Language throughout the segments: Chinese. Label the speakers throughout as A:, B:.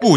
A: 不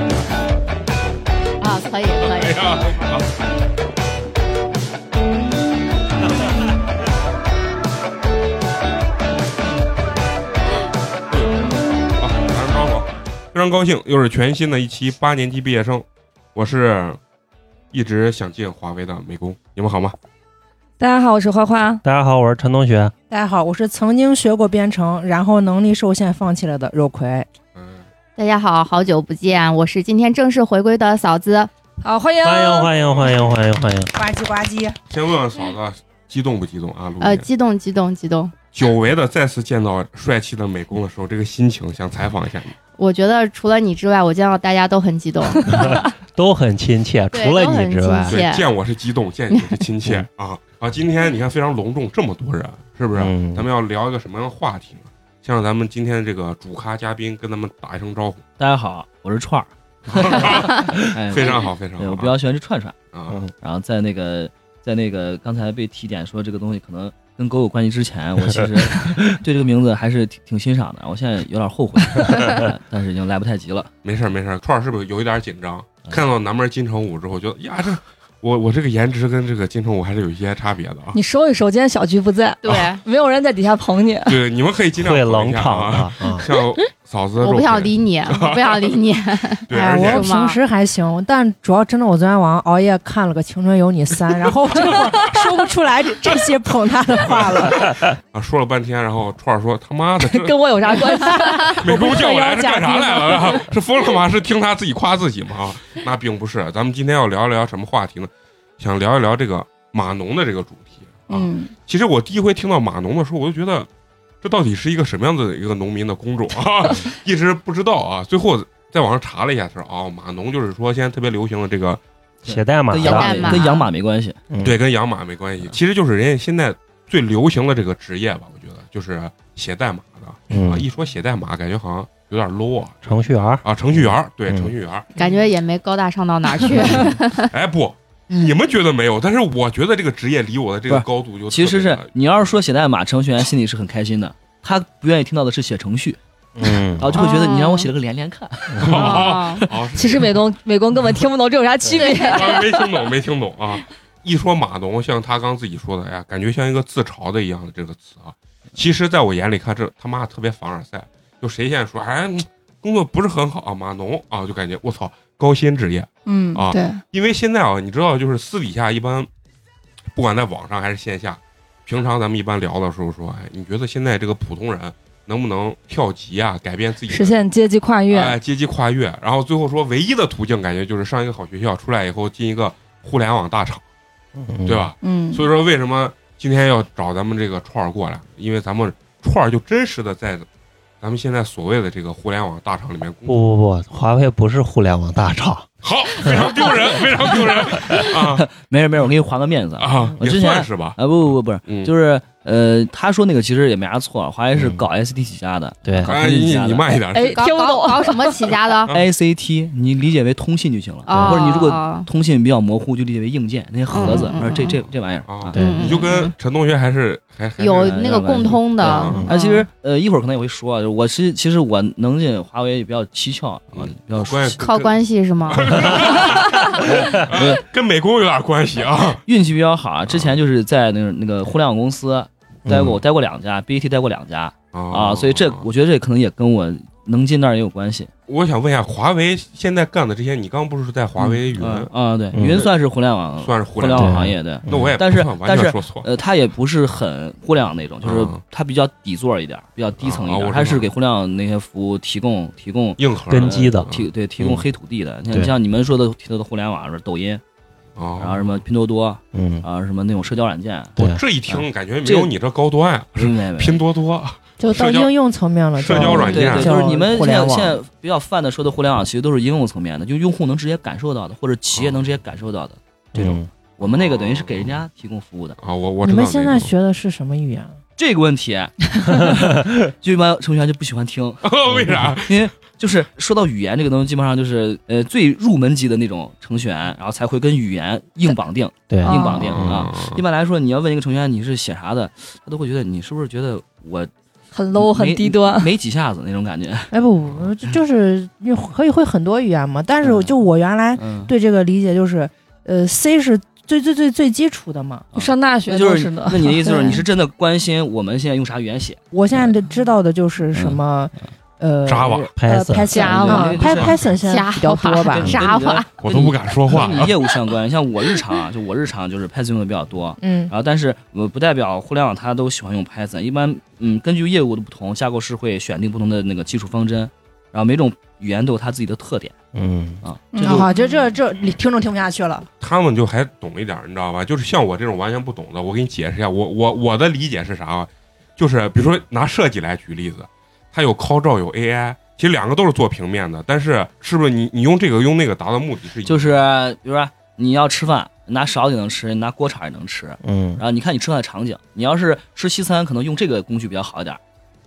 B: 啊，可以可以。
A: 好，打声招呼。非常高兴，又是全新的一期八年级毕业生。我是一直想进华为的美工，你们好吗？
C: 大家好，我是花花。
D: 大家好，我是陈同学。
E: 大家好，我是曾经学过编程，然后能力受限放弃了的肉葵。
A: 嗯，
F: 大家好，好久不见，我是今天正式回归的嫂子。
C: 好，欢迎
D: 欢迎欢迎欢迎欢迎欢迎！
E: 呱唧呱唧，
A: 先问问嫂子，激动不激动啊？录
F: 呃，
A: 音
F: 激动，激动，激动！
A: 久违的再次见到帅气的美工的时候，这个心情想采访一下你。
F: 我觉得除了你之外，我见到大家都很激动。
D: 都很亲切，
F: 对
D: 除了
F: 都很
D: 你之外
F: 亲，切
A: 对，见我是激动，见你是亲切啊啊！今天你看非常隆重，这么多人，是不是？
D: 嗯
A: 咱们要聊一个什么样的话题呢？先让咱们今天的这个主咖嘉宾跟咱们打一声招呼，
G: 大家好，我是 串儿，哎
A: 非常好，非常
G: 对，
A: 好
G: 我比较喜欢吃串串。
A: 啊！
D: 嗯
G: 然后在那个在那个刚才被提点说这个东西可能跟狗有关系之前，我其 实对这个名字还是挺挺欣赏的。我现在有点 后悔，哎但是已经来不太及了。
A: 没事儿没事儿，串儿是不是有一点紧张？
G: 嗯
A: 看到南门金城武之后，觉得呀，这我我这个颜值跟这个金城武还是有一些差别的啊。
C: 你收一收，今天小菊不在，
F: 对，
C: 没有人在底下捧你。
A: 对，你们可以尽量
D: 会
A: 捧
D: 冷
A: 一下
D: 场
A: 啊。
D: 的 啊！
A: 像嫂子，
F: 我不想理
A: 你。
F: 你，我不想理你。
A: 对，
E: 哎，
A: 而且
E: 我平时还行，但主要真的我昨天晚上熬夜看了个《青春有你 三》，然后我真的说不出来这些捧他的话了。
A: 啊说了半天，然后串儿说他妈的， 这
C: 跟我有啥关系？
A: 美工叫我来是干啥来了？然后是疯了吗？是听他自己夸自己吗？啊，那并不是。咱们今天要聊一聊什么话题呢？想聊一聊这个码农的这个主题啊。
B: 嗯，
A: 其实我第一回听到码农的时候，我就觉得这到底是一个什么样的一个农民的工种啊？ 一直不知道啊。最后在网上查了一下，他说哦，码农就是说现在特别流行的这个，
D: 写代码
G: 跟养马
D: 的，
F: 代码
G: 没跟养马没关系，
D: 嗯
A: 对，跟养马没关系，其实就是人家现在最流行的这个职业吧，我觉得就是写代码的啊。
D: 嗯，
A: 一说写代码，感觉好像有点 low 啊。
D: 程序员儿
A: 啊，程序员儿，对，
D: 嗯
A: 程序员儿。
F: 感觉也没高大上到哪儿 去。
A: 哎，不，你们觉得没有，但是我觉得这个职业离我的这个高度就
G: 其实
A: 特
G: 是
A: 别的
G: 你要是说写代码，程序员心里是很开心的。他不愿意听到的是写程序，
D: 嗯
G: 然后就会觉得
F: 哦
G: 你让我写了个连连看，
A: 哦哦，
C: 其实美工美工根本听不懂这有啥区 别。
A: 啊没听懂，没听懂啊！一说码农，像他刚自己说的，哎呀，感觉像一个自嘲的一样的这个词啊。其实，在我眼里看，这他妈特别凡尔赛。就谁现在说，哎，工作不是很好啊，码农啊，就感觉我操，高薪职业。
B: 嗯
A: 啊
B: 对，
A: 因为现在啊，你知道，就是私底下一般，不管在网上还是线下，平常咱们一般聊的时候说，哎，你觉得现在这个普通人能不能跳级啊，改变自己的
C: 实现阶级跨
A: 哎，
C: 越，
A: 阶级跨越，然后最后说唯一的途径，感觉就是上一个好学校，出来以后进一个互联网大厂，
D: 嗯
A: 对吧？
B: 嗯
A: 所以说为什么今天要找咱们这个串儿过来？因为咱们串儿就真实的在咱们现在所谓的这个互联网大厂里面工作。
D: 不不不，华为不是互联网大厂，
A: 好，非常丢人，非常丢人啊
G: 没事没事，我给你还个面子啊！
A: 啊！
G: 我
A: 也
G: 之前
A: 算是吧，
G: 啊不不不不是，
A: 嗯，
G: 就是呃，他说那个其实也没啥错，华为是
D: 嗯
G: 搞 ST 起家的，
D: 对
G: 搞
A: 哎，
G: 通信起
A: 你
G: 家
A: 你
G: 的。
A: 慢一点，
C: 哎，
F: 搞
C: 听不
F: 搞
C: 懂。
F: 搞什么起家 的？
G: ICT，你理解为通信就行了，
F: 哦
G: 或者你如果
F: 哦
G: 通信比较模糊，就理解为硬件那些盒子，
F: 嗯嗯
G: 或者这
F: 嗯
G: 这这玩意儿
A: 哦
G: 啊。
D: 对
F: 嗯
A: 你就跟陈同学还是还还是
F: 有那个共通的
A: 嗯。
G: 啊，其实呃，一会儿可能也会说，啊，就是我其实其实我能进华为也比较蹊跷啊，
A: 嗯
G: 比较
A: 关系
F: 靠关系是
E: 哎
F: 吗？
A: 跟美工有点关系 啊。
G: 运气比较好啊。之前就是在那个那个互联网公司待过，我
D: 嗯
G: 待过两家，BAT 待过两家啊，
A: 啊
G: 所以这我觉得这可能也跟我能进那儿也有关系。
A: 我想问一下，华为现在干的这些，你刚刚不是在华为云、
G: 嗯啊，对，
D: 嗯
G: 云算是互联网
A: 算是互
G: 互
A: 联
G: 联
A: 网？
G: 网行业对。
A: 那我也
G: 但是
A: 不算完
G: 但
A: 全
G: 是
A: 说错了
G: 呃，它也不是很互联网那种，就是
A: 嗯
G: 它比较底座一点儿，比较低层一
A: 啊
G: 点
A: 我
G: 儿，
A: 知
G: 它是
A: 道
G: 给互联网那些服务提供提供呃
A: 硬核
D: 根基的
G: 提对提供
D: 嗯
G: 黑土地的，像
D: 对
G: 像你们说的提到的互联网，是抖音，然后
A: 啊。
G: 什么拼多多，
D: 嗯，
G: 啊什么那种社交软件，
D: 对
A: 这一听感觉没有你这高端啊，
G: 没没没，
A: 拼多多
E: 就到
A: 社交
E: 应用层面了，
A: 社
E: 叫
A: 交软
G: 对
A: 件
G: 对，
E: 叫
G: 就是你们
E: 互
G: 现在
E: 联
G: 现
E: 网
G: 在比较泛的说的互联网，其实都是应用层面的，就用户能直接感受到的，或者企
A: 哦
G: 业能直接感受到的。这种
D: 嗯
G: 我们那个等于是给人家提供服务的。
A: 啊，我我
E: 你
A: 知道
E: 们
A: 那
E: 现在
A: 个
E: 学的是什么语言？啊
G: 这个问 题， 就一般程序员就不喜欢听，
A: 为啥？
G: 因为就是说到语言这个东西，基本上就是呃最入门级的那种程序员，然后才会跟语言硬绑定，
D: 对
F: 哦
G: 硬绑定
F: 呃
A: 嗯
G: 啊。一般来说，你要问一个程序员你是写啥的，他都会觉得你是不是觉得我
C: 很 low 很
G: 没
C: 低端，
G: 没几下子那种感觉。
E: 哎不， 就就是你可以会很多语言嘛，但是我
G: 嗯
E: 就我原
C: 哎
E: 来
G: 嗯，
E: 对这个理解就是，呃，C 是最最最最基础的嘛。
G: 啊
C: 上大学
G: 那就
C: 都
G: 是
C: 是的
G: 那。你的意思 就是
E: 对
G: 你是真的关心我们现在用啥语言写？
E: 我现在知道的就是什么， 呃
A: 嗯 Java
E: 呃
D: Python
E: Python 啊
G: 对对对
E: Py- Python 现在比较多吧
G: 跟。你的
F: 啥话
A: 我都不敢说话
G: 跟你业务相关。像我日常啊，就我日常就是 Python 用的比较多，
E: 嗯
G: 然后但是我不代表互联网它都喜欢用 Python，一般嗯根据业务的不同，架构师会选定不同的那个技术方针，然后每种语言都有它自己的特点
D: 嗯，
G: 啊。
C: 嗯
G: 这
E: 啊
G: 就
E: 好，这这这听众听不下去了。
A: 他们就还懂一点儿，你知道吧？就是像我这种完全不懂的，我给你解释一下，我我我的理解是啥啊？就是比如说拿设计来举例子，它有考照有 AI，其实两个都是做平面的，但是是不是你你用这个用那个达到目的是一
G: 就是比如说你要吃饭，拿勺也能吃，拿锅铲也能吃，
D: 嗯
G: 然后你看你吃饭的场景，你要是吃西餐，可能用这个工具比较好一点儿。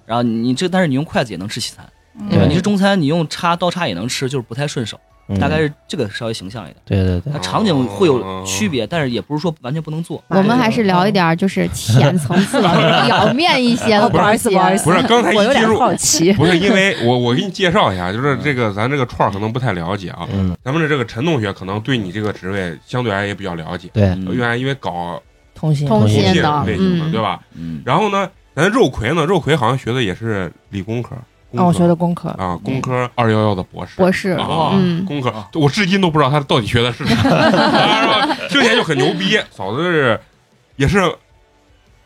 G: 然后你这，但是你用筷子也能吃西餐，对吧？
D: 嗯
G: 你是中餐，你用叉刀叉也能吃，就是不太顺手，
D: 嗯
G: 大概是这个稍微形象一点。
H: 哦
D: 对对对
G: 它场景会有区别，但是也不是说完全不能做。
F: 我们还是聊一点儿就是浅层次的、表面一些的
E: 哦不好
F: 东
E: 意思
F: 西。
E: 不好意思
A: 不是刚才一
E: 我有
A: 进
E: 点
A: 入
E: 好奇。
A: 不是因为我我给你介绍一下，就是这个咱这个串儿可能不太了解啊，
D: 嗯
A: 咱们的这个陈同学可能对你这个职位相对而言也比较了解，
D: 对
G: 嗯
A: 哦原来因为搞
E: 通信，
F: 通
A: 通
F: 信
A: 信
F: 的，
A: 类型的，对
F: 嗯，
A: 吧？
G: 嗯，
A: 然后呢，咱肉葵呢，肉葵好像学的也是理工科，工
E: 啊，我
A: 科
E: 学的工科，
A: 啊，
D: 嗯
A: 工科二幺幺的博士，
F: 博士，
A: 啊，
F: 嗯，
A: 工科，我至今都不知道他到底学的是 啥，啊是吧听起来就很牛逼。嫂子是也是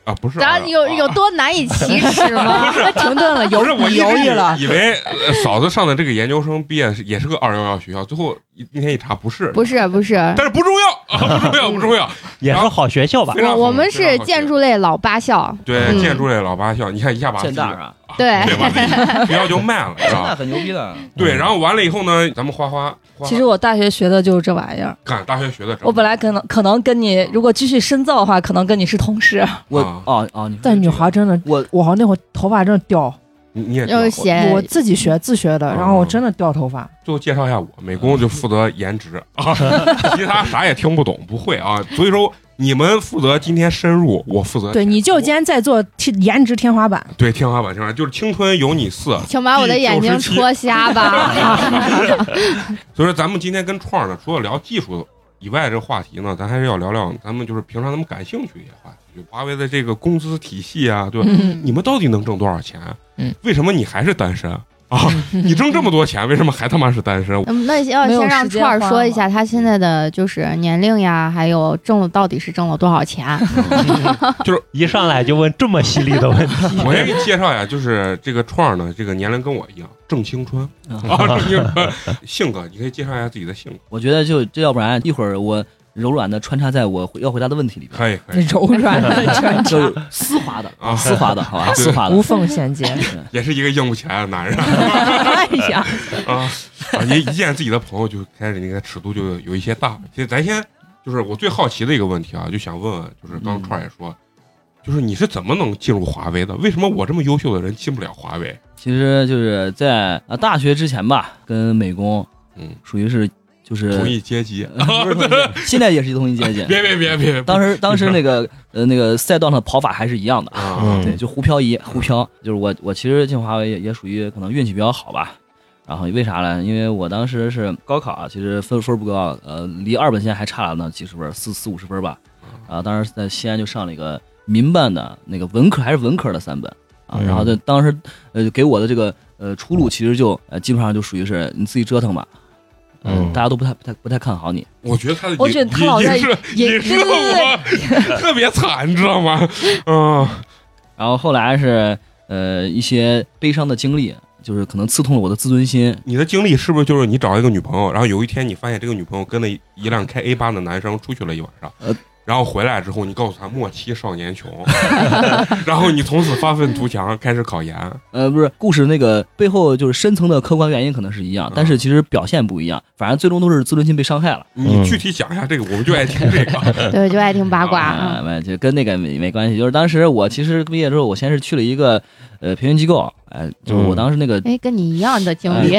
A: 啊，不是，
F: 咱有
A: 啊
F: 有多难以启齿吗？
E: 停顿了，
A: 不
E: 犹
A: 是我一直
E: 犹豫了。
A: 以为呃嫂子上的这个研究生毕业是也是个二幺幺学校，最后一那天一查不是，
F: 不是不是，
A: 但是不重要啊，不重要，不重要。
D: 也是 好学校吧
A: 非常
F: 我
A: 好
F: 我们
A: 非常
F: 是
A: 好
F: 建筑类老八校，
A: 对
F: 嗯
A: 建筑类老八校，你看一下把
G: 建
A: 自己
G: 大啊，
A: 啊
F: 对
A: 对吧？ 自己学校就卖了，你知
G: 建
A: 道
G: 大
A: 吧？
G: 很牛逼的。
A: 对，
D: 嗯
A: 然后完了以后呢，咱们花花花花
C: 其实我大学学的就是这玩意儿。
A: 干大学学的，
C: 我本来可能可能跟你
A: 哦
C: 如果继续深造的话，可能跟你是 同事。
G: 我
A: 啊
G: 哦哦，你说
E: 但女
G: 这个
E: 孩真的，
G: 我
E: 我好像那会儿头发真的掉，
A: 你你也知道
F: 又写
E: 我自己学自学的，
A: 嗯
E: 然后我真的掉头发。
A: 最后介绍一下我，美工就负责颜值啊， 其他啥也听不懂，不会啊。所以说你们负责今天深入，哦我负责
E: 对，你就今天在做天颜值天花板。
A: 对天花板天花板就是青春有你四。
F: 请把我的眼睛戳瞎 吧。
A: 所以说咱们今天跟创儿呢，除了聊技术以外这个话题呢，咱还是要聊聊咱们就是平常咱们感兴趣一些话题，就华为的这个工资体系啊，对吧，你们到底能挣多少钱？啊
E: 嗯，
A: 为什么你还是单身啊？你挣这么多钱，为什么还他妈是单 身？
F: 嗯那要
C: 没有
F: 先让
C: 时间
F: 串儿
C: 花
F: 说
C: 了
F: 一下他现在的就是年龄呀，还有挣了到底是挣了多少钱？
D: 一上来就问这么犀利的问题，
A: 我先给你介绍一下，就是这个创儿呢，这个年龄跟我一样，正青春
G: 嗯
A: 啊，正青春。性格，你可以介绍一下自己的性格。
G: 我觉得就这，要不然一会儿我柔软的穿插在我要回答的问题里边，
A: 可以，可以，
E: 柔软 的 穿
G: 就
E: 插，
G: 是丝滑的
A: 啊
G: 丝滑的，好吧，
A: 对
G: 丝滑的嗯
E: 无。缝衔接。
A: 也是一个硬不起来的男人
E: 哎呀，
A: 啊啊！一一见自己的朋友就开始那个尺度就有一些大。其实咱先就是我最好奇的一个问题啊，就想问问，就是刚
G: 嗯
A: 创儿也说，就是你是怎么能进入华为的？为什么我这么优秀的人进不了华为？
G: 其实就是在啊大学之前吧，跟美工
A: 嗯，
G: 属于是就是
A: 同一阶级。
G: 呃不是同一届 现在也是同一阶级。
A: 别别别别，
G: 当时当时那个呃那个赛道上的跑法还是一样的，
A: 啊
D: 嗯，
G: 对，就胡漂移胡漂，就是我我其实进华为也也属于可能运气比较好吧。然后为啥呢？因为我当时是高考啊，其实分分不高，呃，离二本线还差了那几十分，四四五十分吧。然后当时在西安就上了一个民办的那个文科，还是文科的三本啊。
D: 嗯
G: 然后就当时呃给我的这个呃出路，其实就呃基本上就属于是你自己折腾吧，嗯
D: 嗯，
G: 大家都不太不太不太看好你。
A: 我觉得他的
C: 我觉得他老在
A: 引射
C: 引
A: 引射
C: 对对
A: 我， 特别惨，你知道吗？嗯，
G: 然后后来是呃一些悲伤的经历，就是可能刺痛了我的自尊心。
A: 你的经历是不是就是
G: 呃
A: 你找一个女朋友，然后有一天你发现这个女朋友跟那一辆开 A 八的男生出去了一晚上，然后回来之后，你告诉他莫欺少年 穷，然后你从此发愤图强，开始考研。
G: 呃，不是，故事那个背后就是深层的客观原因可能是一样，但是其实表现不一样，反正最终都是自尊心被伤害了。
A: 你具体讲一下这个，我们就爱听这 个。
F: 对，就爱听八卦。
G: 啊
F: 嗯，
G: 没就跟那个没没关系。就是当时我其实毕业之后，我先是去了一个呃培训机构，哎、就是我当时那个、
F: 哎，跟你一样的经历，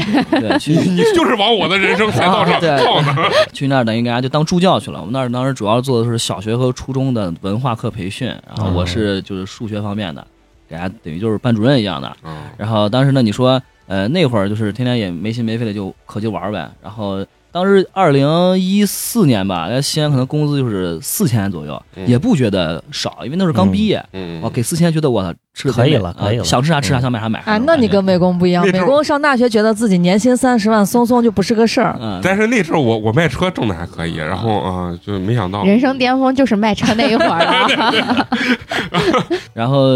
G: 对去
A: 你就是往我的人生赛道上
G: 啊对
A: 靠的。
G: 去那儿等于给大家就当助教去了。我们那儿当时主要做的是小学和初中的文化课培训，然后我是就是数学方面的，给大家等于就是班主任一样的。
A: 嗯
G: 然后当时呢，你说，呃，那会儿就是天天也没心没肺的就可就玩儿呗。然后当时二零一四年吧，在西安可能工资就是四千左右，
A: 嗯
G: 也不觉得少，因为那时候刚毕业，哦
A: 嗯
G: 我给四千觉得我操吃的
D: 可以
G: 真美
D: 了
G: 啊
D: 可以了
G: 想吃啥吃啥，
D: 嗯
G: 想买啥买啥。
C: 啊，那你跟美工不一样
A: 那，时
C: 美
A: 候
C: 工上大学觉得自己年薪三十万松松就不是个事儿，
G: 嗯，
A: 但是那时候我我卖车挣的还可以，然后啊、就没想到
F: 人生巅峰就是卖车那一会儿啊了。
G: 然后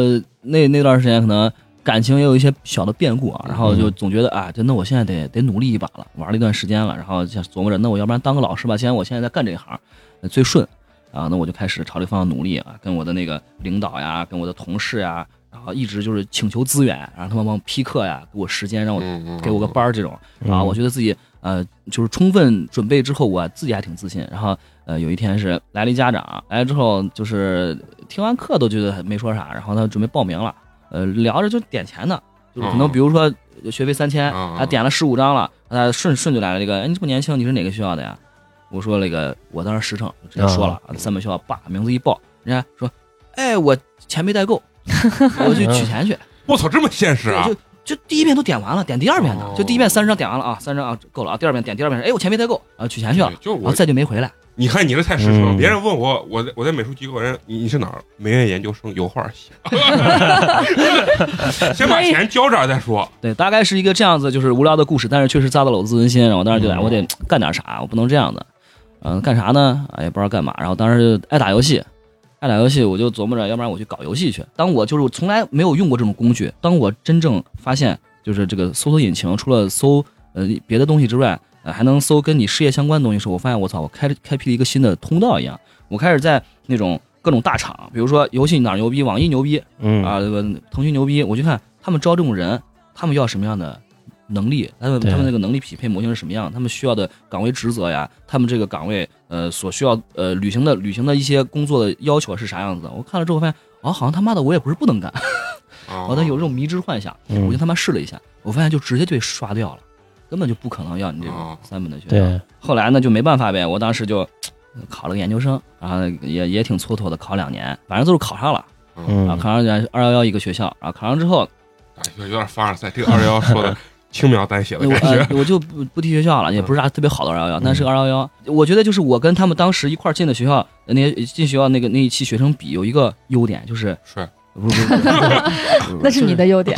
G: 那那段时间可能感情也有一些小的变故啊，然后就总觉得啊，对，那我现在得得努力一把了，玩了一段时间了，然后想琢磨着，那我要不然当个老师吧，既然我现在在干这一行，呃最顺，啊，那我就开始朝这方向努力啊，跟我的那个领导呀，跟我的同事呀，然后一直就是请求资源，然后他们帮我批课呀，给我时间，让我
A: 嗯嗯
G: 给我个班儿这种。啊，
D: 嗯
G: 我觉得自己呃就是充分准备之后，我自己还挺自信。然后呃有一天是来了一家长，来了之后就是听完课都觉得没说啥，然后他准备报名了，呃聊着就点钱呢，就是可能比如说学费三千，
A: 嗯嗯
G: 他点了十五张了，他顺顺就来了这个，哎你这么年轻，你是哪个学校的呀？我说那个我当时实诚直接说了，三本学校把名字一报，人家说，哎我钱没带够，我去取钱去。
A: 我操这么现实啊
G: 对，就就第一遍都点完了，点第二遍的，
A: 哦
G: 就第一遍三十张点完了啊，三十张啊够了啊，第二遍点第二遍是，哎，我钱没带够，然后取钱去了，
A: 对就
G: 然后
A: 我
G: 再就没回来。
A: 你看你这太实诚了，
D: 嗯
A: 别人问我我在我在美术机构，人你你是哪儿美院研究生，有话写， 先把钱交这儿再说。
G: 对，大概是一个这样子，就是无聊的故事，但是确实扎到了我自尊心，然后我当时就哎，
A: 嗯
G: 我得干点啥，我不能这样子，嗯、干啥呢？哎，也不知道干嘛，然后当时就爱打游戏。爱打游戏，我就琢磨着，要不然我去搞游戏去。当我就是从来没有用过这种工具，当我真正发现，就是这个搜索引擎除了搜呃别的东西之外，呃还能搜跟你事业相关的东西时，候，我发现我操，我开开辟了一个新的通道一样。我开始在那种各种大厂，比如说游戏哪儿牛逼，网易牛逼，
D: 嗯
G: 啊，这个腾讯牛逼，我就看他们招这种人，他们要什么样的能力，他们
D: 对
G: 他们那个能力匹配模型是什么样，他们需要的岗位职责呀，他们这个岗位呃所需要呃履行的履行的一些工作的要求是啥样子的。我看了之后发现，哦，好像他妈的我也不是不能干，
A: 啊，
G: 我当时有这种迷之幻想，
D: 哦嗯
G: 我就他妈试了一下，我发现就直接就被刷掉了，根本就不可能要你这
A: 哦
G: 种三本的学校。啊
D: 对，
G: 后来呢就没办法呗，我当时就考了个研究生，然后也也挺蹉跎的，考两年，反正都是考上了。啊，
D: 嗯
G: 考上人家二幺幺一个学校啊，考上之后，
A: 哎有点凡尔赛，这个二幺幺说 的轻描淡写的
G: 我
A: 感觉
G: 呃。我就不不提学校了，也不是啥特别好的二幺幺，但是二幺幺，我觉得就是我跟他们当时一块儿进的学校，呃那些进学校那个那一期学生比有一个优点就是，
A: 帅，
G: 不是不是，不
C: 那是你的优点。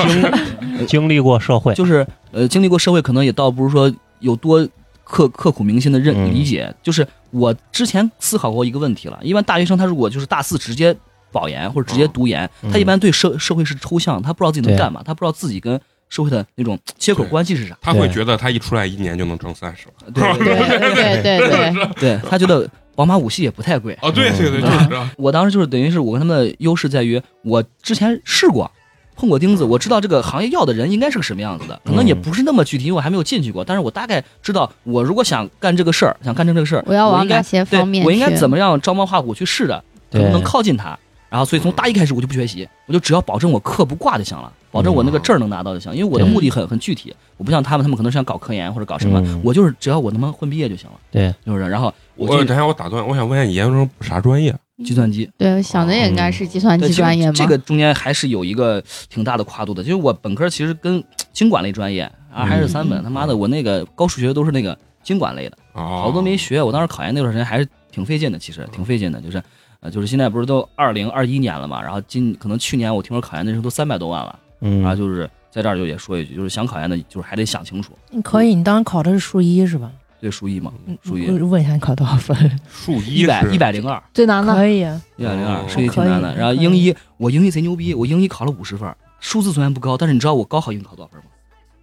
D: 经历过社会，
G: 就是呃经历过社会，可能也倒不是说有多刻刻骨铭心的认
D: 嗯
G: 理解，就是我之前思考过一个问题了，一般大学生他如果就是大四直接保研或者直接读研，
D: 嗯
G: 他一般对社社会是抽象，他不知道自己能
D: 对
G: 干嘛，他不知道自己跟社会的那种接口
A: 对
G: 关系 是啥，
A: 他会
D: 对
A: 觉得他一出来一年就能挣三十万
G: 对
F: 对
G: 对
F: 对对对，
G: 对，嗯他觉得宝马五系也不太贵。
A: 啊！对对对，就是这样。
G: 我当时就是等于是我跟他们的优势在于，我之前试过，碰过钉子，我知道这个行业要的人应该是个什么样子的，可能
D: 嗯
G: 也不是那么具体，因为我还没有进去过，但是我大概知道，我如果想干这个事儿，想干成这个事儿，
F: 我要往
G: 应该
F: 哪些
G: 对
F: 方面去？
G: 我应该怎么样张猫画虎去试着，可
D: 对
G: 能能靠近他。然后，所以从大一开始我就不学习，我就只要保证我课不挂就行了，保证我那个证儿能拿到就行。因为我的
D: 嗯对
G: 目的很很具体，我不像他们，他们可能是想搞科研或者搞什么，
D: 嗯
G: 我就是只要我能不能混毕业就行了，
D: 对，
G: 是不是？然后我
A: 我
G: 就
A: 等一下我打断，我想问一下你研究生啥专业？
G: 计算机，
F: 对，想的也应该是计算
G: 对，
F: 机
G: 其实
F: 专业嘛。
G: 这个中间还是有一个挺大的跨度的，就是我本科其实跟经管类专业啊还是三本，
F: 嗯
G: 他妈的我那个高数学都是那个经管类的，
A: 好
G: 好多没学。我当时考研那段时间还是挺费劲的，其实挺费劲的，就是呃就是现在不是都二零二一年了嘛，然后今可能去年我听说考研那时候都三百多万了，
D: 嗯
G: 然后啊就是在这儿就也说一句，就是想考研的，就是还得想清楚，
E: 你可以，你当时考的是数一是吧？
G: 对数一嘛，数一
E: 我问一下你考多少 分？
A: 数一
G: 一百
A: 是
G: 一百零二。
C: 最难的
E: 可以啊，
G: 一百零
A: 哦
G: 二，数一挺
E: 可以
G: 难的。然后
E: 可以
G: 英一，我英一贼牛逼，我英一考了五十分儿，数字虽然不高，但是你知道我高考英语考多少分儿吗？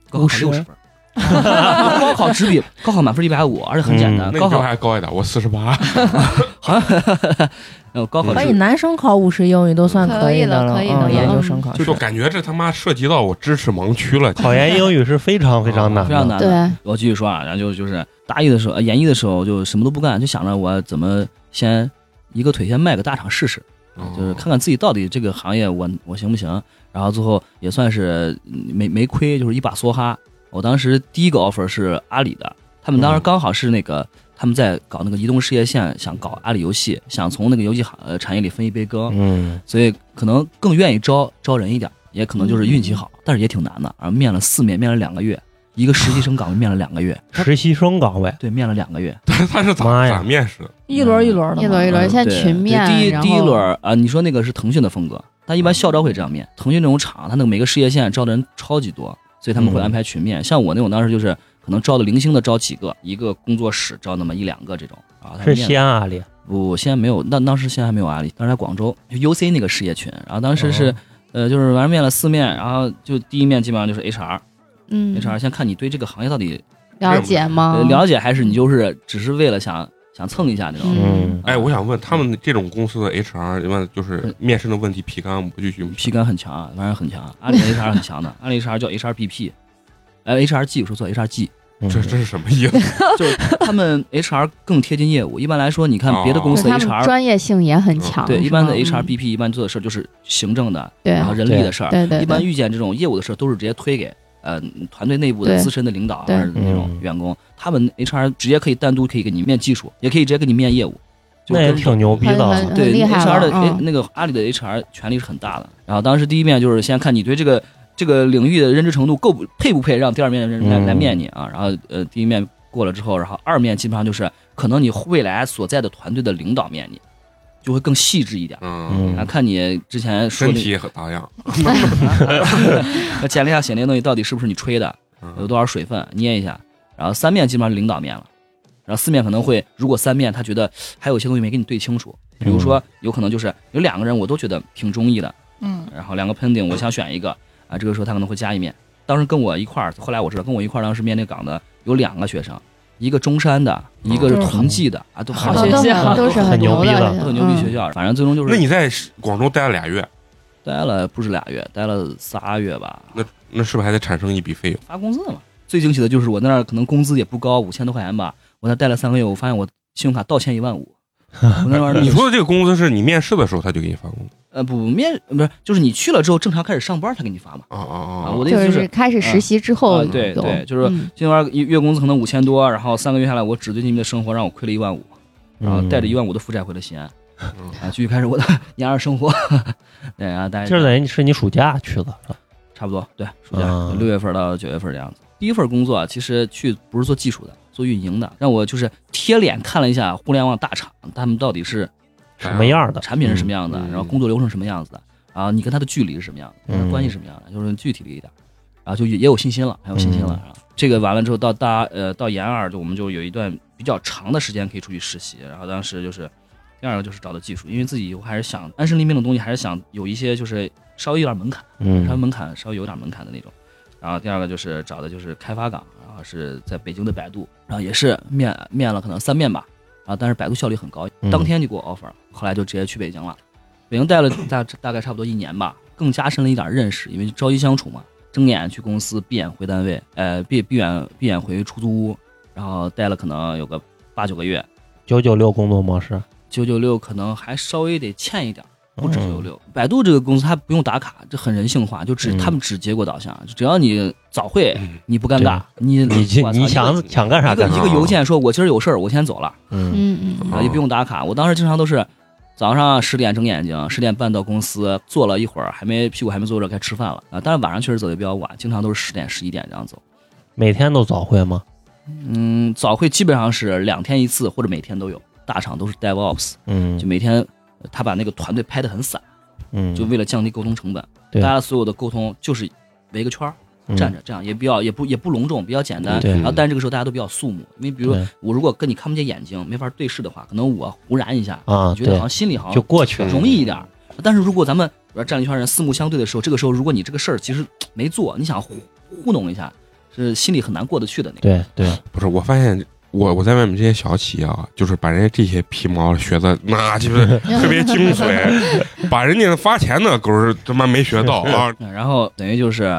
G: 高考考
E: 50
G: 六十分儿， 高考只比高考满分一百五，而且很简单。
A: 那
G: 嗯高
A: 你比我
G: 考
A: 还高一点，我四十 八。
G: 好 像呃高考
E: 所以
G: 只
E: 男生考五十英语都算以的
F: 可以了可以
E: 嗯
F: 的
E: 研究生考
A: 就
E: 试
A: 就。感觉这他妈涉及到我知识盲区了。
D: 考研英语是非常非常难的，
G: 啊非常难的。
F: 对，
G: 我继续说啊，然后就就是大一的时候，呃研一的时候就什么都不干，就想着我怎么先一个腿先迈个大厂试试，
A: 嗯
G: 就是看看自己到底这个行业我我行不行。然后最后也算是嗯没没亏，就是一把梭哈。我当时第一个 offer 是阿里的，他们当时
A: 嗯
G: 刚好是那个他们在搞那个移动事业线，想搞阿里游戏，想从那个游戏行呃产业里分一杯羹，
D: 嗯，
G: 所以可能更愿意招招人一点，也可能就是运气好，但是也挺难的。啊，面了四面，面了两个月，一个实习生岗位面了两个月。
D: 实习生岗位，
G: 对，面了两个月，
A: 他他是咋
D: 妈呀
A: 咋面试的？
C: 一轮一轮的嘛，
F: 一轮一轮，
G: 嗯
F: 现在
G: 对
F: 群面，
G: 对第一
F: 然后嗯
G: 第一轮啊、你说那个是腾讯的风格，但一般校招会这样面。腾讯那种厂，它那个每个事业线招的人超级多，所以他们会
D: 嗯
G: 安排群面。像我那种当时就是可能招的零星的招几个，一个工作室招那么一两个这种啊。他
D: 是
G: 们面
D: 西安阿里，
G: 不，现在没有，那当时现在还没有阿里，当时在广州就 UC 那个事业群，然后当时是、
D: 哦
G: 呃就是完面了四面，然后就第一面基本上就是 HR，HR、
F: 嗯，哦
G: HR 先看你对这个行业到底、
F: 了解吗
G: 呃？了解还是你就是只是为了想想蹭一下这种。啊
F: 嗯
D: 嗯，
A: 哎，我想问他们这种公司的 HR，问就是
G: 嗯
A: 面试的问题皮干不就去
G: 皮感很强啊，反正很强啊。 阿里的 HR 很强的，阿里 HR 叫 HRPP，哎，HRG 我说错，HRG
A: 这这是什么意 思？
G: 就是他们 HR 更贴近业务。一般来说，你
D: 哦
G: 看别的公
F: 就
G: 司
F: 是
G: 的
F: 他们
G: HR，
F: 专业性也很强，
G: 对一般的
F: 是吧嗯
G: HRPP 一般做的事儿就是行政的，
F: 对
G: 然后人力的事儿。
F: 对对，
G: 一般
F: 对
G: 遇见这种业务的事儿，都是直接推给呃团队内部的
F: 对
G: 资深的领导
F: 对
G: 还是那种
D: 嗯
G: 员工，他们 HR 直接可以单独可以给你面技术，也可以直接给你面业务。就
D: 那也
G: 跟
D: 挺牛逼的
F: 很
D: 啊，
F: 很
G: 对
F: 厉害
G: HR 的、
F: 了嗯
G: 那个阿里的 HR 权力是很大的。然后当时第一面就是先看你对这个这个领域的认知程度够不配不配让第二面的人来、
D: 嗯
G: 来面你啊。然后呃第一面过了之后，然后二面基本上就是可能你未来所在的团队的领导面你，就会更细致一点。
A: 嗯，
D: 嗯
G: 啊，看你之前说
A: 身
G: 的
A: 体很咋样？
G: 那简历上写那些东西到底是不是你吹的，有
A: 嗯
G: 多少水分，捏一下。然后三面基本上是领导面了，然后四面可能会，如果三面他觉得还有一些东西没给你对清楚，比如
A: 嗯
G: 说有可能就是有两个人我都觉得挺中意的，
B: 嗯，，
G: 然后两个 pending 我想选一个啊，这个时候他可能会加一面。当时跟我一块儿，后来我知道跟我一块儿当时面那岗的有两个学生，一个中山的，一个是同济的啊，都
D: 好
G: 都
D: 学
F: 哦都嗯很都
C: 校
F: 是
D: 很牛
F: 牛
D: 逼
F: 的
D: 了
F: 这种，
G: 都很牛逼学
F: 嗯。
G: 校，反正最终就
A: 那
G: 是
A: 你在广州待了俩月，
G: 待了不止俩月，待了仨月吧，
A: 那那是不是还得产生一笔费用？
G: 发工资的嘛。最惊喜的就是我那儿可能工资也不高，五千多块钱吧。我那待了三个月，我发现我信用卡倒欠一万五。我那玩意儿，
A: 你说的这个工资是你面试的时候他就给你发工资？
G: 呃不不面不是就是你去了之后正常开始上班他给你发嘛？
A: 啊啊
G: 啊，
A: 啊！
G: 我的意
F: 就
G: 思就是
F: 开始实习之后
G: 啊
F: 有，
G: 对对就是
F: 嗯
G: 这玩意儿一月工资可能五千多，然后三个月下来我只对你们的生活让我亏了一万五，
H: 嗯
D: 嗯
G: 然后带着一万五的负债回了西安，
A: 嗯
G: 啊，继续开始我的 年二生活。对啊，大家
D: 这等于是你暑假去的，是吧
G: 差不多，对，暑假
D: 啊
G: 六月份到九月份这样子。第一份工作啊，其实去不是做技术的，做运营的，让我就是贴脸看了一下互联网大厂，他们到底是啊
D: 什么样的
G: 产品是什么样的，
A: 嗯
G: 然后工作流程是什么样子的，然后你跟他的距离是什么样的，
D: 嗯
G: 跟他关系是什么样的，就是具体了一点，然后就也也有信心了，很有信心了。
D: 嗯
G: 然后这个完了之后，到大呃到研二，就我们就有一段比较长的时间可以出去实习，然后当时就是。第二个就是找的技术，因为自己我还是想安身立命的东西，还是想有一些就是稍微有点门槛。稍微
D: 嗯，
G: 门槛稍微有点门槛的那种。然后第二个就是找的就是开发岗，然后是在北京的百度，然后也是面面了可能三面吧，然后但是百度效率很高，
D: 嗯
G: 当天就给我 offer，了后来就直接去北京了。北京待了大大概差不多一年吧，更加深了一点认识，因为朝夕相处嘛，睁眼去公司，闭眼回单位，呃，闭闭眼闭眼回出租屋，然后待了可能有个八九个月，
D: 九九六工作模式，
G: 九九六可能还稍微得欠一点。不止九九
D: 嗯，
G: 六。百度这个公司它不用打卡，这很人性化，就只、
D: 嗯
G: 他们只结果导向，只要你早
A: 嗯
G: 会，你不尴尬
D: 对，啊
G: 你
D: 嗯你去
G: 我操
D: 你想
G: 一个
D: 想干啥
G: 一个
D: 干
G: 一
D: 啥，
G: 个邮件说，我今儿有事儿，我先走了，
D: 嗯
F: 嗯嗯，
G: 啊，也不用打卡。我当时经常都是早上十点睁眼睛，十点半到公司，坐了一会儿，还没屁股还没坐热，该吃饭了啊。但是晚上确实走的比较晚，经常都是十点十一点这样走。
D: 每天都早会吗？
G: 嗯，早会基本上是两天一次，或者每天都有。大厂都是 DevOps，就
D: 嗯
G: 每天呃他把那个团队拍得很散，
D: 嗯，
G: 就为了降低沟通成本。
D: 对
G: 大家所有的沟通就是围个圈儿
D: 嗯
G: 站着，这样也比较也不也不隆重，比较简单。
D: 对嗯
G: 然后但是这个时候大家都比较肃穆，因为比如
D: 对
G: 我如果跟你看不见眼睛，没法对视的话，可能我忽然一下，
D: 啊，
G: 你觉得好
D: 对，
G: 像心里好
D: 就
G: 像
D: 过去了，嗯
G: 容易一点儿。但是如果咱们比如说站了一圈人四目相对的时候，这个时候如果你这个事儿其实没做，你想糊糊弄一下，是心里很难过得去的那个。！
H: 对对，
A: 不是，我发现我我在外面这些小企业啊，就是把人家这些皮毛学的，那就是特别精髓，把人家发钱的狗是他妈没学到啊
G: 嗯然后等于就是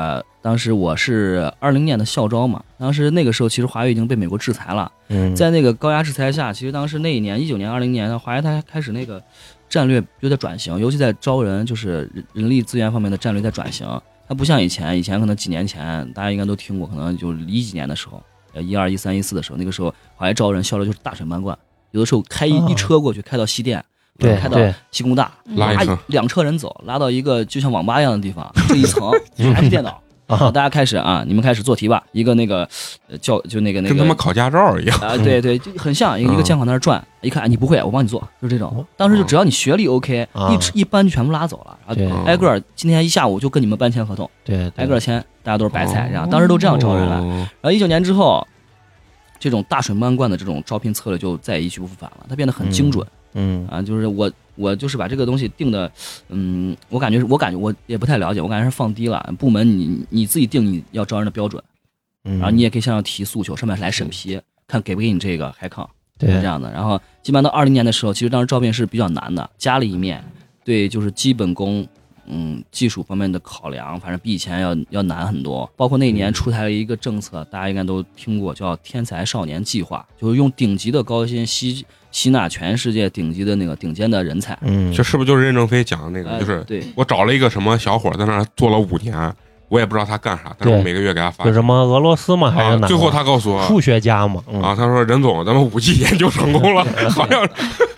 G: 当时我是二零年的校招嘛，当时那个时候其实华为已经被美国制裁了，
H: 嗯，
G: 在那个高压制裁下，其实当时那一年一九年、二零年，华为它开始那个战略就在转型，尤其在招人，就是人人力资源方面的战略在转型。它不像以前，以前可能几年前大家应该都听过，可能就一几年的时候，呃一二一三一四的时候，那个时候华为招人效率就是大水漫灌，有的时候开一、
H: 哦
G: 一车过去，开到西电，
H: 对
G: 开到
H: 对，
G: 西工大，
F: 嗯
A: 拉一
G: 拉
A: 层
G: 两车人走，拉到一个 就像网吧一样的地 方，这一层全是电脑。好，大家开始啊，你们开始做题吧。一个那个，呃，教就那个那个，
A: 跟他妈考驾照一样。
G: 啊，
H: 嗯
G: 对对，就很像一个一个监考在那儿转，一看哎你不会，我帮你做，就这种
H: 哦。
G: 当时就只要你学历 OK，
H: 啊
G: 一一班就全部拉走了，然后
H: 对
A: 嗯
G: 挨个儿今天一下午就跟你们班签合同，
H: 对，对
G: 挨个儿签，大家都是白菜，这样当时都这样招人了。
A: 哦
G: 然后一九年之后，这种大水漫灌的这种招聘策略就再一去不复返了，它变得很精准
H: 嗯
G: 啊，就是我。我就是把这个东西定的，嗯，我感觉是我感觉我也不太了解，我感觉是放低了部门你你自己定你要招人的标准，
H: 嗯，
G: 然后你也可以向上提诉求，上面来审批，看给不给你这个海康。
H: 对
G: 是这样的。然后基本上到二零年的时候，其实当时招聘是比较难的，加了一面，对，就是基本功，嗯，技术方面的考量，反正比以前要要难很多。包括那年出台了一个政策，大家应该都听过，叫“天才少年计划”，就是用顶级的高薪吸吸纳全世界顶级的那个顶尖的人才。
H: 嗯，
A: 这是不是就是任正非讲的那
G: 呃
A: 个？就是
G: 对，
A: 我找了一个什么小伙在那儿做了五年，我也不知道他干啥，但是我
H: 对
A: 每个月给他发
H: 有。什么俄罗斯嘛，还是
A: 啊
H: 哪个？
A: 最后他告诉我
H: 数学家嘛，嗯
A: 啊，他说任总，咱们五 G 研究成功 了， 好像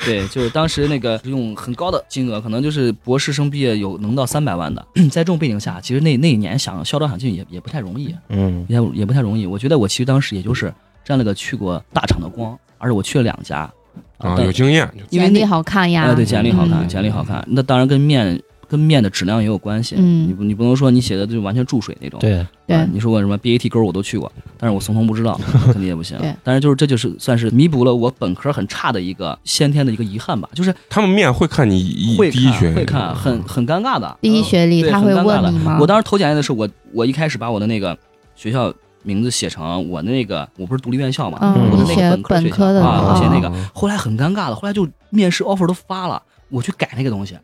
G: 对，就是当时那个用很高的金额，可能就是博士生毕业有能到三百万的， 在这种背景下，其实那那一年想校招想进也也不太容易，啊
H: 嗯
G: 也也不太容易。我觉得我其实当时也就是沾了个去过大厂的光，而且我去了两家，
A: 啊
G: 但
A: 有经验。
G: 因为
F: 简历
G: 那
F: 好看呀，
G: 哎对简历好看，
F: 嗯
G: 简历好看，那当然跟面跟面的质量也有关系。
F: 嗯
G: 你不你不能说你写的就完全注水那种。
H: 对，
G: 啊
F: 对，
G: 你说我什么 BAT 勾我都去过，但是我从头不知 道，肯定也不行
F: 对。
G: 但是就是这就是算是弥补了我本科很差的一个先天的一个遗憾吧，就是
A: 他们面会看你一
G: 会
A: 第一啊学
G: 看
A: 历
G: 会看，很很尴尬的。嗯
F: 第一学历
G: 对
F: 他
G: 很
F: 会
G: 尴尬的
F: 问你吗？
G: 我当时投简历的时候，我我一开始把我的那个学校名字写成我那个我不是独立院校嘛，
F: 嗯
G: 我的那
F: 写
G: 个本
F: 本
G: 科
F: 科
G: 学
F: 的
G: 校啊，
F: 那
G: 我写
F: 个
G: 那个，后来很尴尬的，后来就面试 offer 都发了，我去改那个东西，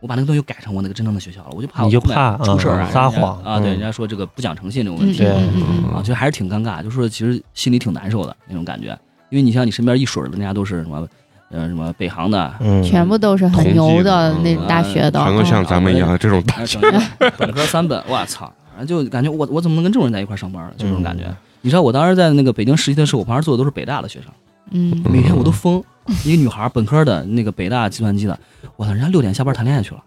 G: 我把那个东西改成我那个真正的学校了，我就怕我
H: 你就
G: 后面
H: 怕
G: 出事儿啊
H: 嗯撒
G: 人家
H: 谎
G: 啊，对，
H: 嗯
G: 人家说这个不讲诚信这种
F: 嗯
G: 问题
H: 对
F: 嗯嗯嗯
G: 啊，就还是挺尴尬，就是其实心里挺难受的那种感觉，因为你像你身边一水儿的，人家都是什么，呃，什么北航的，
H: 嗯，
F: 全部都是很牛的
A: 同济
F: 那
A: 的
F: 大学的，
A: 全都像咱们一样的这种大
G: 啊，整个本科三本，我操！然后就感觉我我怎么能跟这种人在一块儿上班啊呢？就这种感觉。
H: 嗯
G: 你知道我当时在那个北京实习的时候，我旁边坐的都是北大的学生，
F: 嗯，
G: 每天我都疯。一个女孩儿，本科的那个北大计算机的，我操，人家六点下班谈恋爱去了，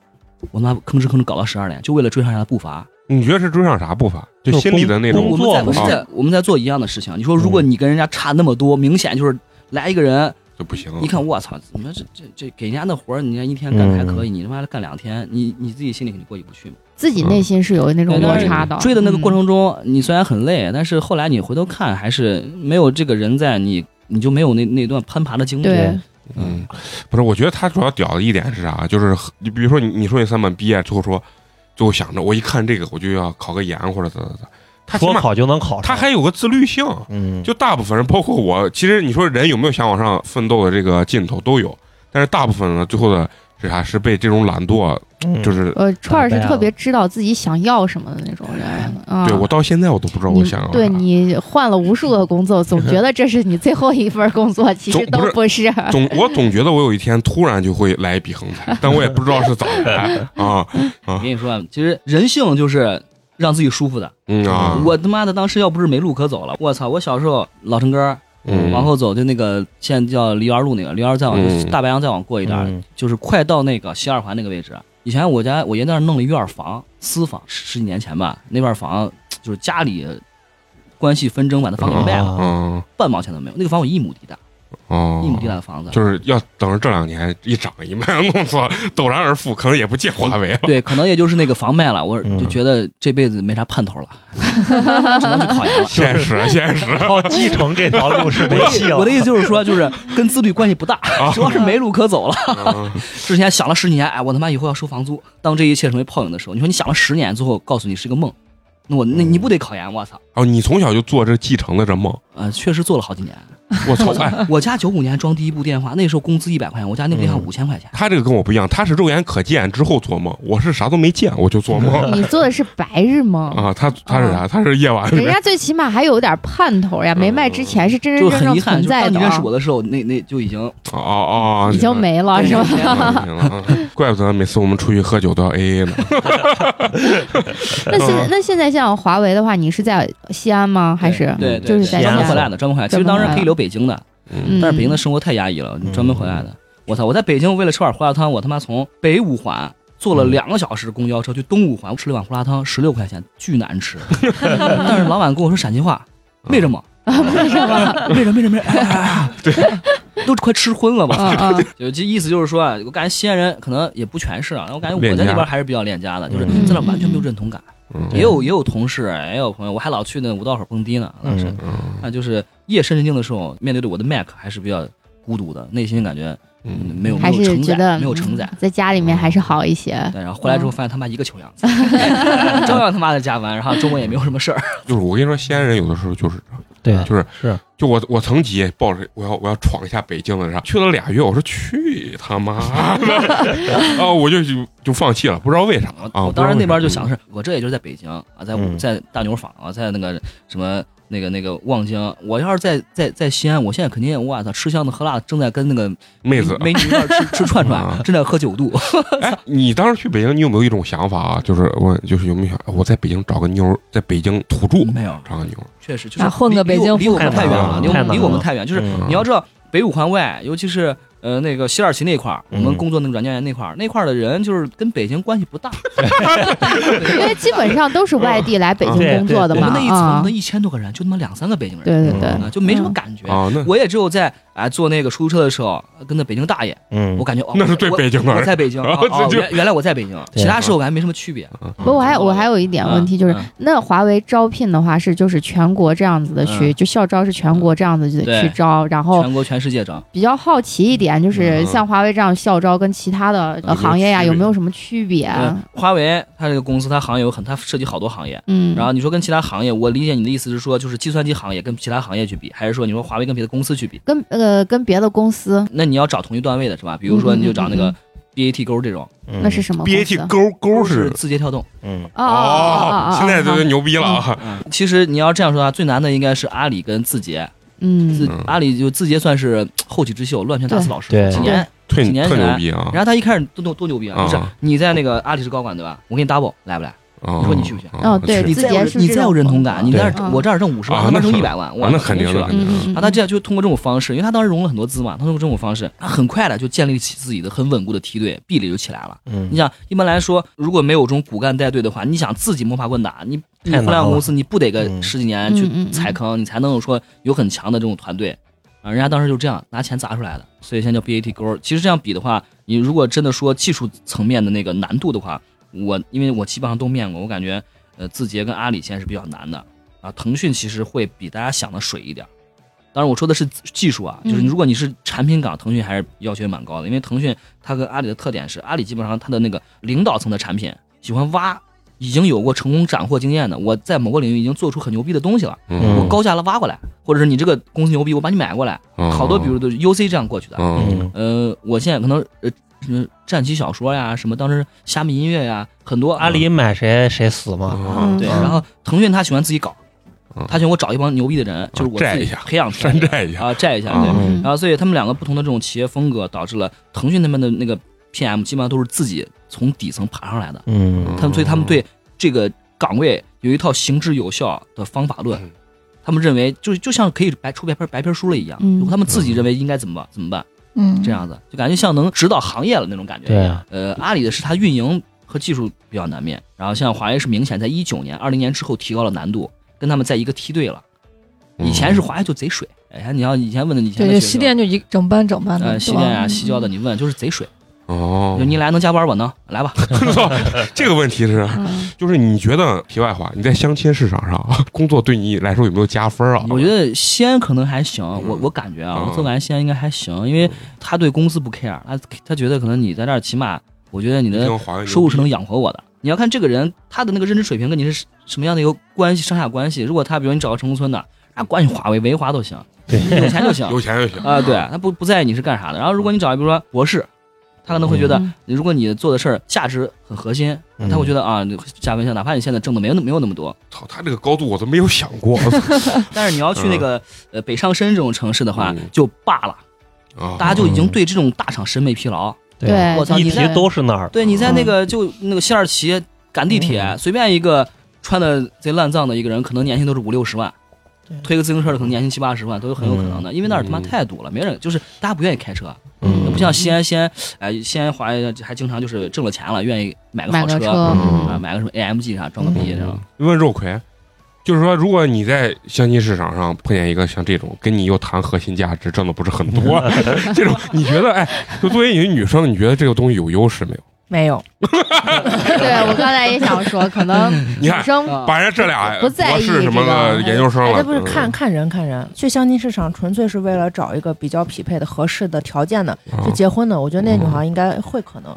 G: 我他妈吭哧吭哧搞到十二点，就为了追上人家的步伐。
A: 你觉得是追上啥步伐？就心里的那
H: 工
G: 我
A: 种
H: 作
G: 们在我们
A: 嘛
G: 在我们在做一样的事情。你说如果你跟人家差那么多，明显就是来一个人，
A: 就不行了。
G: 一看我操，你说这这这给人家那活儿，人家一天干的还可以，你他妈的干两天，你你自己心里肯定过意不去嘛。
F: 自
A: 嗯
F: 己内心是有那种
G: 对
F: 落
G: 但是
F: 差的。
G: 追的那个过
F: 嗯，
G: 程中，你虽然很累，但是后来你回头看，还是没有这个人在，你你就没有那那段攀爬的经历。
F: 对，
A: 嗯，不是，我觉得他主要屌的一点是啥？就是很你比如说你你说你三本毕业，最后说最后想着我一看这个我就要考个研或者咋咋咋，他起
H: 说
A: 码
H: 考就能考上，
A: 他还有个自律性。
H: 嗯，
A: 就大部分人，包括我，其实你说人有没有想往上奋斗的这个劲头都有，但是大部分呢，最后的是啥？是被这种懒惰，
H: 嗯
A: 就是、
F: 呃，串儿
H: 坦
F: 是
H: 白啊
F: 特别知道自己想要什么的那种人
H: 嗯
F: 啊。
A: 对我到现在我都不知道我
F: 你
A: 想要啥。啊
F: 对你换了无数的工作，总觉得这是你最后一份工作，其实
A: 总
F: 都
A: 不是
F: 不是。
A: 总我总觉得我有一天突然就会来一笔横财，但我也不知道是咋来 啊，
G: 我跟你说啊，其实人性就是让自己舒服的。
A: 嗯啊，
G: 我他妈的当时要不是没路可走了，我操！我小时候老城根儿
A: 嗯
G: 往后走就那个现在叫梨园路那个梨园，再往、
A: 嗯
G: 大白杨再往过一点儿，
H: 嗯
G: 就是快到那个西二环那个位置。以前我家我爷那儿弄了一院房，私房，十十几年前吧，那院房就是家里关系纷争把那房给卖了，
H: 啊
A: 嗯
G: 半毛钱都没有。那个房我一亩地大，
A: 哦，
G: 一亩地大的房子，
A: 就是要等着这两年一涨一卖，弄错陡然而富，可能也不借华为了。
G: 对，可能也就是那个房卖了，我
H: 嗯
G: 就觉得这辈子没啥盼头了，只能去 考研了。
A: 现实，现实，
H: 靠继承这条路是没
G: 我的
H: 戏
G: 意
H: 了。哦
G: 我的意思就是说，就是跟自律关系不大，
A: 啊
G: 主要是没路可走了。
A: 嗯
G: 之前想了十几年，哎，我他妈以后要收房租。当这一切成为泡影的时候，你说你想了十年，最后告诉你是个梦，那我那你不得考研？我操！
A: 哦，你从小就做这继承的这梦，
G: 呃，确实做了好几年。
A: 我 操！哎，
G: 我家九五年装第一部电话，那时候工资一百块钱，我家那部电话
A: 嗯
G: 五千块钱。
A: 他这个跟我不一样，他是肉眼可见之后做梦，我是啥都没见我就做梦
F: 你做的是白日梦，
A: 啊。他他是啥？他是夜晚里
F: 人
A: 面
F: 家最起码还有点盼头呀，
A: 嗯
F: 没卖之前是真
G: 嗯就
F: 真
G: 是
F: 正
G: 很
F: 正
G: 遗憾，
F: 存
G: 就是
F: 在
G: 当你
F: 的
G: 认识我
F: 啊，
G: 的时候，那那就已 经
A: 哦哦哦，
F: 已经没了是吧？
A: 明白了明白了 啊怪不得每次我们出去喝酒都要 A A 呢。
F: 那
A: 嗯
F: 现那现在像华为的话，你是在西安吗？还是
G: 对，
F: 就是在
G: 专门
F: 家
G: 回来的，专门回来。其实当时可以留北京的，
A: 嗯
G: 但是北京的生活太压抑了，
F: 嗯
G: 你专门回来的。我操！我在北京为了吃碗胡辣汤，我他妈从北五环坐
F: 嗯
G: 了两个小时公交车去东五环吃了一碗胡辣汤，十六块钱，巨 难吃。但是老板跟我说陕西话，
F: 嗯
G: 为什么？
F: 啊
G: 为什么？为什么？为什么？哎哎 哎对， 都快吃昏了吧？
F: 嗯嗯，
G: 就这意思就是说啊，我感觉西安人可能也不全是啊，我感觉我在那边还是比较恋家的，就是
F: 嗯
G: 在那完全没有认同感。
A: 嗯
G: 也有也有同事，哎也有朋友，我还老去那五道口蹦迪呢。当时，
A: 嗯
G: 那就是夜深人静的时候，面对着我的 Mac 还是比较孤独的，内心感觉嗯
A: 嗯，
G: 没有
F: 还
G: 没有
F: 是
G: 承
F: 觉得嗯
G: 载，没有承载。嗯
F: 在家里面还是好一些。
G: 对，然后回来之后发现他妈一个穷样子， 照样他妈在家玩，然后周末也没有什 么事儿。
A: 就是我跟你说，西安人有的时候就是这样，
H: 对，
G: 啊
A: 就是
H: 是
A: 就我我曾经抱着我要我要闯一下北京的啥，去了俩月，我说去他妈的， 啊，我就就就放弃了，不知道为啥啊。
G: 我当时那边就想
A: 是，
G: 是，我这也就是在北京啊，在
H: 嗯
G: 在大牛坊啊，在那个什么那个那个望京，我要是在在在西安，我现在肯定我操吃香的喝辣的，正在跟那个
A: 妹子，
G: 美女一块儿 吃吃串
A: 啊
G: 串，正在喝九度。
A: 哎，你当时去北京，你有没有一种想法啊？就是我就是有没有想，我在北京找个妞儿，在北京土著
G: 没有，
A: 找个妞儿，
G: 确实就是
C: 啊混个
G: 离
C: 北京
G: 离我离我
C: 户
G: 们
C: 口
G: 太远
A: 啊
G: 了，离我
H: 太
G: 们
H: 难
G: 离我们
H: 了
G: 太远，就是
A: 嗯
G: 你要知道北五环外，尤其是呃那个西二旗那块儿，我们
H: 嗯
G: 工作那个软件园那块儿，那块儿的人就是跟北京关系 不大，
F: 因为基本上都是外地来北京
H: 对
F: 工作的
G: 我
F: 嘛
G: 们那一层
F: 啊
G: 那，一千多个人，就他妈两三个北京人，
F: 对
A: 嗯
F: 对对，
G: 啊，就没什么感觉。
A: 啊，那
G: 我也只有在啊坐那个出租车的时候，跟那北京大爷，
H: 嗯
G: 我，感觉哦，
A: 那是对
G: 我
A: 北京的
G: 我
A: 人
G: 在北京，
A: 啊
G: 哦哦
A: 这就嗯
G: 原原来我在北京，
H: 对
G: 其他时候感觉没什么区别。
F: 不，我还我还有一点问题就是
G: 嗯嗯，
F: 那华为招聘的话是就是全国这样子的去，
G: 嗯
F: 就校招是全国这样子去
G: 对
F: 去招，然后
G: 全国全世界招，
F: 比较好奇一点就是，
A: 嗯
F: 像华为这样校招跟其他的呃
A: 有
F: 行业呀
A: 区别
F: 有没有什么区别？啊
G: 嗯，华为它这个公司，它行业有很，它涉及好多行业。
F: 嗯，
G: 然后你说跟其他行业，我理解你的意思是说，就是计算机行业跟其他行业去比，还是说你说华为跟别的公司去比？
F: 跟呃跟别的公司
G: 那你要找同一段位的是吧？比如说你就找那
F: 嗯嗯
G: 个 BAT 勾这种，
A: 嗯
F: 那是什么公司？
A: BAT 勾勾
G: 都
A: 是
G: 字节跳动。
H: 嗯
G: 啊
F: 哦哦哦，
A: 现在
F: 哦
A: 就牛逼了啊！
G: 嗯，其实你要这样说的话，最难的应该是阿里跟字节，字
F: 嗯
A: 嗯
G: 阿里就字节算是呃后起之秀，乱拳打死老师。
H: 对
G: 几年，
A: 特
G: 几年
A: 特
G: 前
A: 牛逼啊！
G: 然后他一开始多多多牛逼啊！就是
A: 啊
G: 你在那个阿里是高管对吧？我给你 double 来不来？
A: 啊
G: 你说你去不去
A: 啊
F: 哦对
A: 去
F: 字
G: 你再
F: 节
G: 有
F: 是
G: 你
F: 这
G: 再有
F: 种
G: 认同
F: 风格
G: 感，你那儿
F: 对
G: 我这儿挣五十万，
A: 啊
G: 他
A: 那
G: 那挣
A: 是
G: 一百万，我
A: 啊那
G: 肯
A: 肯
G: 定
A: 定
G: 去了
A: 的。
F: 嗯嗯
G: 然后他这样就通过这种方式，因为他当时融了很多资嘛，他通过这种方式，他很快的就建立起自己的很稳固的梯队，壁垒就起来了。
H: 嗯
G: 你想，一般来说，如果没有这种骨干带队的话，你想自己摸爬滚打，你你
H: 太难
G: 互联
H: 了
G: 网公司你不得个
H: 嗯
G: 十几年去
F: 嗯嗯嗯
G: 踩坑，你才能说有很强的这种团队啊。人家当时就这样拿钱砸出来的，所以现在叫 BAT 勾。其实这样比的话，你如果真的说技术层面的那个难度的话，我因为我基本上都面过，我感觉呃字节跟阿里现在是比较难的啊。腾讯其实会比大家想的水一点儿。当然，我说的是技术啊，就是
F: 嗯
G: 如果你是产品岗，腾讯还是要求也蛮高的，因为腾讯它跟阿里的特点是，阿里基本上它的那个领导层的产品喜欢挖已经有过成功斩获经验的，我在某个领域已经做出很牛逼的东西了，
A: 嗯
G: 我高价了挖过来，或者是你这个公司牛逼，我把你买过来，
A: 嗯
G: 好多比如都是 UC 这样过去的。
A: 嗯
H: 嗯
G: 呃，我现在可能呃什么战旗小说呀，什么当时虾米音乐呀，很多啊
H: 阿里买谁谁死嘛，
A: 嗯
G: 对，
H: 嗯
G: 然后腾讯他喜欢自己搞
A: 嗯，
G: 他喜欢我找一帮牛逼的人，就是我
A: 摘
G: 自
A: 哦一
G: 己
A: 下
G: 培养出来
A: 山
G: 的
A: 寨一下
G: 啊，摘一下，对
A: 啊。
F: 嗯
G: 然后所以他们两个不同的这种企业风格，导致了腾讯那边的那个 PM 基本上都是自己从底层爬上来的，
H: 嗯
G: 他们所以他们对这个岗位有一套行之有效的方法论
A: 嗯，
G: 他们认为就就像可以白出白皮儿白皮儿书了一样
F: 嗯，
G: 他们自己认为应该怎么办怎么办，
C: 嗯
G: 这样子就感觉像能指导行业了那种感觉。
H: 对啊，
G: 呃，阿里的是它运营和技术比较难面，然后像华为是明显在一九年、二零年之后提高了难度，跟他们在一个梯队了。
A: 嗯
G: 以前是华为就贼水，哎，你要以前问的以前
C: 对
G: 的
C: 对，
G: 学
C: 西
G: 生
C: 电就一整班整班的，
G: 呃
C: 对
G: 西
C: 吧
G: 电啊、西交的，你问就是贼水，
A: 哦
G: 就，你来能加班我能来吧，
A: 这个问题是
F: 嗯
A: 就是你觉得题外话，你在相亲市场上 啊工作对你来说有没有加分啊？
G: 我觉得西安可能还行，我我感觉啊，
A: 嗯
G: 我总感觉西安应该还行，因为他对公司不 care，他他觉得可能你在这儿起码，我觉得你
A: 你
G: 的
A: 听华为牛逼
G: 收入是能养活我的，你要看这个人他的那个认知水平跟你是什么样的一个关系上下关系。如果他比如你找个城中村的，啊，管你华为维华都行，
H: 对
G: 有钱就行
A: 有钱就行
G: 啊，对，他不不在意你是干啥的。然后如果你找一比如说博士，他可能会觉得
F: 嗯
G: 如果你做的事儿价值很核心，
H: 嗯
G: 他会觉得啊加分项，哪怕你现在挣的没有那没有那么多，
A: 操，他这个高度我都没有想过
G: 但是你要去那个呃北上深这种城市的话
A: 嗯
G: 就罢了，
A: 啊！
G: 大家就已经对这种大厂审美疲劳。
F: 对
G: 我操，
H: 啊一
G: 你在
H: 提都是那儿，
G: 对，你在那个就那个西二旗赶地铁，
H: 嗯
G: 随便一个穿的贼烂脏的一个人，可能年薪都是五六十万
E: 对，
G: 推个自行车的可能年薪七八十万都有很有可能的，因为那儿他妈太堵了，没人就是大家不愿意开车，
H: 嗯
G: 不像西安，西安哎，西安华人还经常就是挣了钱了，愿意买个
F: 买
G: 好
F: 个
G: 车
A: 嗯
G: 啊，买个什么 AMG 啥，装个逼这种。
A: 问肉葵，就是说，如果你在相亲市场上碰见一个像这种跟你又谈核心价值，挣的不是很 多，这种你觉得，哎，就作为你女生，你觉得这个东西有优势没有？
E: 没有，
F: 嗯对我刚才也想说，可能
A: 你
F: 女
A: 看，
F: 生
G: 啊
A: 把人家这俩
F: 不在
A: 博
F: 意
A: 士什么
F: 这
A: 的
F: 个
A: 研究生
E: 哎，
A: 了，
E: 这不是看
A: 嗯
E: 看人看人，去相亲市场纯粹是为了找一个比较匹配的、合适的条件的，就
A: 嗯
E: 结婚的。我觉得那女孩应该会可能，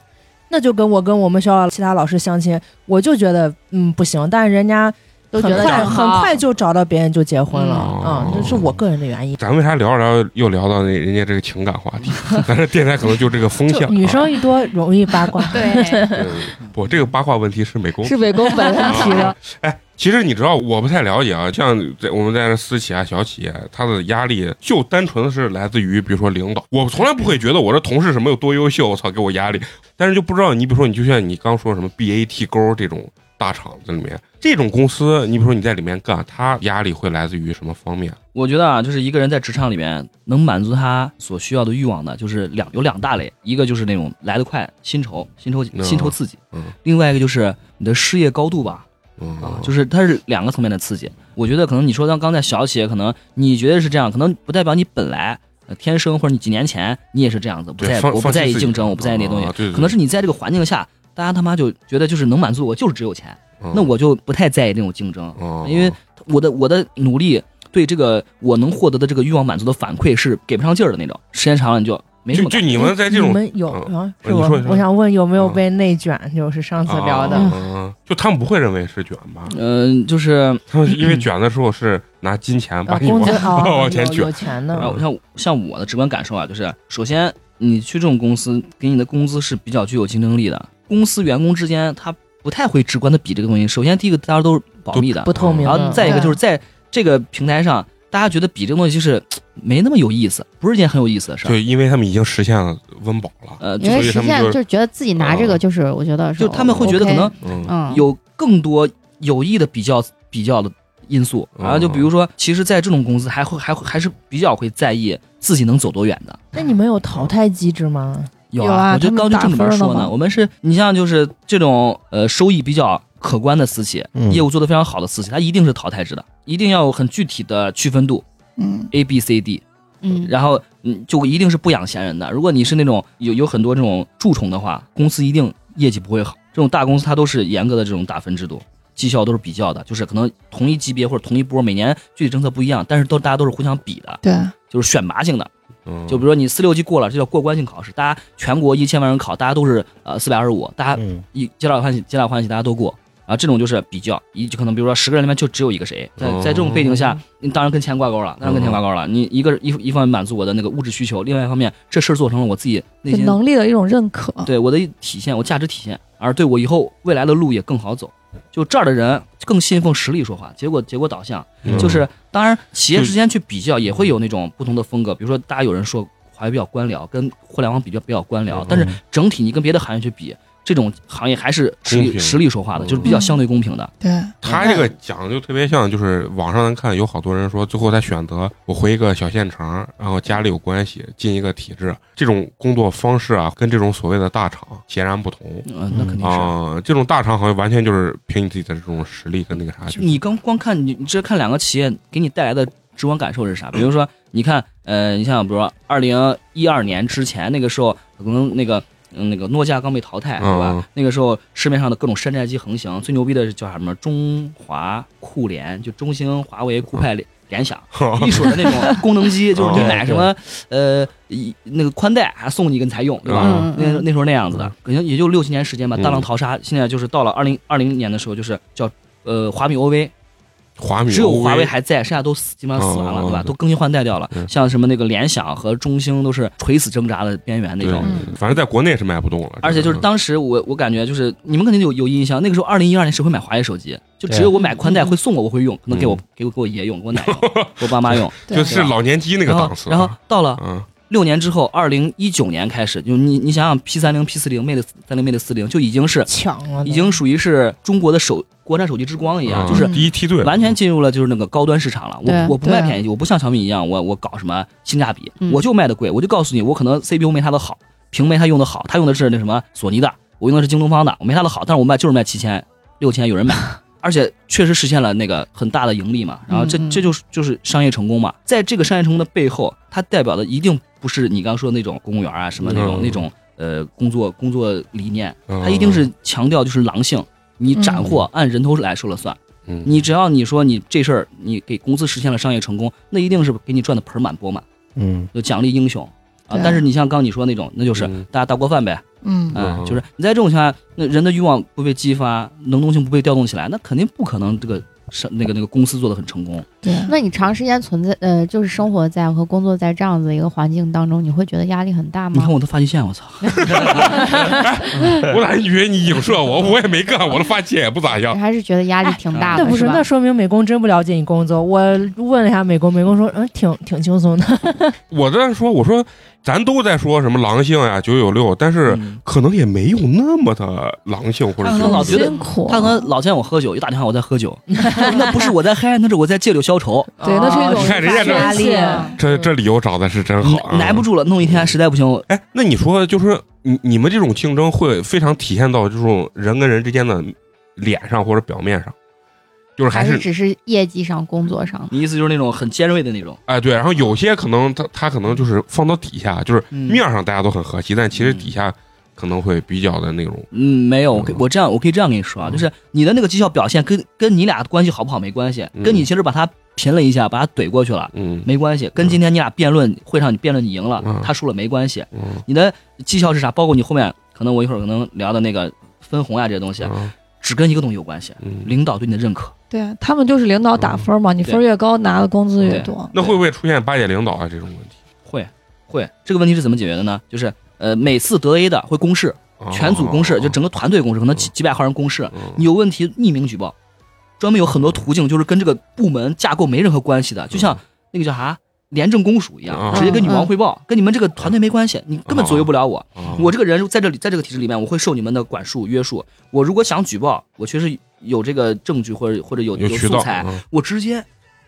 E: 那就跟我跟我们学校其他老师相亲，我就觉得嗯不行，但是人家
F: 都觉得
E: 很快
F: 长
E: 很
F: 好
E: 快就找到别人就结婚了，
A: 嗯
E: 嗯，这是我个人的原因。
A: 咱为啥聊着聊着又聊到那人家这个情感 话题？咱这电台可能就这个风
E: 就
A: 向。
E: 女生一多容易八卦
G: 嗯
B: 对，
A: 啊，不，这个八卦问题是美工
C: 是伪工本
F: 嗯
C: 人提的，
A: 哎，其实你知道，我不太了解啊。像在我们在这私企啊、小企业，它的压力就单纯的是来自于，比如说领导。我从来不会觉得我这同事什么有多优秀，我操，给我压力。但是就不知道你，比如说你就像你刚说什么 BAT 勾这种大厂子里面，这种公司，你比如说你在里面干，它压力会来自于什么方面？
G: 我觉得啊，就是一个人在职场里面能满足他所需要的欲望的，就是两有两大类，一个就是那种来得快，薪酬、薪酬、
A: 嗯
G: 薪酬刺激
A: 嗯，
G: 另外一个就是你的事业高度吧，
A: 嗯，
G: 啊，就是它是两个层面的刺激。我觉得可能你说像刚才小企业，可能你觉得是这样，可能不代表你本来呃天生或者你几年前你也是这样子，不
A: 对
G: 在
A: 放
G: 我不
A: 放弃
G: 在意
A: 自己
G: 竞争，我不在意那东西
A: 啊，对对对
G: 可能是你在这个环境下，大家他妈就觉得就是能满足我就是只有钱，
A: 嗯
G: 那我就不太在意那种竞争，
A: 嗯
G: 因为我的我的努力对这个我能获得的这个欲望满足的反馈是给不上劲儿的那种，时间长了你就没什
A: 就
G: 么
A: 就
G: 感 觉。
A: 你们在这
E: 你
A: 种
E: 们有
A: 嗯
E: 啊？
A: 你
E: 是我
A: 说你说
E: 我想问有没有
A: 嗯
E: 被内卷？就是上次聊的，
A: 啊嗯就他们不会认为是卷吧？
G: 嗯、就是
A: 他们因为卷的时候是拿金钱把
E: 呃
A: 你
E: 工
A: 往
E: 资啊
A: 往前
E: 有
A: 卷
E: 有，钱
G: 然
E: 的，
G: 后啊像像我的直观感受啊，就是首先你去这种公司，给你的工资是比较具有竞争力的。公司员工之间他不太会直观的比这个东西。首先第一个大家都是保密的
E: 不，透明
G: 然
E: 的
G: 后。再一个
F: 对
G: 就是在这个平台上，大家觉得比这个东西就是嘖没那么有意思，不是一件很有意思的事儿。
A: 就因为他们已经实现了温饱了，
G: 呃，
F: 因
G: 就
F: 为
A: 所以
F: 实
A: 他们
F: 现
A: 就是
F: 就是觉得自己拿这个就是，我觉得是
G: 就他们会觉得可
F: OK
G: 能
A: 嗯
F: 嗯
G: 有更多有益的比较比较的因素。然后就比如说，其实，在这种公司还会还会还是比较会在意自己能走多远的。
E: 那你们有淘汰机制吗？
G: 有
C: 有啊
G: 我就
C: 他们
G: 刚就
C: 打
G: 正里边
C: 分了
G: 说呢，
C: 吗
G: 我们是你像就是这种呃收益比较可观的私企，
H: 嗯
G: 业务做得非常好的私企，它一定是淘汰制的，一定要有很具体的区分度
B: 嗯，
G: A B C D，
F: 嗯，
G: 然后嗯就一定是不养闲人的。如果你是那种有有很多这种蛀虫的话，公司一定业绩不会好。这种大公司它都是严格的这种打分制度。绩效都是比较的，就是可能同一级别或者同一波，每年具体政策不一样，但是都大家都是互相比的，
B: 对，
G: 就是选拔性的。
A: 嗯
G: 就比如说你四六级过了，这叫过关性考试。大家全国一千万人考，大家都是呃四百二十五，大家
H: 嗯
G: 一皆大欢喜，皆大欢喜，大家都过。啊，这种就是比较，一就可能比如说十个人里面就只有一个谁，在
A: 哦
G: 在这种背景下，你当然跟钱挂钩了，当然跟钱挂钩了。你一个一一方面满足我的那个物质需求，另外一方面这事儿做成了我自己内心
C: 能力的一种认可。
G: 对我的体现，我价值体现，而对我以后未来的路也更好走。就这儿的人更信奉实力说话，结果结果导向，
A: 嗯
G: 就是当然企业之间去比较也会有那种不同的风格，比如说大家有人说华为比较官僚，跟互联网比较比较官僚
A: 嗯，
G: 但是整体你跟别的行业去比，这种行业还是实
A: 公
G: 力
A: 平
G: 实力说话的，
A: 嗯
G: 就是比较相对公平的。
B: 对，
A: 他这个讲就特别像，就是网上能看有好多人说，最后他选择我回一个小县城，然后家里有关系，进一个体制，这种工作方式啊，跟这种所谓的大厂截然不同
G: 嗯，那肯定是。
A: 啊、这种大厂好像完全就是凭你自己的这种实力跟那个啥去。
G: 就你刚光看你，你这看两个企业给你带来的直观感受是啥？比如说，你看，呃，你像比如说二零一二年之前那个时候，可能那个嗯那个诺基亚刚被淘汰，对
A: 嗯
G: 吧？那个时候市面上的各种山寨机横行，最牛逼的是叫什么中华酷联，就中兴、华为、酷派、联联想。
A: 哦
G: 一水的那种功能机，就是你买什么呃一那个宽带还送你一个你才用，对吧？
F: 嗯
G: 那那时候那样子的，可能也就六七年时间吧，
A: 嗯
G: 大浪淘沙。现在就是到了二零二零年的时候，就是叫呃华米 OV，
A: 华米
G: 只有
A: OV
G: 华为还在，剩下都死基本上死完了，
A: 哦
G: 对吧？
A: 对
G: 都更新换代掉了
A: 嗯。
G: 像什么那个联想和中兴都是垂死挣扎的边缘那
A: 对嗯
G: 种。
C: 嗯
A: 反正在国内是卖不动了。
G: 而且就是当时我我感觉就是你们肯定有有印象，那个时候二零一二年谁会买华为手机？就只有我买宽带会送我，我会用，可能给我
A: 嗯
G: 给我给我爷用，给我 奶用，给我爸妈用。
A: 这个就是老年机那个
G: 然
A: 档
G: 后
A: 次。
G: 然后到了
A: 嗯，
G: 六年之后，二零一九年开始，就你你想想，P 三零、P 四零、Mate 三零、Mate 四零就已经是
E: 抢了都，
G: 已经属于是中国的手国产手机之光一样，
A: 嗯
G: 就是
A: 第一梯队，
G: 完全进入了就是那个高端市场了。
F: 对
G: 我我不卖
F: 对啊
G: 便宜机，我不像小米一样，我我搞什么性价比，
F: 嗯
G: 我就卖的贵，我就告诉你，我可能 CPU 没它的好，屏没它用的好，它用的是那什么索尼的，我用的是京东方的，我没它的好，但是我卖就是卖七千、六千，有 人买。而且确实实现了那个很大的盈利嘛，然后这
F: 嗯嗯
G: 这就是就是商业成功嘛，在这个商业成功的背后，它代表的一定不是你刚刚说的那种公务员啊什么那种
A: 嗯
G: 那种呃工作工作理念，
A: 它
G: 它一定是强调就是狼性，你
F: 嗯
G: 斩获按人头来说了算，
A: 嗯
G: 你只要你说你这事儿你给公司实现了商业成功，那一定是给你赚的盆满钵满，
H: 嗯，
G: 就奖励英雄啊
F: 对。
G: 但是你像刚你说那种，那就是
A: 嗯
G: 大家大锅饭呗，
B: 嗯
G: 嗯
A: 嗯，
G: 就是嗯你在这种情况下，那人的欲望不被激发，能动性不被调动起来，那肯定不可能这个上那个那个公司做的很成功。
C: 对，
F: 那你长时间存在呃，就是生活在和工作在这样子一个环境当中，你会觉得压力很大
G: 你
F: 吗
G: 看？我的发际线，我操，
A: 嗯我咋以为你影射我？我也没干，我的发际线也不咋
F: 你
A: 样。
F: 还是觉得压力挺大的，
E: 那不
F: 是
E: 是，
F: 吧
E: 那说明美工真不了解你工作。我问了一下美工，美工说，嗯，挺挺轻松的。
A: 我在说，我说咱都在说什么狼性呀、九九六，但是
G: 嗯
A: 可能也没有那么的狼性或者
G: 他可能老
A: 是
G: 觉得
C: 辛苦，
G: 他可能老见我喝酒，一打电话我在喝酒，嗯 那不是我在嗨，那是我在借酒消愁，
C: 对，那
E: 哦
C: 是一种
A: 你看人家这
C: 发
F: 压力
C: 泄
F: 啊
A: 这这理由找的是真好、啊，
G: 耐嗯不。住了，弄一天实在不行，我
A: 哎，那你说，就是你你们这种竞争会非常体现到这种人跟人之间的脸上或者表面上，就是还
F: 还
A: 是
F: 是只是业绩上、工作上。
G: 你意思就是那种很尖锐的那种，
A: 哎，对，然后有些可能他他可能就是放到底下，就是面儿上大家都很和气，但其实底下可能会比较的那种，
G: 嗯，没有，我可以
A: 嗯
G: 我这样我可以这样跟你说啊，
A: 嗯
G: 就是你的那个绩效表现跟跟你俩关系好不好没关系，
A: 嗯
G: 跟你其实把他贫了一下，把他怼过去了
A: 嗯
G: 没关系，跟今天你俩辩论会上你辩论你赢
A: 嗯
G: 了，他输了没关系，
A: 嗯
G: 你的绩效是啥？包括你后面可能我一会儿可能聊的那个分红啊这些东西，
A: 嗯
G: 只跟一个东西有关系，
A: 嗯。
G: 领导对你的认可。
C: 对他们就是领导打
G: 嗯
C: 分嘛，你分越高拿的工资越多。
A: 那会不会出现巴结领导啊这种问题？
G: 会会，这个问题是怎么解决的呢？就是呃，每次得 A 的会公示，
A: 啊
G: 全组公示，就整个团队公示，可能几几百号人公示，你有问题匿名举报，专门有很多途径，就是跟这个部门架构没任何关系的，就像那个叫啥廉政公署一样
A: 嗯，
G: 直接跟女王汇报，跟你们这个团队没关系，你根本左右不了
A: 啊
G: 我。我
A: 这
G: 这个人在这里，在这个体制里面，我会受你们的管束约束。我如果想举报，我确实有这个证据或者或者有
A: 有渠
G: 素
A: 道
G: 材，
A: 嗯
G: 我直接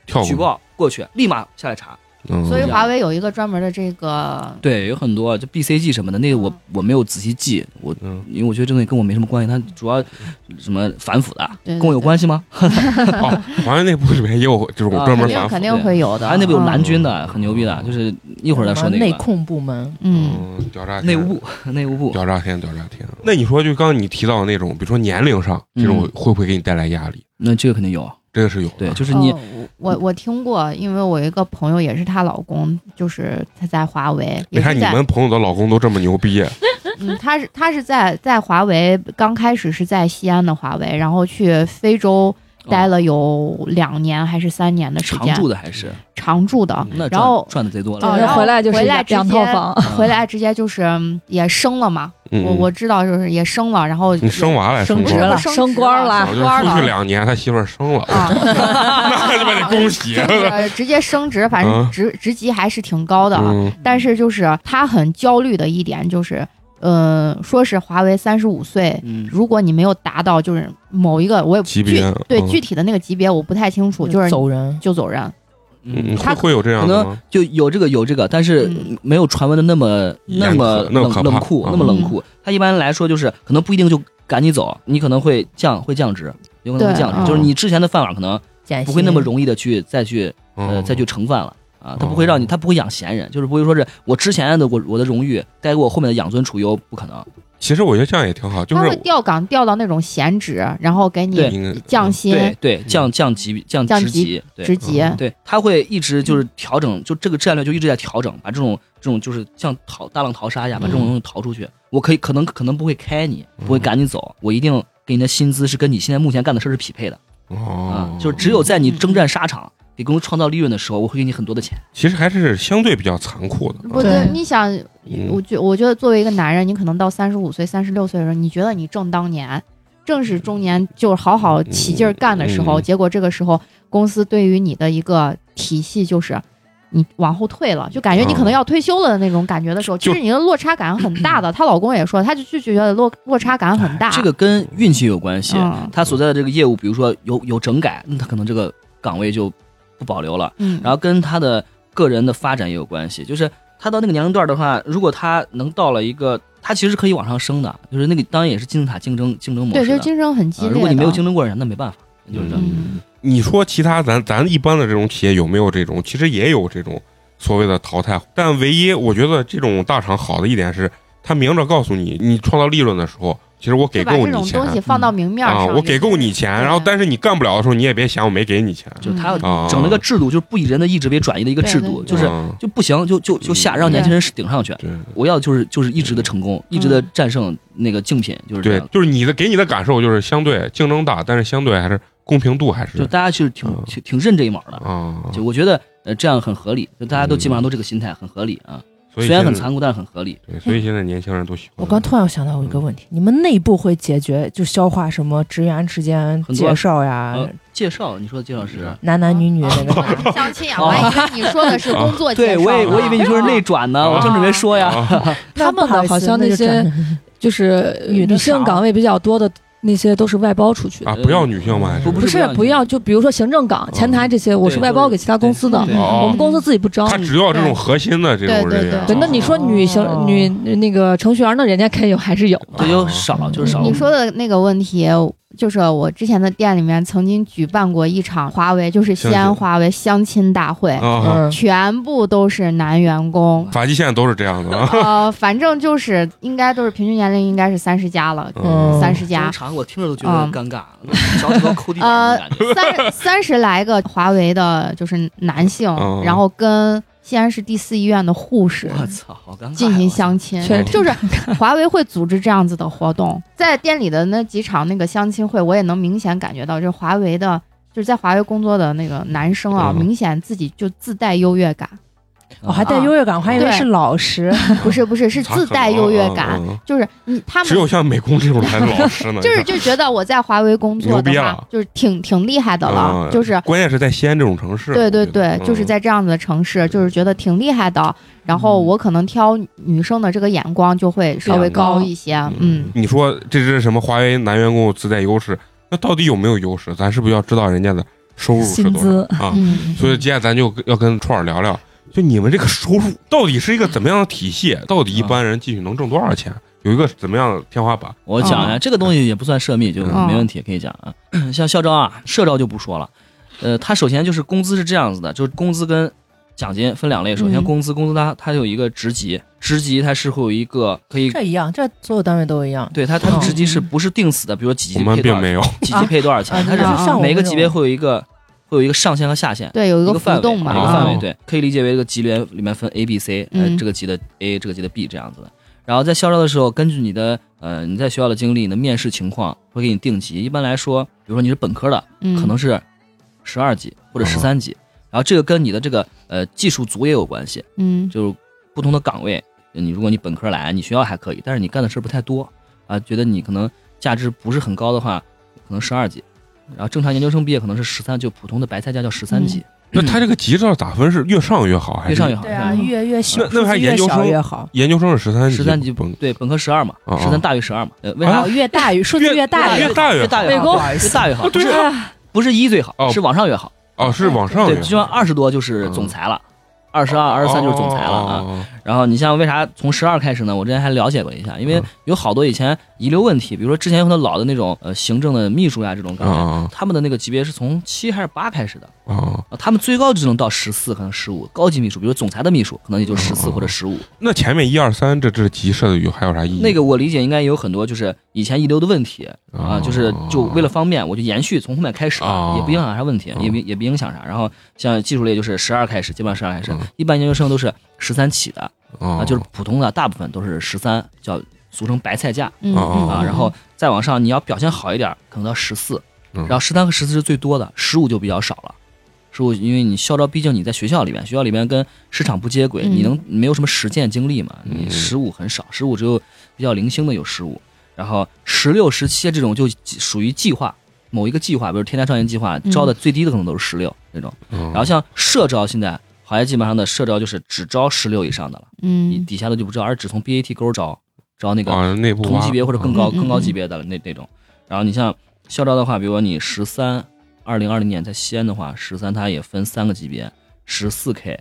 A: 跳过
G: 举，报过去，立马下来查。
A: 嗯
F: 所以华为有一个专门的这个，
G: 对，有很多就 BCG 什么的，那个我我没有仔细记，我
A: 嗯
G: 因为我觉得这东西跟我没什么关系，它主要什么反腐的，
F: 对对
G: 跟我有关系吗？
A: 哦，华为内部里面也有这种
G: 啊
A: 专门
F: 肯
G: 门
F: 定
A: 反
F: 肯
A: 腐，
F: 定会有的。
G: 还有啊那边有
F: 嗯哦
G: 蓝军的，很牛逼的，就是一会儿再说那
E: 内
G: 个吧
E: 控部门，
F: 嗯，
A: 嗯，屌炸天
G: 内务，部，内务部
A: 屌炸天，屌炸天。那你说，就刚刚你提到的那种，比如说年龄上这种，
G: 嗯
A: 会不会给你带来压力？
G: 那这个肯定有，
A: 这个是有的，
G: 对，就是你
F: 哦我我听过，因为我有一个朋友也是她老公，就是他在华为，
A: 为
F: 也
A: 啥
F: 是
A: 你
F: 在
A: 们朋友的老公都这么牛逼？
F: 嗯，他是他是在在华为刚开始是在西安的华为，然后去非洲
A: 哦
F: 待了有两年还是三年的时
G: 常
F: 间，
G: 住的还是
F: 常住
A: 嗯
F: 的，
G: 啊那
F: 然后
G: 赚赚的贼多
F: 哦
G: 了，
F: 然后
C: 回来就是
F: 回来直
C: 两
F: 接
C: 套房，
F: 回来直接就是嗯也生了嘛，
A: 嗯
F: 我我知道就是也生了，然后
A: 你生娃来
E: 升
A: 官
E: 职
A: 了
E: 了
F: 生
C: 升官
F: 了，
C: 了
A: 啊，
F: 升
A: 就
F: 官
A: 是出去
F: 了。
A: 两年，他媳妇儿生了，
F: 啊，
A: 那 就把你恭喜
F: 就。啊 是直接升职，反
A: 嗯
F: 正职职级还是挺高的，
A: 嗯
F: 但是就是他很焦虑的一点就是，呃，说是华为三十五岁
G: 嗯，
F: 如果你没有达到就是某一个我也
A: 级
F: 具
A: 别
F: 对
A: 嗯
F: 具体的那个级别我不太清楚，就是
E: 走人。
F: 就走人，
A: 嗯，
F: 他
A: 会会有这样的吗？
G: 就有这个有这个，但是
F: 嗯
G: 没有传闻的那么
A: 严
G: 那
A: 苛
G: 么
A: 那么可
G: 冷
A: 怕
G: 冷酷
A: 嗯，
G: 那么冷酷。他一般来说就是可能不一定就赶你走，你可能会降会降职，有可能会
F: 对
G: 降
F: 嗯
G: 职，就是你之前的饭碗可能
E: 减
G: 不会那么
E: 薪
G: 容易的去再去呃
A: 嗯
G: 再去盛饭了。啊，他不会让你，他不会养闲人，就是不会说是我之前的我我的荣誉带给我后面的养尊处优，不可能。
A: 其实我觉得这样也挺好，就
F: 他
A: 是
F: 会调岗调到那种闲职，然后给
G: 对
F: 你
A: 应该
F: 降薪、
G: 对对，降降级降
F: 降
G: 职
F: 级
G: 级，对
F: 职级。
A: 嗯
G: 对，他会一直就是调整，就这个战略就一直在调整，把这种这种就是像逃大浪淘沙一样，把
A: 嗯
G: 这种东西逃出去。我可以可能可能不会开你，不会赶你走，我一定给你的薪资是跟你现在目前干的事儿是匹配的啊
A: 哦，，
G: 就是只有在你征战沙场。给公司创造利润的时候，我会给你很多的钱。
A: 其实还是相对比较残酷的。嗯
F: 不
A: 啊
F: 是
C: 对，
F: 你想，我觉我觉得作为一个男人，你可能到三十五岁、三十六岁的时候，你觉得你正当年，正是中年，就是好好起劲儿干的时候。
A: 嗯嗯
F: 结果这个时候，公司对于你的一个体系就是。你往后退了，就感觉你
G: 哦
F: 可能要退休了的那种感觉的时候，
A: 就
F: 其实你的落差感很大的。她老公也说，他就就觉得落落差感很大。
G: 哎这个跟运气有关系。
F: 嗯
G: 他所在的这个业务，比如说有有整改，那他可能这个岗位就不保留了。
F: 嗯，
G: 然后跟他的个人的发展也有关系。就是他到那个年龄段的话，如果他能到了一个，他其实可以往上升的，就是那个当然也是金字塔竞争竞争模
F: 对，
G: 式
F: 就
G: 的。
F: 是竞争很激
G: 啊
F: 烈的。
G: 如果你没有竞争过人，那没办法，就是这样。
F: 嗯
A: 你说其他咱咱一般的这种企业有没有这种？其实也有这种所谓的淘汰，但唯一我觉得这种大厂好的一点是，他明着告诉你，你创造利润的时候，其实我给
F: 就把
A: 够
F: 这
A: 你
F: 种
A: 钱
F: 东西放到明面
A: 啊，
F: 上，
A: 我给够你
F: 就是
A: 钱，然后但是你干不了的时候，你也别想我没给你钱。
G: 就是他
A: 啊
G: 整了个制度，就是不以人的意志为转移的一个制度，
F: 嗯对对对
G: 就是
A: 啊
G: 就不行，就就就下，
A: 嗯
G: 让年轻人顶上去。
A: 对
G: 我要就是就是一直的成功，一
F: 嗯
G: 直的战胜那个竞品，就是这
A: 对
G: 样，。
A: 就是你的给你的感受就是相对竞争大，但是相对还是公平度还
G: 就是大家其实挺
A: 嗯
G: 挺挺认这一码的，
A: 啊，
G: 就我觉得呃这样很合理，就大家都基本上都这个心态很合理啊。
A: 所以
G: 虽然很
A: 现在
G: 残酷，但是很合理。
A: 对，所以现在年轻人都喜欢。
E: 我刚突然想到一个问题，你们内部会解决就消化什么职员之间
G: 很多
E: 介绍
F: 哎
E: 呀，
G: 呃，介绍你说的介绍是？
E: 男男女女那 个
F: 相亲呀，啊我还以为你说的是工作介
G: 哦
F: 绍啊
G: 对，我也
F: 呢
G: 我以为你说是内转呢，
A: 啊
G: 我正准备说呀。
A: 啊
C: 他们的好像那些就是
E: 女的
C: 女性
E: 少
C: 岗位比较多的那些都是外包出去的
A: 啊，不要女性吗？还是
G: 不
C: 不是不要，就比如说行政岗、前台这些，我是
G: 对
C: 外包给其他公司的，
G: 对
A: 哦
C: 我们公司自己不招
A: 他
C: 你。
A: 只要这种核心的这种
F: 对对
A: 人员啊。
C: 对，那你说女行女那个程序员，那人家肯定还是有的
G: 啊对，就
A: 啊
G: 少就是少。
F: 你说的那个问题，就是我之前的店里面曾经举办过一场华为，就是西
A: 相
F: 安
A: 亲
F: 华为相亲大会，
A: 啊，
E: 嗯，
F: 全部都是男员
A: 。
F: 工
A: 发际线都是这样的啊。
F: 呃，反正就是应该都是平均年龄应该是三十加了，
A: 嗯
F: 三十
G: 这
F: 加
G: 个，场我听着都觉得尴 尬，脚趾头抠地板
F: 呃
G: 的感觉。
F: 三三十来个华为的，就是男性
A: 嗯，
F: 然后跟西安市第四医院的护士
G: 我操，好尴尬呀！啊
F: 进行
G: 我操
F: 相亲，
C: 确实
F: 就是华为会组织这样子的活动， 在店里的那几场那个相亲会，我也能明显感觉到，就是华为的，就是在华为工作的那个男生啊，
A: 嗯
F: 明显自己就自带优越 感，
E: 我哦还带优越感，我还以为是老实，
F: 不是不是是
A: 咋
F: 自
A: 可
F: 带
A: 能
F: 优越
A: 啊
F: 感
A: 嗯，嗯
F: 就是你他
A: 只
F: 们
A: 有像美工这种才老实呢。
F: 就是
A: 你看
F: 就觉得我在华为工作
A: 牛逼
F: 的话
A: 了，
F: 就是挺挺厉害的了，
A: 嗯
F: 就是
A: 关键是在西安这种城市。
F: 对对
A: 我觉得
F: 对，就是。
A: 嗯
F: 在这样子的城市，就是觉得挺厉害的。然后我可能挑女生的这个眼光就会稍微
A: 眼
F: 高
C: 光
F: 一些，嗯，
A: 你说这是什么？华为男员工自带优势，那到底有没有优势？咱是不是要知道人家的收入是
C: 薪
A: 多少
C: 资
A: 啊？
F: 嗯
A: 所以今天咱就要跟串儿聊聊，就你们这个收入到底是一个怎么样的体系？到底一般人进去能挣多少钱？有一个怎么样的天花板？
G: 我讲一
E: 哦
G: 下，这个东西也不算涉密，就
A: 嗯
G: 没问题，可以讲啊。 像校招啊，社招就不说了。呃，他首先就是工资是这样子的，就是工资跟奖金分两类。首先
E: 嗯
G: 工资，工资它它有一个职级，职级它是会有一个可以，
E: 这一样，这所有单位都一样。
G: 对它它的
E: 嗯
G: 职级是不是定死的？比如说几级
A: 我
G: 配
A: 们并
G: 多少钱
A: 没有。
G: 几级配多少钱
E: 啊，，
G: 它
E: 就是像我
G: 每个
E: 这
G: 级别
E: 种
G: 会有一个会有一个上限和下限。
F: 对，有一
G: 一
F: 个
G: 范
F: 浮
G: 围，
F: 动吧，
G: 一个
A: 啊
G: 范围
A: 哦，
G: 对，可以理解为这个级别里面分 A、B、C，呃，
F: 嗯
G: 这个级的 A，这个级的 B 这样子的。然后在校招的时候，根据你的呃你在学校的经历、你的面试情况，会给你定级。一般来说，比如说你是本科的，
F: 嗯
G: 可能是十二级或者
A: 哦
G: 十三级。然后这个跟你的这个呃技术组也有关系，
F: 嗯
G: 就是不同的岗位，你如果你本科来，你学校还可以，但是你干的事儿不太多啊，觉得你可能价值不是很高的话，可能十二级。然后正常研究生毕业可能是十三，就普通的白菜价叫十三
F: 嗯
G: 级。
A: 那他这个级照咋分？是越上越好还是
G: 越上越好。
E: 对啊，越越小
A: 那，那还
E: 数字
A: 研
E: 越
A: 究
E: 小
A: 生
E: 越好，
A: 研究生是十三
G: 十三级
A: 本
G: 对本科十二嘛
A: 哦，
G: 十三大于十二嘛。呃，为
A: 啊
G: 啥
E: 哦越大越数字越大
A: 越
E: 越
A: 大越
G: 越
A: 好
G: 大越
C: 美工
G: 好？越大越好，
A: 对
G: 不是一最好
A: 哦，
G: 是往上越好。
A: 哦，是往上
G: 对，
A: 越
G: 就
A: 好嗯
G: 像二十多就是总裁了，二十二、二十三就是总裁了啊。
A: 哦
G: 然后你像为啥从十二开始呢？我之前还了解过一下，因为
A: 嗯
G: 有好多以前遗留问题，比如说之前有很多老的那种呃行政的秘书呀这种
A: 啊
G: 岗位，
A: 啊
G: 他们的那个级别是从七还是八开始的，
A: 啊啊！
G: 啊他们最高就能到十四，可能十五。高级秘书，比如总裁的秘书，可能也就十四
A: 嗯
G: 或者十五。
A: 那前面一二三，这这是集社的有还有啥意义？
G: 那个我理解应该有很多就是以前遗留的问题啊，
A: 哦
G: 就是就为了方便，我就延续从后面开始，
A: 哦嗯
G: 也不影响啥问题，也不也不影响啥。然后像技术类就是十二开始，基本上十二开始
A: 嗯，
G: 一般研究生都是十三起的
A: 啊
G: 啊，就是普通的大部分都是十三，叫俗称白菜价
F: 嗯
A: 哦
G: 啊。然后再往上你要表现好一点，可能到十四，
A: 嗯
G: 然后十三和十四是最多的，十五就比较少了。十五，因为你校招，毕竟你在学校里面，学校里面跟市场不接轨，
F: 嗯
G: 你能没有什么实践经历嘛？你
A: 嗯
G: 十五很少，十五只有比较零星的有十五，然后十六、十七这种就属于计划，某一个计划，比如天天少年计划
F: 嗯
G: 招的最低的可能都是十六这种。
A: 然
G: 然后像社招现在好像基本上的社招就是只招十六以上的了，你
F: 嗯
G: 底下的就不招，而只从 BAT 勾招招那个
A: 啊内部
G: 同
A: 挖
G: 级别或者更高
F: 嗯嗯
G: 更高
F: 嗯
G: 级别的了那那种。然后你像校招的话，比如说你十三，二零二零年在西安的话，十三它也分三个级别，十四 K、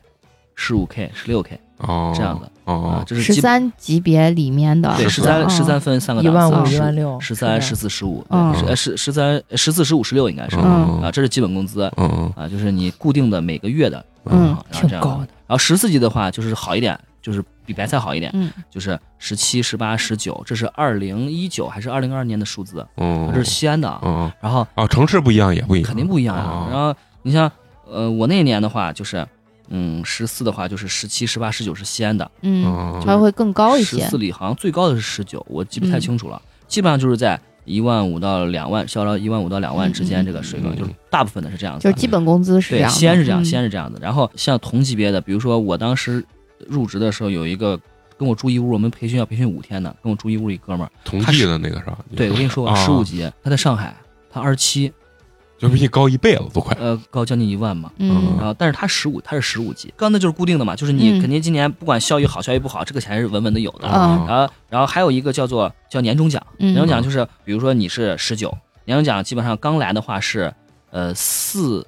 G: 十五 K、十六 K
A: 哦
G: 这样的啊
A: 哦，
G: 这是
F: 十
G: 基本
F: 三级别里面的
G: 对十
A: 13
G: 三十三分三
E: 嗯
G: 个
E: 一
G: 档
E: 万
G: 次，
F: 15
E: 五、一万六，
G: 啊
E: 啊
G: 十三、
E: 是
G: 十
E: 的
G: 四、十五，
F: 嗯
G: 对十呃十十三、十四、十五、十六应该是
A: 嗯
F: 嗯
G: 啊，这是基本工资
A: 嗯嗯
G: 啊，就是你固定的每个月的，
F: 嗯
G: 啊然后这样
E: 挺高的。
G: 然后十四级的话就是好一点，就是比白菜好一点，
F: 嗯
G: 就是十七、十八、十九，这是二零一九还是二零二二年的数字？
A: 嗯，
G: 这是西安的啊。
A: 嗯
G: 然后
A: 啊，城市不一样也不一样，
G: 肯定不一样呀、
A: 啊
G: 然后你像呃，我那年的话就是，嗯，十四的话就是十七、十八、十九是西安的，
F: 嗯，
A: 嗯
F: 它会更高一些嗯
G: 十四。里好像最高的是十九，我记不太清楚了，基本上就是在一万五到两万，校招一万五到两万之间这个水平，
A: 嗯
G: 就是大部分的是这样子
F: 就
G: 的。
F: 是基本工资是这
G: 对，
F: 样的，
G: 西安是这样，
F: 嗯
G: 西安是这样的。然后像同级别的，比如说我当时入职的时候，有一个跟我住一屋，我们培训要培训五天的，跟我住一屋一哥们儿，
A: 同济的那个是吧？
G: 对我跟你说吧，十五级，他在上海，他二十七，
A: 就比你高一辈子都快。
G: 呃，高将近一万嘛。
F: 嗯
G: 然后，但是它十五，它是十五级，刚才就是固定的嘛，就是你
F: 嗯
G: 肯定今年不管效益好效益不好，这个钱是稳稳的有的。
F: 嗯
A: 啊
G: 然后，然后还有一个叫做叫年终奖，
F: 嗯
G: 年终奖就是比如说你是十九，年终奖基本上刚来的话是呃四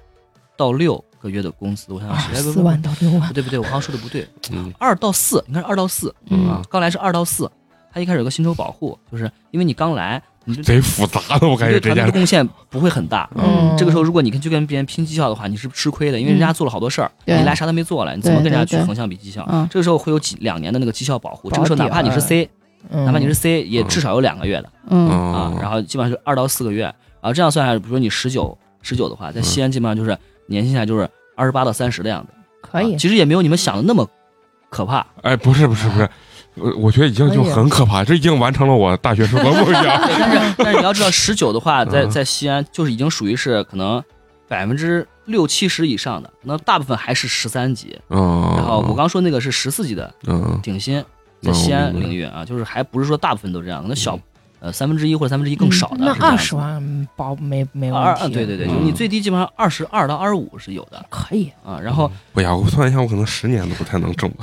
G: 到六个月的工资，我想想是
E: 四万到六万
G: 不，啊对不对，我刚刚说的不对，
A: 嗯
G: 二到四，应该是二到四啊
A: 哦
F: 嗯，，
G: 刚来是二到四，他一开始有个薪酬保护，就是因为你刚来，你就
A: 贼复杂的，我感
G: 对
A: 觉这
G: 团队
A: 件
G: 的
A: 事。
G: 贡献不会很大，
F: 嗯
G: 这个时候，如果你跟去跟别人拼绩效的话，你是吃亏的，因为人
E: 嗯
G: 家做了好多事儿，
F: 对
G: 你来啥都没做了，你怎么跟人家去横向比绩效？
F: 嗯
G: 这个时候会有几两年的那个绩效保护，
E: 保
G: 这个时候哪怕
E: 底
G: 你
E: 儿
G: 是 C，
E: 嗯
G: 哪怕你是 C，也至少有两个月的
F: 嗯
G: 啊
A: 啊，
G: 然后基本上就二到四个月，然后这样算下来，比如说你十九十九的话，在西安基本上就是年薪下来就是二十八到三十的样子，
E: 可以
G: 啊，其实也没有你们想的那么可怕，
A: 哎，不是不是不是，我我觉得已经就
E: 可以
A: 很可怕，这已经完成了我大学生的梦想。
G: 对，但 是但是你要知道，十九的话，在
A: 嗯
G: 在西安就是已经属于是可能百分之六七十以上的，那大部分还是十三级。
A: 嗯，
G: 然后我刚说那个是十四级的
A: 嗯
G: 顶薪，在西安领域啊，就是还不是说大部分都这样，可能小
A: 嗯
G: 呃三分之一或者三分之一更少的。
E: 嗯那
G: 是这样
E: 二
G: 子
E: 十。万嗯保没没问
G: 二啊
E: 题，
G: 对对对，
A: 嗯
G: 就是你最低基本上二十二到二十五是有的
E: 可以，
G: 啊。然后
A: 哎呀，我算一下，我可能十年都不太能挣。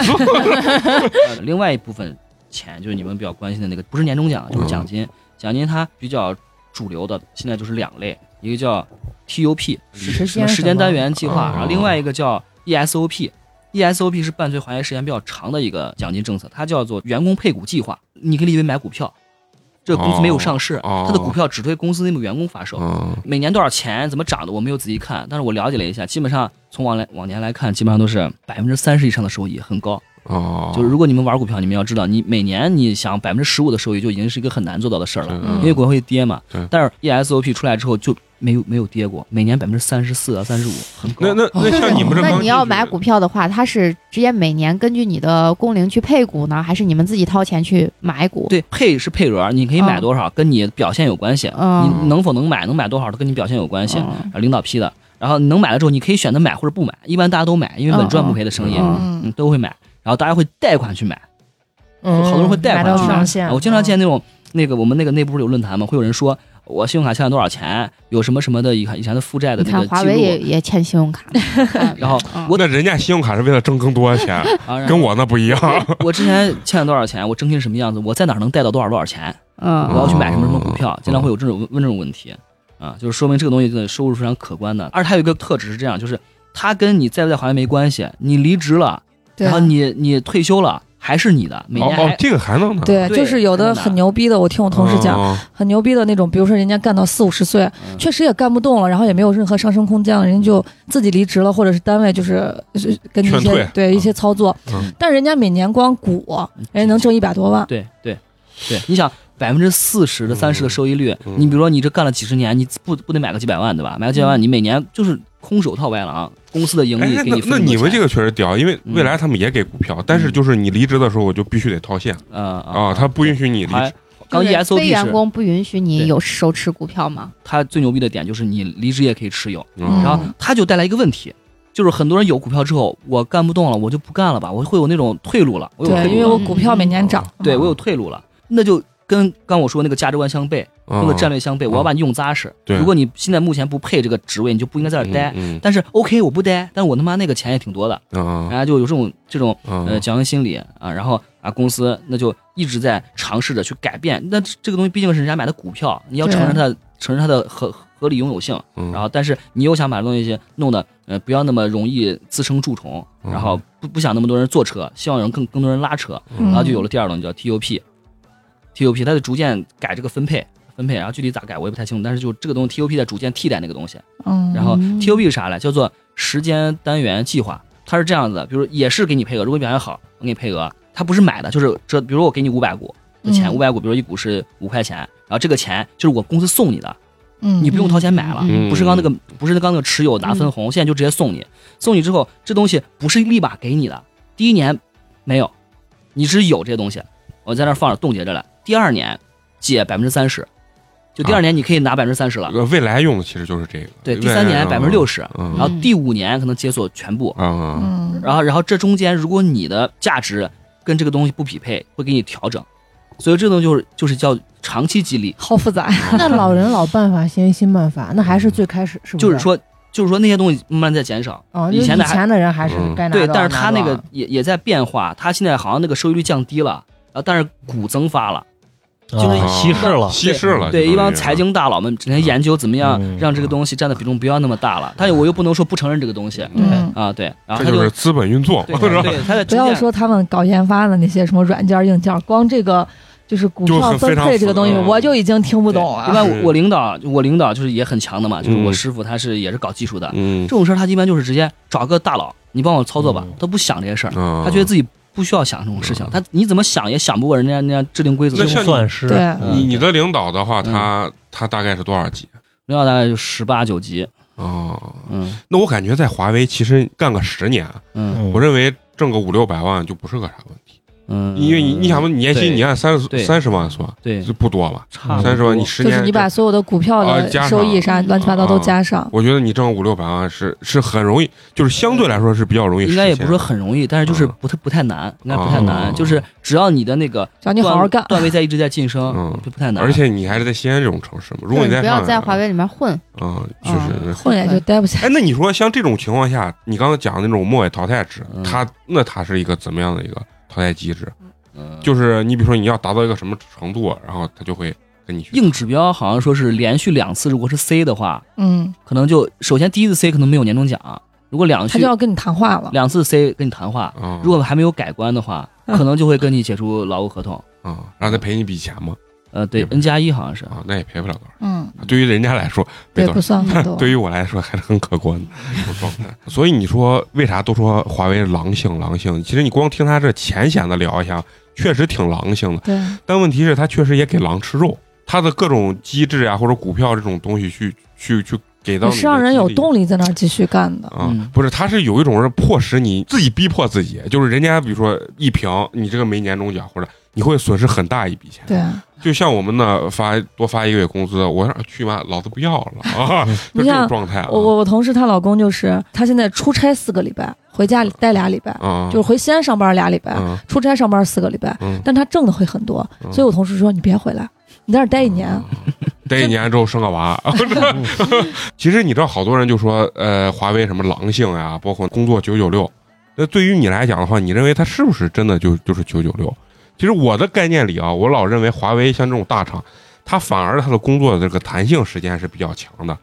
G: 呃另外一部分钱就是你们比较关心的那个，不是年终奖就是
A: 嗯
G: 奖金，奖金它比较主流的现在就是两类，一个叫 TUP
E: 时间
G: 是嗯什么时
E: 什
G: 间
E: 么
G: 单元计划，
A: 哦
G: 然后另外一个叫 E ESOP。ESOP 是伴随还原时间比较长的一个奖金政策，它叫做员工配股计划。你可以理解为买股票，这个公司没有上市，
A: 哦
G: 它的股票只对公司内部员工发售。
A: 嗯
G: 每年多少钱，怎么涨的，我没有仔细看，但是我了解了一下，基本上从往来往年来看，基本上都是百分之三十以上的收益，很高。
A: 哦，
G: 就是如果你们玩股票，你们要知道，你每年你想百分之十五的收益就已经是一个很难做到的事儿了，
A: 嗯
G: 因为股票会跌嘛
A: 对。
G: 但是 ESOP 出来之后就没有没有跌过，每年百分之三十四到三十五，很高。
A: 那那那像你们这刚
F: 那
A: 进
F: 你
A: 去
F: 要买股票的话，它是直接每年根据你的工龄去配股呢，还是你们自己掏钱去买股？
G: 对配是配额，你可以买
F: 嗯
G: 多少跟你表现有关系，啊
F: 嗯
G: 你能否能买，能买多少都跟你表现有关系。
F: 嗯，
G: 啊，领导批的。然后你能买了之后，你可以选择买或者不买，一般大家都买，因为稳赚不赔的生意，
F: 嗯
G: 嗯，都会买。然后大家会贷款去买，
E: 嗯，
G: 好多人会贷
E: 买
G: 款
E: 到
G: 去买。
E: 上嗯限，
G: 我经
F: 啊
G: 常见那种那个我们那个内部不是有论坛嘛，会有人说我信用卡欠了多少钱，有什么什么的以以前的负债的
F: 你
G: 那个
F: 看华
G: 记
F: 为也
G: 录，
F: 也欠信用卡，
G: 然后
F: 嗯
G: 我
A: 那人家信用卡是为了挣更多的 钱，
G: 啊，然后
A: 跟我那不一样。哦
G: 我之前欠了多少钱，我征信什么样子，我在哪儿能贷到多少多少钱，我
F: 嗯
G: 要去买什么什
A: 哦
G: 么股票，经常会有这种问这种问题啊，就是说明这个东西真的收入是非常可观的。而且它有一个特质是这样，就是它跟你在不在华为没关系，你离职了，
C: 对
G: 然后你你退休了还是你的，每
A: 哦
G: 年还、
A: 哦，这个还能拿，
C: 对，
G: 对
C: 就是有的很牛逼的，我听我同事讲，
A: 哦，
C: 很牛逼的那种，比如说人家干到四五十岁，
G: 嗯
C: 确实也干不动了，然后也没有任何上升空间了，人家就自己离职了，或者是单位就是是根据一
A: 劝退
C: 些对一些操作
A: 嗯，
C: 但人家每年光股，人家哎能挣一百多万，
G: 嗯对对对，你想百分之四十的三十的收益率，
A: 嗯
G: 你比如说你这干了几十年，你不不得买个几百万对吧？买个几百
C: 嗯
G: 万，你每年就是空手套白狼，公司的盈利
A: 哎，
G: 给
A: 那
G: 你分
A: 那你们这
G: 个嗯
A: 个确实屌，因为未来他们也给股票，但是就是你离职的时候，我就必须得套现
G: 啊
A: 啊，他不允许你离
G: 还
A: 职。
G: 刚 E
F: 就是非
G: ESOP
F: 员
G: 是
F: 工不允许你
G: 对
F: 有手持股票嘛？
G: 他最牛逼的点就是你离职也可以持有，
A: 嗯
G: 然后他就带来一个问题。就是很多人有股票之后，我干不动了，我就不干了吧，我会有那种退路了，我有退
C: 对，
G: 路
C: 因为我
G: 了
C: 股票每年涨，
G: 对我有退路了，那就跟刚我说那个价值观相悖，
A: 嗯
G: 或者战略相悖，我要把你用扎实。
A: 对
G: 如果你现在目前不配这个职位，你就不应该在这儿待。
A: 嗯
G: 但是 OK，我不待，但我他妈那个钱也挺多的，
A: 嗯啊
G: 大家就有这种这种呃
A: 嗯
G: 侥幸心理啊，然后啊公司那就一直在尝试着去改变。那这这个东西毕竟是人家买的股票，你要承认它的承认它的合合理拥有性，
A: 嗯，
G: 然后但是你又想把东西弄得呃不要那么容易滋生蛀虫，
A: 嗯
G: 然后不不想那么多人坐车，希望有更更多人拉车，
C: 嗯
G: 然后就有了第二轮叫 TOP。TOP 它就逐渐改这个分配分配，然后具体咋改我也不太清楚，但是就这个东西 TOP 在逐渐替代那个东西。
C: 嗯，
G: 然后
F: 嗯
G: TOP 是啥嘞？叫做时间单元计划，它是这样子的，比如也是给你配额，如果你表现好，我给你配额，它不是买的，就是这，比如我给你五百股的钱，
C: 嗯
G: 五百股，比如一股是五块钱，然后这个钱就是我公司送你的，
C: 嗯
G: 你不用掏钱买了，
A: 嗯
G: 不是刚那个不是刚那个持有拿分红，现在就直接送你，送你之后这东西不是立马给你的，第一年没有，你只有这些东西，我在那儿放着冻结着了，第二年借百分之三十，就第二年你可以拿百分之三十了，
A: 呃未来用的其实就是这个，
G: 啊对，第三年百分之六
A: 十，
G: 十，
A: 嗯
G: 然后第五年可能解锁全部，
A: 啊
C: 嗯
G: 然后然后这中间如果你的价值跟这个东西不匹配，会给你调整，所以这东西就是就是叫长期激励，
C: 好复杂，
E: 嗯那老人老办法，先新办法，那还是最开始是不是？
G: 嗯就是，说就是说那些东西慢慢在减少，
E: 哦，
G: 以
E: 就是
G: 前
E: 以
G: 的还
E: 前的人还是
A: 嗯
E: 该拿
G: 对，
E: 到啊
G: 但是
E: 拿
G: 它
E: 到
G: 那个也也在变化，它现在好像那个收益率降低了。啊，但是股增发了，
A: 啊
H: 啊稀释了，
A: 稀释了，
G: 对
A: 就等
G: 一
A: 于
G: 帮财经大佬们整天研究怎么样
H: 嗯
G: 让这个东西占的比重不要那么大了，但是我又不能说不承认这个东西
C: 嗯。
G: 啊，对，然后
A: 这
G: 他
A: 就是
G: 就
A: 资本运作，
G: 对
A: 是吧
G: 对，他在
C: 不要说他们搞研发的那些什么软件、硬件，光这个就是股
A: 就
C: 票
A: 很
C: 分
A: 非常
C: 配这个东西，
A: 复杂嗯
C: 我就已经听不懂
A: 啊
G: 一
C: 了。
G: 般我领导我领导就是也很强的嘛，就是我
A: 嗯
G: 师傅他是也是搞技术的，
A: 嗯
G: 这，种事儿他一般就是直接找个大佬，你帮我操作吧
H: 嗯，
G: 他不想这些事儿，
A: 啊
G: 他觉得自己不需要想这种事情，
A: 嗯
G: 他你怎么想也想不过人家人家制定规则
A: 那
G: 的
H: 精
A: 像
G: 东西。
A: 你
H: 算师，
C: 对
H: 嗯
A: 你你的领导的话，
G: 嗯
A: 他他大概是多少级？
G: 领导大概就十八九级，
A: 哦，
G: 嗯
A: 那我感觉在华为其实干个十年，
G: 嗯
A: 我
H: 嗯
A: 认为挣个五六百万就不是个啥问题，
G: 嗯，
A: 因为你你想嘛，你年薪
G: 对
A: 你按三十
G: 对
A: 三十万算，
G: 对
A: 这不多吧？
G: 差不多
A: 三十万你十
C: 就
A: 年，
C: 是你把所有的股票
A: 啊
C: 的
A: 加上啊
C: 收益啥乱七八糟都加上，
A: 我觉得你挣五六百万是是很容易，就是相对来说是比较容易实
G: 应
A: 现的，
G: 该也不是说很容易，但是就是
A: 嗯
G: 不太不太难，应该不太难，
A: 哦
G: 就是只要你的那个
C: 只要你好好干。
G: 段位在一直在晋升，
A: 嗯
G: 就不太难。
A: 而且你还是在西安这种城市嘛，如
F: 就
A: 果
F: 是
A: 你
F: 不要
A: 上
F: 在
A: 海
F: 华为里面混，
A: 啊，就是。
C: 混也就待不下
A: 哎，那你说像这种情况下，你刚刚讲的那种末尾淘汰制，
G: 嗯
A: 它那它是一个怎么样的一个淘汰机制？
G: 嗯
A: 就是你比如说你要达到一个什么程度，然后它就会跟你去
G: 硬指标好像说是连续两次，如果是 C 的话，
C: 嗯，
G: 可能就首先第一次 C 可能没有年终奖，如果两
C: 他
G: 续
C: 就要跟你谈话了。
G: 两次 C 跟你谈话，
A: 啊，
G: 如果还没有改观的话，
C: 嗯
G: 可能就会跟你解除劳务合同。
A: 啊，然后再赔你一笔钱嘛，
G: 呃，对
A: 对
G: ，N 加一好像是，
A: 啊，那也赔不了多少。
C: 嗯，
A: 对于人家来说，没
C: 对，
A: 多
C: 不
A: 少。
C: 算很多。
A: 对于我来说还是很可观的 这种状态。所以你说为啥都说华为狼性狼性？其实你光听他这浅显的聊一下，确实挺狼性的。
C: 对，
A: 但问题是，他确实也给狼吃肉，他的各种机制啊，或者股票这种东西去去去给到
C: 也
A: 你，
C: 是让人有动
A: 力。
C: 力在那儿继续干的。
A: 啊
G: 嗯，
A: 不是，他是有一种是迫使你自己逼迫自己，就是人家比如说一平，你这个没年终奖，或者你会损失很大一笔钱。
C: 对，
A: 就像我们呢发多发一个月工资，我说啊去嘛，老子不要了 啊，就
C: 你
A: 这种
C: 像
A: 状态啊。
C: 我我我同事她老公就是，他现在出差四个礼拜，回家里待俩礼拜，
A: 啊，
C: 就是回西安上班俩礼拜，
A: 嗯
C: 出差上班四个礼拜，
A: 嗯，
C: 但他挣的会很多，
A: 嗯
C: 所以我同事说你别回来，你在这儿待一年。
A: 待一年之后生个娃。 其实你知道，好多人就说，呃，华为什么狼性呀、包括工作九九六。那对于你来讲的话，你认为它是不是真的就就是九九六？其实我的概念里啊，我老认为华为像这种大厂，它反而它的工作的这个弹性时间是比较强的。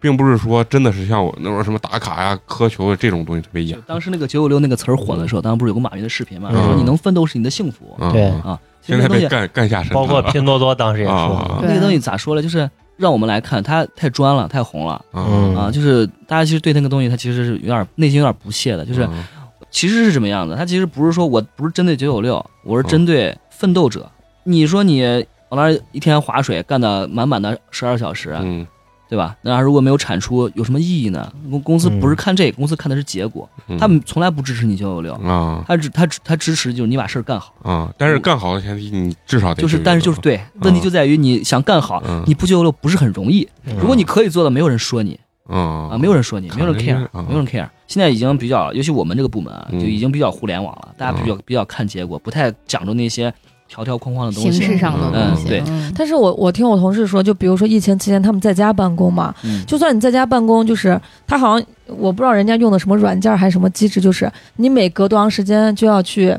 A: 并不是说真的是像我那种什么打卡呀、苛求的这种东西特别严
G: 就。当时那个九九六那个词儿火的时候，当时不是有个马云的视频嘛，
A: 嗯
G: 说你能奋斗是你的幸福
A: 嗯
H: 对
A: 嗯
G: 啊。其
A: 现在
G: 实那个东
A: 被
G: 西，
A: 干干下神
H: 包
A: 坛
H: 括
G: 啊
A: 了啊
H: 拼多多当时也说，
F: 对
C: 啊
G: 那个东西咋说呢？就是让我们来看，它太专了，太红了
A: 嗯
G: 啊！就是大家其实对那个东西，它其实是有点内心有点不屑的，就是
A: 嗯
G: 其实是什么样的？它其实不是说我不是针对九九六，我是针对奋斗者。你说你往那儿一天划水干的满满的十二小时，
A: 嗯
G: 对吧？那如果没有产出，有什么意义呢？公公司不是看这个，公司看的是结果，
A: 嗯
G: 他们从来不支持你九九六。
A: 啊
G: 他只他只他支持就是你把事儿干好，
A: 啊，但是干好的前提你至少得
G: 就是但是就是对，问题就在于你想干好，
A: 嗯
G: 你不九九六不是很容易。
H: 嗯
G: 如果你可以做到，没有人说你
A: 啊
G: 啊，没有人说你，没有人
A: 可能
G: care，
A: 啊
G: 没有人 care。现在已经比较，尤其我们这个部门啊，就
A: 嗯
G: 已经比较互联网了，大家比较比较看结果，不太讲究那些条条框框的东
F: 形
G: 西。
F: 式上的
G: 嗯
F: 东西，
G: 对
F: 嗯
C: 但是我我听我同事说，就比如说疫情期间他们在家办公嘛，
G: 嗯，
C: 就算你在家办公，就是他好像我不知道人家用的什么软件还是什么机制，就是你每隔多长时间就要去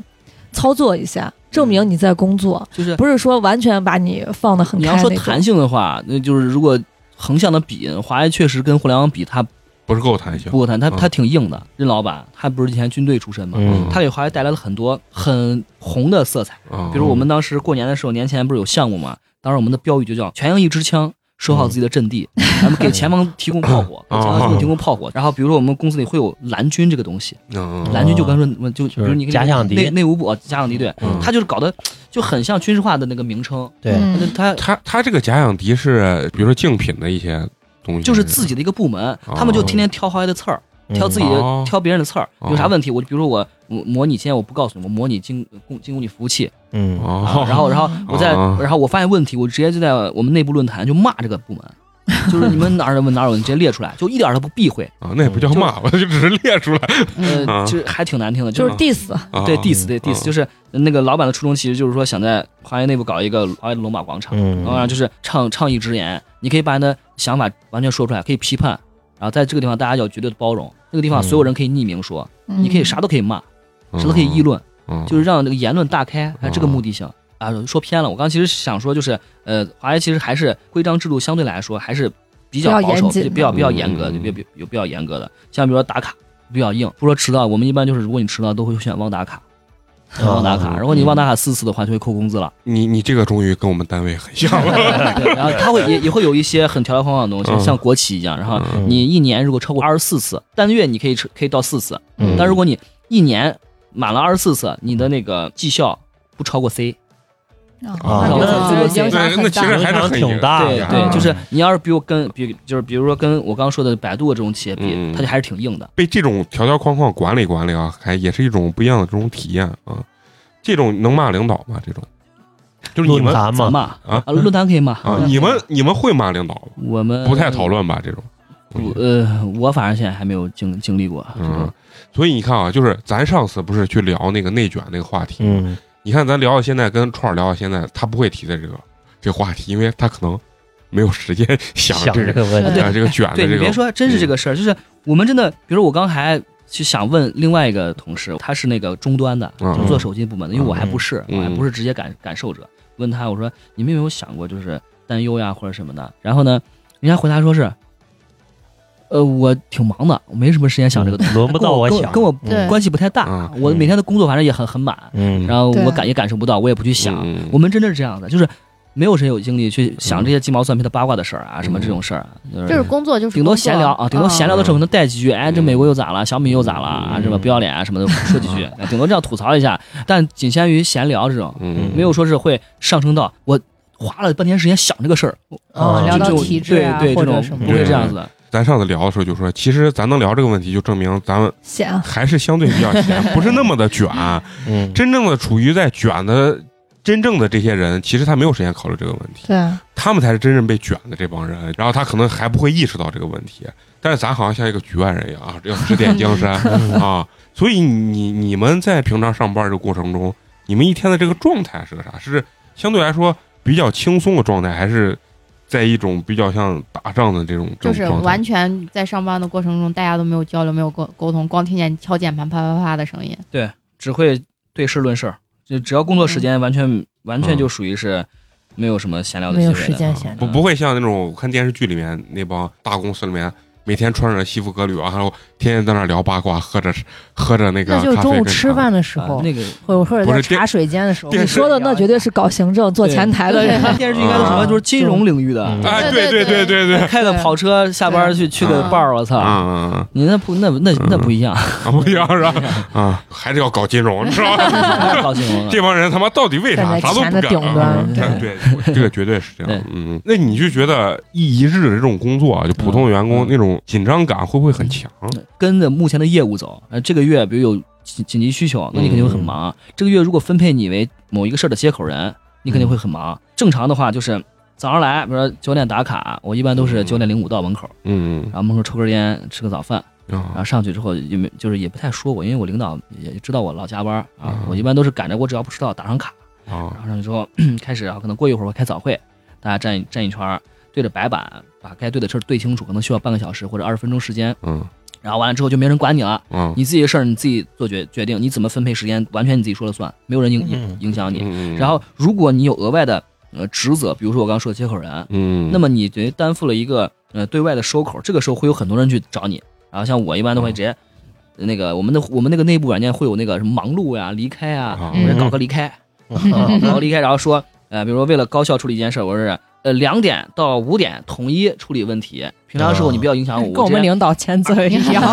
C: 操作一下，证明你在工作，
G: 就是
C: 不是说完全把你放得很
G: 你
C: 开
G: 要
C: 那
G: 说
C: 种。
G: 弹性的话，那就是如果横向的比，华为确实跟互联网比，它
A: 不是够弹性
G: 不。过弹，它
A: 嗯
G: 它挺硬的。任老板他不是以前军队出身嘛，
H: 嗯，
G: 他给华为带来了很多很红的色彩。
A: 啊
G: 比如我们当时过年的时候，年前不是有项目嘛，当时我们的标语就叫“全营一支枪”。守好自己的阵地， 咱们给前方提供炮火，给前方提供炮火。然后，比如说我们公司里会有蓝军这个东西，
A: 嗯
G: 蓝军就刚说，就
H: 就
G: 比
H: 是
G: 如你
H: 假想敌
G: 内内务部哦假想敌对
A: 嗯，
G: 他就是搞得就很像军事化的那个名称。
H: 对，
G: 那
C: 嗯，
G: 他
A: 他他这个假想敌是，比如说竞品的一些东西，
G: 就是自己的一个部门，他们就天天挑华为的刺儿，
H: 嗯
G: 挑自己的
A: 哦
G: 挑别人的刺儿，
A: 哦
G: 有啥问题我就比如说我我模拟，现在我不告诉你，我模拟进攻进攻你服务器，
H: 嗯，嗯，
G: 啊
A: 哦，
G: 然后然后我在
A: 哦
G: 然后我发现问题，我直接就在我们内部论坛就骂这个部门。就是你们哪儿有问哪儿有，你直接列出来，就一点儿都不避讳。
A: 啊，那也
G: 嗯
A: 不叫骂，我就只是列出来
G: 呃，
A: 嗯
G: 其实还挺难听的，
C: 就是是 diss，
A: 啊
G: 对 diss 对
A: 嗯
G: diss，就是那个老板的初衷，其实就是说想在华为内部搞一个华为的龙马广场。
H: 嗯，
G: 当然就是倡倡议直言，你可以把你的想法完全说出来，可以批判，然后在这个地方大家有绝对的包容，那个地方
H: 嗯
G: 所有人可以匿名说，
C: 嗯
G: 你可以啥都可以骂，
A: 嗯
G: 啥都可以议论，
A: 嗯
G: 就是让这个言论大开，还这个
A: 嗯
G: 目的性。啊，说偏了。我刚其实想说，就是呃，华为其实还是规章制度相对来说还是比较
C: 比较
G: 保守，
C: 严谨
G: 比比较比较
A: 嗯
G: 严格，
A: 嗯
G: 就比比有比较严格的。像比如说打卡比较硬，不说迟到，我们一般就是如果你迟到都会选忘 打卡，
A: 啊
G: 忘打卡。如果你忘打卡四次的话，就会扣工资了。
A: 你你这个终于跟我们单位很像 了，
G: 对，然后它会也也会有一些很条条框框的东
A: 嗯
G: 西，像国旗一样。然后
H: 嗯
G: 你一年如果超过二十四次，单月你可以吃可以到四次，
H: 嗯
G: 但如果你一年满了二十四次，你的那个绩效不超过 C。
A: 啊
C: 那
F: 那
C: 就影响
A: 那那
C: 很
A: 其
C: 大
A: 实
H: 影
A: 还是
H: 响
A: 很
H: 挺大
G: 对
H: 的，
G: 对，
A: 啊
G: 就是你要是比我跟比就是比如说跟我刚刚说的百度这种企业比
A: 嗯，
G: 它就还是挺硬的。
A: 被这种条条框框管理管理啊，还也是一种不一样的这种体验啊。这种能骂领导吗？这种就是你
H: 论
A: 们
H: 坛
G: 怎么
H: 嘛，
G: 骂
A: 啊
G: 论坛可以骂
A: 啊，你们你们会骂领导吗？
G: 我们
A: 不太讨。论吧？这种，
G: 呃不呃，我反正现在还没有经经历过。
A: 嗯，所以你看啊，就是咱上次不是去聊那个内卷那个话题，
H: 嗯，
A: 你看咱聊到现在，跟串儿聊到现在，他不会提的这个这个话题，因为他可能没有时间想
H: 想
A: 这
H: 这
A: 个
H: 个问题，
A: 啊这个卷的
G: 对
A: 这嗯
G: 你别
A: 个，
G: 说，真是这个事儿，就是我们真的，比如我刚还去想问另外一个同事，他是那个终端的，
A: 嗯
G: 就做手机部门的，因为我还不是，
A: 嗯
G: 我还不是直接感感受者。问他我说你们有没有想过就是担忧呀或者什么的？然后呢，人家回答说是，呃，我挺忙的，我没什么时间想这个东西，
H: 轮不到
G: 跟
H: 想，
G: 跟我
F: 对
G: 关系不太大，
A: 嗯
G: 我每天的工作反正也很很满，
H: 嗯，
G: 然后
F: 对
G: 我感也感受不到，我也不去想，
A: 嗯
G: 我们真的是这样的，就是没有谁有精力去想这些鸡毛蒜皮的八卦的事儿啊，什么
A: 嗯
G: 这种事儿啊，就
F: 就是工作就是嗯
G: 顶多
F: 工作
G: 闲聊
E: 嗯
G: 啊，顶多闲聊的时候可能带几句，哎，这美国又咋了，小米又咋了啊，
H: 嗯
G: 什么不要脸啊什么的说几句，哎顶多这样吐槽一下，但仅限于闲聊这种，
A: 嗯，
G: 没有说是会上升到我花了半天时间想这个事儿，
E: 啊，
H: 嗯
E: 聊
G: 就
E: 到
G: 这种
E: 体制啊，
G: 对对
E: 或
G: 这
E: 者
G: 种
E: 什么
G: 不会这样子的，
A: 咱上次聊的时候就说，其实咱能聊这个问题，就证明咱们
C: 显啊
A: 还是相对比较闲，不是那么的卷。啊
H: 嗯，
A: 真正的处于在卷的，真正的这些人，其实他没有时间考虑这个问题，
C: 对啊，
A: 他们才是真正被卷的这帮人。然后他可能还不会意识到这个问题，但是咱好像像一个局外人一样啊，要指点江山 啊。所以你你们在平常上班这个过程中，你们一天的这个状态是个啥？是相对来说比较轻松的状态，还是在一种比较像打仗的这种这种
F: 就是
A: 状态
F: 完全在上班的过程中，大家都没有交流，没有沟沟通，光听见敲键盘啪啪啪的声音。
E: 嗯
G: 只会对事论事儿，就只要工作时间完全完全就属于是没有什么闲聊的
E: 没有
G: 机会
E: 时
G: 的
E: 间闲
A: 啊不不会像那种我看电视剧里面那帮大公司里面，每天穿着西服革履啊，然后天天在那聊八卦，喝着喝着那个
E: 那
A: 咖啡跟茶。
E: 就是中午吃饭的时候
G: 啊，那个
E: 或或者
A: 不
E: 在
A: 是电
E: 茶水间的时候，
A: 电
C: 你
A: 视
C: 说的那绝对是搞行政、做前台的人。
G: 电视剧应该都什么？就是金融领域的，
H: 嗯
A: 哎，
B: 对
A: 对
B: 对对
A: 对对，
G: 开个跑车下班去去个
A: 嗯
G: bar，我
A: 啊
G: 操！
A: 啊
G: 你那不那那那不一样，
A: 啊！不一样是吧？啊，还是要搞金融，你知道吧？
G: 高兴了。
A: 这帮人他妈到底为啥
E: 站在
A: 啥都
E: 钱
A: 不
E: 的
A: 干？
E: 顶端
A: 嗯对，这个绝对是这样
G: 对。
A: 嗯，那你就觉得一一日的这种工作啊，就普通的员工
G: 嗯
A: 那种紧张感会不会很强？
G: 跟着目前的业务走。呃，这个月比如有紧紧急需求，那你肯定会很
A: 嗯
G: 忙。这个月如果分配你为某一个事儿的接口人，你肯定会很
A: 嗯
G: 忙。正常的话就是早上来，比如说九点打卡，我一般都是
A: 嗯
G: 九点零五到门口，
A: 嗯
G: 然后门口抽根烟，吃个早饭，然
A: 啊
G: 后上去之后也没就是也不太说我，因为我领导也知道我老加班啊
A: 嗯，
G: 我一般都是赶着我只要不迟到打上卡，
A: 啊
G: 然后上去之后 开始，然啊后可能过一会儿我开早会，大家站一站一圈儿。对着白板把该对的事儿对清楚，可能需要半个小时或者二十分钟时间，
A: 嗯
G: 然后完了之后就没人管你了，
A: 啊！
G: 你自己的事儿你自己做决决定，你怎么分配时间完全你自己说了算，没有人影影
H: 嗯
G: 影响你。
A: 嗯
G: 然后如果你有额外的呃职责，比如说我刚刚说的接口人，
A: 嗯，
G: 那么你等于担负了一个呃对外的收口，这个时候会有很多人去找你。然后像我一般都会直接。呃那个我们的我们那个内部软件会有那个什么忙碌呀、离开啊，
A: 啊
G: 我
F: 嗯
G: 说搞个离开，
H: 嗯
G: 搞 个离开，然后说呃，比如说为了高效处理一件事儿，我是呃两点到五点统一处理问题，平常时候你不要影响
E: 嗯
G: 我，
C: 跟我
G: 直接
C: 们领导前
E: 哎
C: 责一样，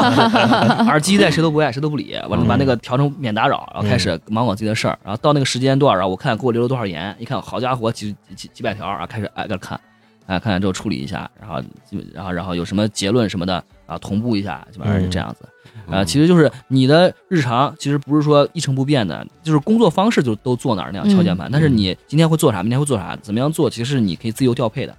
G: 耳机在谁都不爱，谁都不理，完了把那个调成免打扰，然后开始忙我自己的事儿，然后到那个时间段儿，然后我看给我留了多少言，一看好家伙几几几百条儿，然后开始挨个看，哎看完之后处理一下，然后基本然后然后有什么结论什么的啊同步一下，基本上是这样子。啊，其实就是你的日常，其实不是说一成不变的，就是工作方式就都坐那儿那样敲键盘。但是你今天会做啥，明天会做啥，怎么样做，其实你可以自由调配的，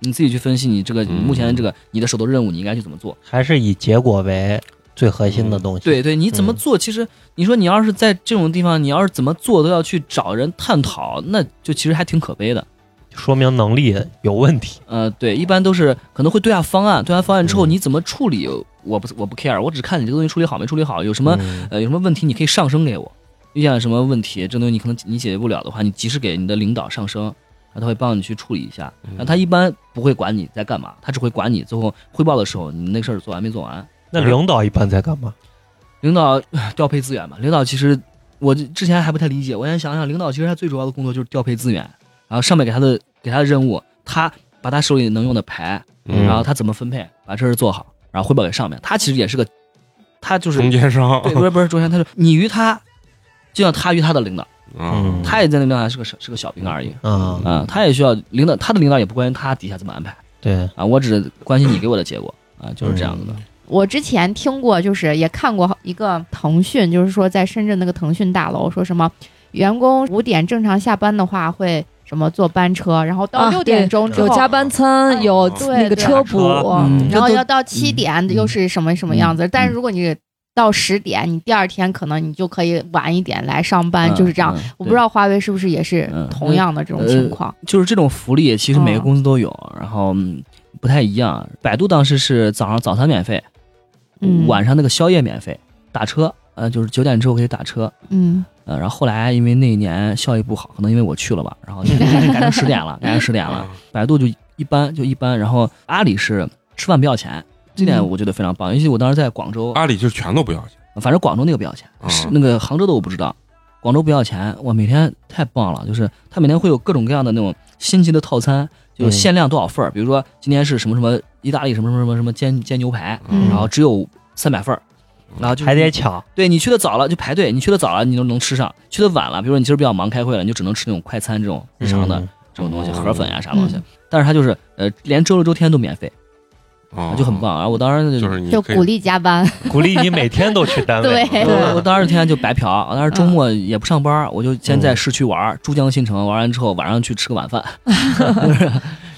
G: 你自己去分析你这个
A: 嗯
G: 目前这个你的手头任务，你应该去怎么做。
H: 还是以结果为最核心的东西。
G: 对对，你怎么
H: 嗯
G: 做？其实你说你要是在这种地方，你要是怎么做都要去找人探讨，那就其实还挺可悲的。
H: 说明能力有问题。
G: 呃，对，一般都是可能会对下方案，对下方案之后
H: 嗯
G: 你怎么处理，我不我不 care，我只看你这个东西处理好没处理好，有什么、
H: 嗯
G: 呃有什么问题你可以上升给我。遇见了什么问题，这东西你可能你解决不了的话，你及时给你的领导上升，然后他会帮你去处理一下。
H: 嗯
G: 然后他一般不会管你在干嘛，他只会管你最后汇报的时候你那个事儿做完没做完。
H: 那领导一般在干嘛？
G: 领导唉调配资源嘛，领导其实我之前还不太理解，我先想想，领导其实他最主要的工作就是调配资源，然后上面给他的给他的任务，他把他手里能用的牌，
A: 嗯
G: 然后他怎么分配，把这事做好，然后汇报给上面。他其实也是个，他就是
A: 中间商，
G: 对，不是不是中间，他是你与他，就像他与他的领导，
A: 嗯
G: 他也在那领导下是个小是个小兵而已
H: 啊、
G: 啊、他也需要领导，他的领导也不关心他底下怎么安排
H: 对，
G: 啊，我只关心你给我的结果啊，就是这样子的。
F: 我之前听过，就是也看过一个腾讯，就是说在深圳那个腾讯大楼，说什么员工五点正常下班的话会什么坐班车，然后到
C: 啊
F: 六点钟之
C: 有
F: 后，
C: 加班餐，有
F: 对
C: 那个
F: 对
C: 车补，
G: 哦嗯
C: 这
F: 然后
C: 都
F: 要到七点
G: 嗯
F: 又是什么什么样子。但是如果你到十点，你第二天可能你就可以晚一点来上班，啊就是这样。
G: 嗯
F: 我不知。道华为是不是也是
G: 嗯
F: 同样的这种情况。
G: 就是这种福利，其实每个
F: 嗯
G: 公司都有，然后嗯不太一样。百度当时是早上早餐免费，
F: 嗯，
G: 晚上那个宵夜免费，打车，呃，就是九点之后可以打车，
F: 嗯
G: 呃，然后后来因为那一年效益不好，可能因为我去了吧，然后就 改成十点了，改成十点
A: 嗯
G: 了。百度就一般就一般，然后阿里是吃饭不要钱，这点
F: 嗯
G: 我觉得非常棒，尤其我当时在广州，
A: 阿里就全都不要钱，
G: 反正广州那个不要钱，是
A: 啊
G: 那个杭州的我不知道，广州不要钱，哇，每天太棒了，就是它每天会有各种各样的那种新奇的套餐，
A: 嗯
G: 就是限量多少份儿，比如说今天是什么什么意大利什么什么什么什么煎煎牛排，
F: 嗯
G: 然后只有三百份儿，
A: 嗯
G: 然后就是
H: 还得抢。
G: 对你去的早了就排队，你去的早了你就能吃上，去的晚了，比如说你今儿比较忙开会了，你就只能吃那种快餐这种日常的、
H: 嗯
G: 这种东西，
A: 哦
G: 河粉呀、啥东西
F: 嗯，
G: 但是它就是呃连周六周天都免费，
A: 啊
G: 就很，棒。然后我当时
A: 就是你
F: 就
A: 可以
F: 鼓励加班，
H: 鼓励你每天都去单位。
F: 对
G: 我我当时天天就白嫖，我当时周末
H: 嗯
G: 也不上班，我就先在市区玩儿，珠江新城玩完之后，晚上去吃个晚饭。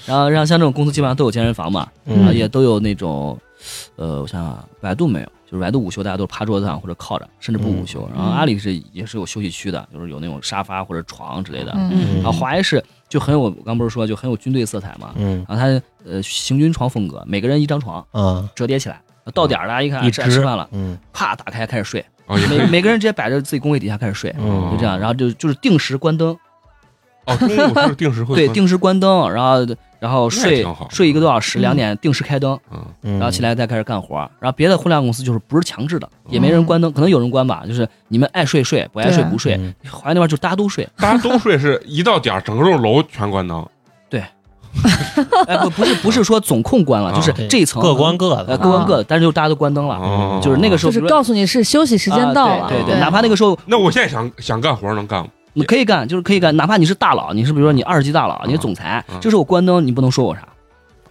G: 然后，然后像这种公司基本上都有健身房嘛，然后
H: 嗯
G: 也都有那种，呃，我想想啊，百度没有，就是百度午休大家都是趴桌子上或者靠着，甚至不
H: 嗯
G: 午休。然后阿里是也是有休息区的，就是有那种沙发或者床之类的。
F: 嗯
G: 然后华为是就很有，我刚不是说就很有军队色彩嘛，
H: 嗯
G: 然后它呃行军床风格，每个人一张床
H: 啊
G: 折叠起来，到点儿大家一看
H: 一
G: 哎吃
H: 直
G: 吃饭了，
H: 嗯
G: 啪打开开始睡。
A: 啊，也可
G: 每
A: 以
G: 每个人直接摆着自己工位底下开始睡，
H: 嗯
G: 就这样，然后就就是定时关灯，
A: 哦，中午是定时会
G: 对，
A: 关
G: 定时关灯，然后然后
A: 那也
G: 睡
A: 挺好
G: 睡一个多小时，
C: 嗯
G: 两点定时开灯，
A: 嗯
H: 然
G: 然后起，来再开始干活儿。然后别的互联网公司就是不是强制的，也没人关灯，可能有人关吧，就是你们爱睡睡，不爱睡
C: 哦对
G: 不睡。哦
H: 嗯
G: 淮安那边就大家都睡，
A: 大家都睡是一到点儿，整个楼全关灯。
G: 哎，不不是不是说总控关了，就是
H: 啊
G: 这一层
H: 各关各的，
G: 呃各关各的，但是就大家都关灯了，
A: 哦，
G: 嗯
A: 哦
G: 就是那个时
C: 哦就
G: 候
C: 是
G: 比如说
C: 告诉你是休息时间
G: 啊
C: 到了，
G: 对对，
C: 对
G: 哪怕那个时候
A: 那我现在想想干活能干吗？
G: 你可以干，就是可以干，哪怕你是大佬，你是比如说你二十级大佬，你是总裁
A: 啊，
G: 这时候我关灯，你不能说我啥，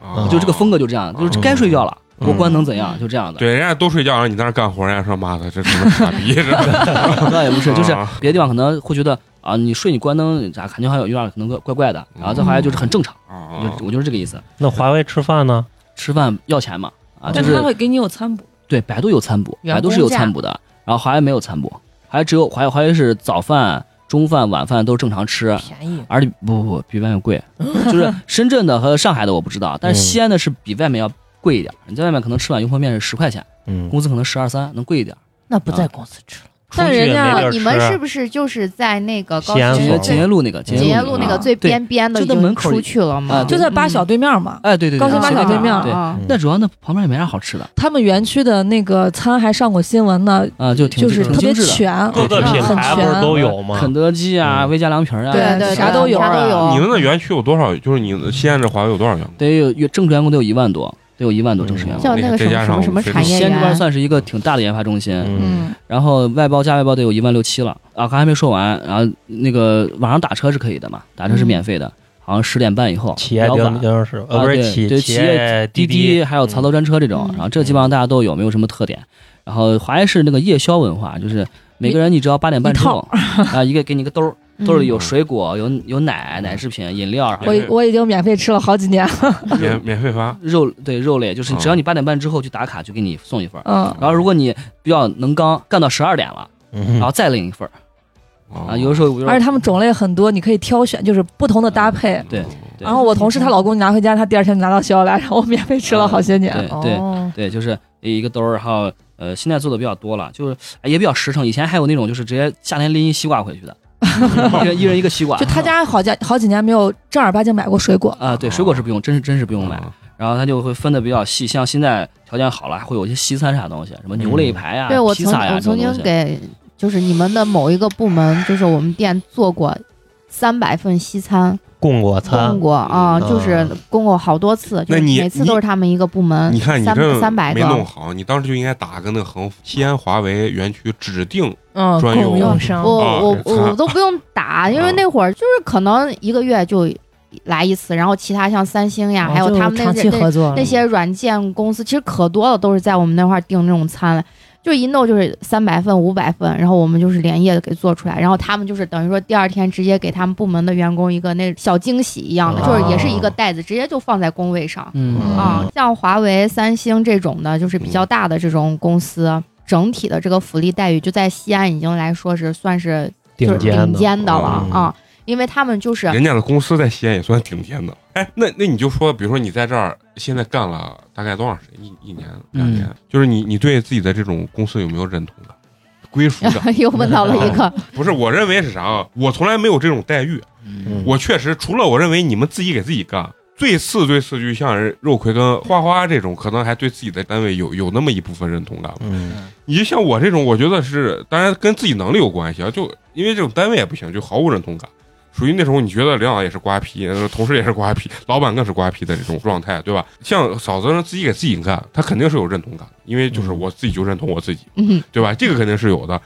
A: 啊
G: 就这个风格就这样，就是该睡觉了，
H: 嗯
G: 我关能怎样？就这样的，
A: 哦对，人家都睡觉，让你在那儿干活，人家说妈的，这什么傻 逼是吧？
G: 倒也不是，就是
A: 啊
G: 别的地方可能会觉得啊，你睡你关灯啊咋，感觉好像有点可能怪怪怪的，然后再回来就是很正常，
A: 啊
G: 我就我就是这个意思。
H: 那华为吃饭呢？
G: 吃饭要钱嘛，啊，就
C: 但是
G: 是
C: 他会给你有餐补，
G: 对，百度有餐补，
E: 员
G: 百度是
E: 工
G: 有
E: 价
G: 餐补的，然后华为没有餐补，华为只有华为华为是早饭、中饭、晚饭都正常吃，
E: 便宜，
G: 而且不不不比外面贵，就是深圳的和上海的我不知道，但
H: 嗯
G: 是西安的是比外面要贵一点，你在外面可能吃碗油泼面是十块钱，
H: 嗯，
G: 工资可能十二三，能贵一点。
E: 那不在
G: 啊
E: 公司吃了，
F: 但人
H: 出去也没地
F: 家
H: 儿吃
F: 你们是不是就是在那个高
H: 西安
F: 新
H: 路对
G: 锦业
F: 街
G: 锦业路那个
F: 锦业
G: 路
F: 路那个最。
G: 啊对
F: 边边的
G: 就在
F: 已经
G: 门口
F: 出去了
G: 啊
F: 嘛？
G: 对
C: 就在八小对面嘛。
G: 哎，对对，对
C: 高
F: 啊
C: 新八小对面
G: 对，
H: 哦
F: 啊
G: 那主要那旁边也没啥好吃的
C: 他们园区的那个餐还上过新闻呢，
G: 啊，就挺
C: 就是
G: 挺
C: 特
G: 精
C: 别
G: 致的。
C: 全，
H: 各个品牌不是
C: 很全
H: 都有吗？
G: 肯德基啊，
H: 嗯
G: 魏家凉皮儿啊，
F: 对对，
C: 啥
F: 对
C: 都有
F: 啥
C: 啊
F: 都
A: 你
G: 嗯
F: 有。
A: 们的园区有多少？就是你西安这华为有多少员工？
G: 得有有正式员工得有一万多，得有一万多正式员工。
F: 叫那个什
A: 再加
F: 么什
A: 上
F: 么什么
A: 这
F: 嗯产
A: 种
F: 业
G: 西安这边
F: 园，
G: 算是一个挺大的研发中心，
H: 嗯，
C: 嗯，
G: 然后外包加外包得有一万六七了啊，刚还没说完。然后那个网上打车是可以的嘛，打车
F: 嗯
G: 是免费的，好像十点半以后。
H: 企业
G: 比较
H: 定
G: 晚
H: 定是呃
G: 啊
H: 不是
G: 对
H: 企
G: 对
H: 企
G: 企业
H: 业
G: 滴滴
H: 滴，
G: 还有槽头专车这种，然后这
H: 嗯
G: 基本上大家都有，没有什么特点。然后华为是那个夜宵文化，就是每个人你只要八点半之后啊，一个给你一个兜儿，
F: 嗯
G: 兜儿里有水果、有有奶、奶制品、饮料，然后
C: 我已我已经免费吃了好几年了，
A: 免免费发？
G: 肉对肉类，就是
A: 啊
G: 只要你八点半之后去打卡，就给你送一份儿。
C: 嗯，
G: 然后如果你比较能刚，干到十二点了，
H: 嗯
G: 然后再领一份儿啊。有的时
A: 候
G: 候比如说
C: 而且他们种类很多，你可以挑选，就是不同的
G: 嗯
C: 搭配。
G: 对
A: 哦
G: 对
C: 然后我同事她老公拿回家，她第二天就拿到学校来，然后我免费吃了好些年。
G: 对对
E: 哦
G: 对，就是一个兜儿，然后呃，现在做的比较多了，就是哎也比较实诚。以前还有那种就是直接夏天拎一西瓜回去的， 一人一人一个西瓜。
C: 就她家好家好几年没有正儿八经买过水果，
G: 啊，对，水果是不用，真是真是不用买。
A: 啊哦
G: 然后他就会分的比较细，像现在条件好了，还会有一些西餐啥东西，什么牛肋排呀、
F: 对我
G: 披
F: 曾
G: 萨呀
F: 我
G: 这
F: 曾
G: 种东
F: 经
G: 西。
F: 给就是你们的某一个部门，就是我们店做过三百份西餐，
H: 供过餐
F: 供，过啊，
H: 嗯
F: 就是供过好多次，就
A: 那
F: 是
A: 你
F: 每次都是他们一个部门，
A: 你看你
F: 三
A: 这
F: 三百
A: 没弄
F: 个。
A: 好，你当时就应该打个那个横幅，西安华为园区指定
E: 嗯，
A: 专用
E: 供应商
F: 我
A: 啊
F: 我
A: 这餐
F: 我都不用打，
A: 嗯
F: 因为那会儿就是可能一个月就来一次，然后其他像三星呀，
E: 哦
F: 还有
E: 就
F: 他们那
E: 长期
F: 那
E: 合作了
F: 那些软件公司其实可多了，都是在我们那块儿订那种餐了，就一弄就是三百份、五百份，然后我们就是连夜给做出来，然后他们就是等于说第二天直接给他们部门的员工一个那小惊喜一样的，
H: 哦
F: 就是也是一个袋子，直接就放在工位上。
G: 嗯
F: 啊，像华为、三星这种的，就是比较大的这种公司，整体的这个福利待遇就在西安已经来说是算是就是
H: 顶
F: 顶
H: 的，
F: 尖的了
H: 嗯
F: 啊，因为他们就是
A: 人家的公司在西安也算顶尖的。哎，那那你就说，比如说你在这儿现在干了大概多长时间？一一年、两年？就是你你对自己的这种公司有没有认同感、归属感？
F: 又问到了一个，
A: 不是，我认为是啥啊？我从来没有这种待遇。
H: 嗯
A: 我确实，除了我认为你们自己给自己干，最次最次就像人肉葵跟花花这种，可能还对自己的单位有有那么一部分认同感吧。
H: 嗯
A: 你就像我这种，我觉得是，当然跟自己能力有关系啊。就因为这种单位也不行，就毫无认同感，属于那种你觉得领导也是瓜皮，呃同事也是瓜皮，老板更是瓜皮的这种状态，对吧？像嫂子自己给自己干，她肯定是有认同感，因为就是
G: 嗯
A: 我自己就认同我自己，
F: 嗯，
A: 对吧？这个肯定是有的。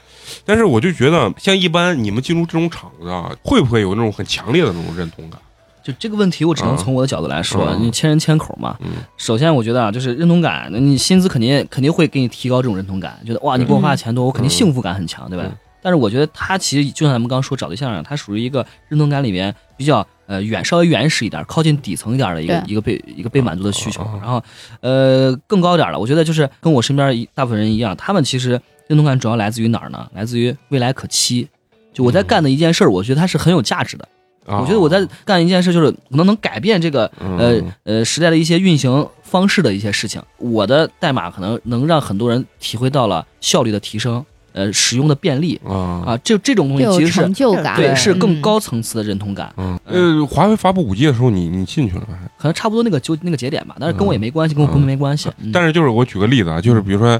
A: 但是我就觉得，像一般你们进入这种厂子，啊，会不会有那种很强烈的那种认同感？
G: 就这个问题，我只能
A: 嗯
G: 从我的角度来说，
A: 嗯
G: 你千人千口嘛。
A: 嗯
G: 首先，我觉得啊，就是认同感，你薪资肯定肯定会给你提高这种认同感，觉得哇，你给我花的钱多，我肯定幸福感很强，对吧
A: 嗯？
G: 但是我觉得他其实就像咱们刚说找对象一样，他属于一个认同感里面比较呃远稍微原始一点、靠近底层一点的一个
F: 对
G: 一个被一个被满足的需求
A: 嗯嗯嗯。
G: 然后呃更高点儿了，我觉得就是跟我身边一大部分人一样，他们其实认同感主要来自于哪儿呢？来自于未来可期。就我在干的一件事儿，我觉得它是很有价值的。
A: 啊
G: 我觉得我在干一件事，就是可能能改变这个呃
A: 嗯
G: 呃时代的一些运行方式的一些事情。我的代码可能能让很多人体会到了效率的提升，呃使用的便利
A: 啊
G: 啊，这这种东
F: 就 有
G: 西其实
F: 成
G: 是
F: 就感，
G: 对是更
F: 嗯
G: 高层次的认同感，
A: 嗯，呃，华为发布五 G 的时候，你你进去了吗？
G: 可能差不多那个就那个节点吧，但是跟我也没关系，跟我
A: 嗯
G: 工作没关系。嗯
A: 但是就是我举个例子啊，就是比如说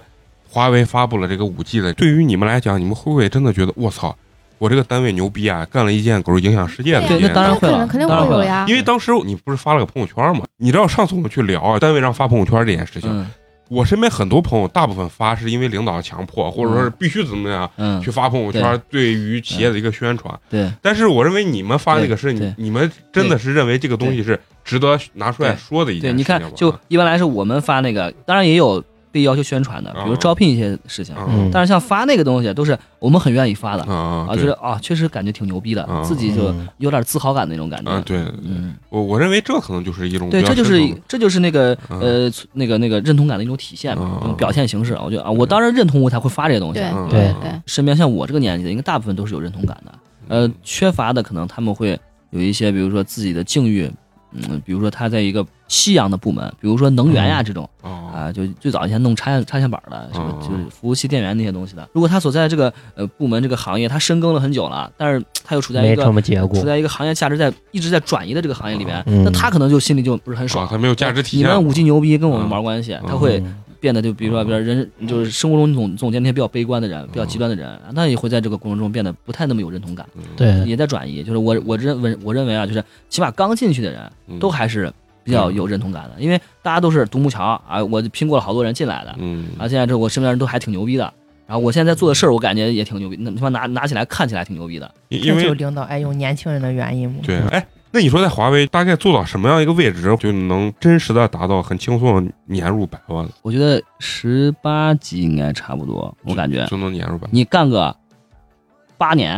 A: 华为发布了这个五 G 的，对于你们来讲，你们会不会真的觉得我操，我这个单位牛逼啊，干了一件狗日影响世界的事
F: 对
G: 对，
F: 呀
A: 情？
G: 那当然会
F: 那
G: 了，
F: 肯定
G: 当然
F: 会有
G: 了
F: 呀
A: 因为当时你不是发了个朋友圈嘛？你知道上次我们去聊啊，单位让发朋友圈这件事情，
G: 嗯
A: 我身边很多朋友大部分发是因为领导强迫，或者说是必须怎么样。
G: 嗯
A: 去，发朋友圈，对于企业的一个宣传。
G: 对
A: 但是我认为你们发那个是
G: 对
A: 你
G: 对
A: 你们真的是认为这个东西是值得拿出来说的一件
G: 对，
A: 事
G: 你
A: 情啊吧。
G: 看，就一般来说我们发那个，当然也有被要求宣传的，比如
A: 嗯
G: 招聘一些事情，
A: 嗯
G: 但是像发那个东西都是我们很愿意发的
A: 嗯嗯，
G: 啊，就是啊，确实感觉挺牛逼的
A: 嗯，
G: 自己就
H: 嗯
G: 有点自豪感那种感
A: 啊，
G: 觉。
A: 对，
G: 嗯，
A: 我我认为这可能就是一种嗯
G: 对，
A: 比较
G: 这就是
A: 深层
G: 这就是那个
A: 嗯
G: 呃那个那个认同感的一种体现嘛
A: 嗯，
G: 一种表现形式。我觉得啊，我当然认同我才会发这些东西啊
F: 对。
A: 嗯
F: 对
H: 嗯
F: 对，
G: 身边像我这个年纪的，应该大部分都是有认同感的。
A: 嗯
G: 呃，缺乏的可能他们会有一些，比如说自己的境遇，嗯，比如说他在一个夕阳的部门，比如说能源呀、这种
A: 啊，
G: 啊，就最早以前弄插线插线板的，什么
A: 哦
G: 就是服务器电源那些东西的。如果他所在这个呃部门这个行业，他深耕了很久了，但是他又处在一
H: 没什
G: 个
H: 么结果
G: 处。在一个行业价值在一直在转移的这个行业里
A: 哦
G: 面，
H: 嗯
G: 那他可能就心里就不是很
A: 爽，
G: 爽。
A: 它没有价值体
G: 你
A: 现。
G: 们五 G 牛逼，跟我们毛关系，他会
H: 嗯
G: 变得就比如说，比如说人就是生活中总总见那些比较悲观的人，比较极端的人，
A: 嗯
G: 那也会在这个过程中变得不太那么有认同感，
H: 对，
G: 也在转移。就是我我认为我认为啊，就是起码刚进去的人
A: 嗯
G: 都还是比较有认同感的，因为大家都是独木桥啊，我拼过了好多人进来的，
A: 嗯
G: 啊，现在这我身边人都还挺牛逼的。然后我现在在做的事儿，我感觉也挺牛逼，那他妈拿拿起来看起来挺牛逼的。
A: 因因
E: 这就是
A: 为
E: 领导爱用年轻人的原因嘛。
A: 对，哎，那你说在华为大概做到什么样一个位置，就能真实的达到很轻松地年入百万了？
G: 我觉得十八级应该差不多，我感觉
A: 就能年入百万。
G: 你干个八年，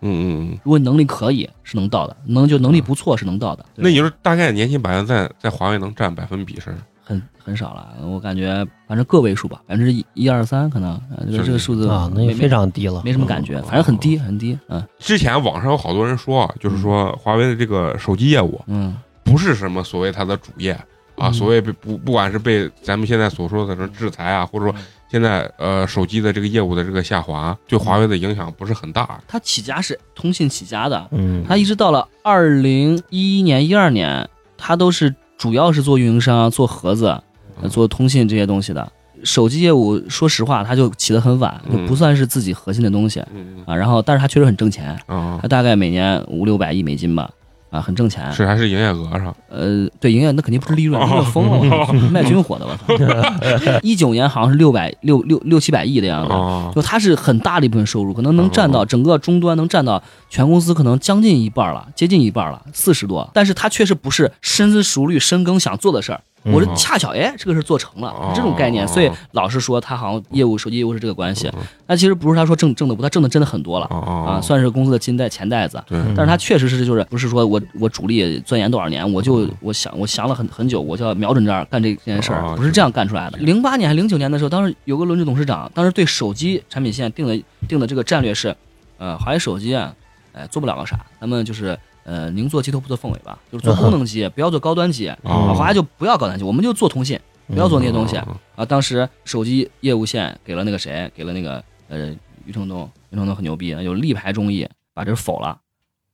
A: 嗯嗯嗯，
G: 如果你能力可以是能到的，能就能力不错是能到的。
A: 那也就是大概年薪百万在在华为能占百分比是
G: 很很少了，我感觉反正个位数吧，百分之一一二三可能，啊
A: 就
G: 这个
A: 是
G: 这个数字
H: 啊，那也
G: 没
H: 非常低了，
G: 没什么感觉，反正很低很低。嗯
A: 之前网上有好多人说，啊，就是说华为的这个手机业务
G: 嗯
A: 不是什么所谓它的主业啊，
H: 嗯
A: 所谓被不不管是被咱们现在所说的什么制裁啊，
G: 嗯
A: 或者说现在呃手机的这个业务的这个下滑，对华为的影响不是很大。
G: 它起家是通信起家的，
H: 嗯，
G: 他一直到了二零一一年、一二年，他都是主要是做运营商、做盒子、
A: 嗯
G: 呃做通信这些东西的。手机业务，说实话，他就起得很晚，就
A: 嗯
G: 不算是自己核心的东西
A: 嗯
G: 啊。然后，但是他确实很挣钱，
A: 啊
G: 他，大概每年五六百亿美金吧，啊，很挣钱。
A: 是还是营业额上
G: 呃，对，营业那肯定不是利润，
A: 哦
G: 利润疯了， 我操卖军火的，我操！一九年好像是六百六六六七百亿的样子，
A: 啊
G: 就它是很大的一部分收入，可能能
A: 哦
G: 占到整个终端能占到全公司可能将近一半了，接近一半了，四十多。但是它确实不是深思熟虑、深耕想做的事儿。
H: 嗯
G: 我是恰巧哎，这个事儿做成了
A: 哦
G: 这种概念，所以老是说他好像业务手机业务是这个关系，
A: 嗯
G: 但其实不是他说挣挣的不，他挣的真的很多了
A: 啊
G: 啊，算是公司的金袋钱袋子。
A: 对，
H: 嗯
G: 但是他确实是就是不是说我我主力钻研多少年，我就我想我想了很很久，我就要瞄准这儿干这件事
A: 哦
G: 儿，不是这样干出来的。零八年还零九年的时候，当时有个轮值董事长，当时对手机产品线定的定的这个战略是，呃，华为手机啊，哎、做不了个啥，咱们就是呃，宁做鸡头不做凤尾吧，就是做功能机，不要做高端机，啊
A: 哦
G: 华为就不要高端机，我们就做通信，不要做那些东西
A: 嗯
G: 啊。当时手机业务线给了那个谁，给了那个呃余承东，余承东很牛逼，啊有力排众议，把这否了。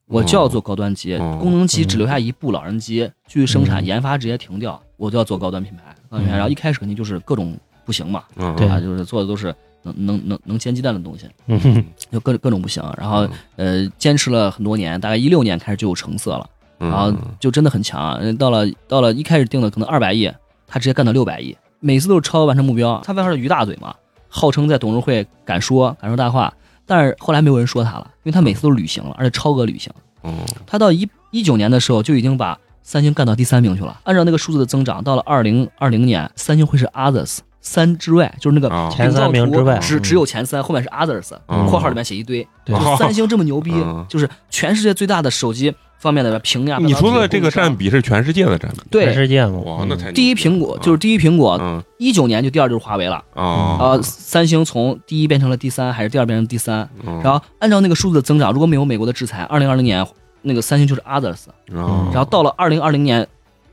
G: 我就要做高端机，
A: 哦
G: 功能机只留下一部老人机，去生产、研发直接停掉，我就要做高端品牌。高端品牌，
H: 嗯
G: 然后一开始肯定就是各种不行嘛，
A: 嗯
H: 对
G: 啊，就是做的都是能能能能煎鸡蛋的东西，
H: 嗯哼
G: 就各各种不行。然后呃，坚持了很多年，大概一六年开始就有成色了，
A: 嗯
G: 然后就真的很强。呃到了到了一开始定的可能二百亿，他直接干到六百亿，每次都是超额完成目标。他外号是于大嘴嘛，号称在董事会敢说敢说大话，但是后来没有人说他了，因为他每次都履行了，而且超额履行。
A: 嗯
G: 他到一一九年的时候就已经把三星干到第三名去了。按照那个数字的增长，到了二零二零年，三星会是 others 三之外，就是那个
A: 啊
G: 饼
H: 前三
G: 状
H: 名
G: 图
H: 之外
G: 只
H: 嗯
G: 只有前三，后面是 others，
A: 嗯
G: 括号里面写一堆。
H: 对
G: 就三星这么牛逼
A: 哦嗯，
G: 就是全世界最大的手机方面的屏呀。
A: 你说的这个
G: 半导
A: 占
G: 体
A: 比是全世界的占比，
H: 全
G: 对。
H: 世界嘛，
A: 哇，
H: 嗯
A: 那才啊
G: 第一苹果就是第一苹果，
A: 嗯
G: 一九年就第二就是华为了，
A: 啊
G: 呃，三星从第一变成了第三，还是第二变成第三？
A: 然
G: 嗯然后按照那个数字的增长，如果没有美国的制裁，二零二零年那个三星就是 others，
A: 然
G: 然后到了二零二零年，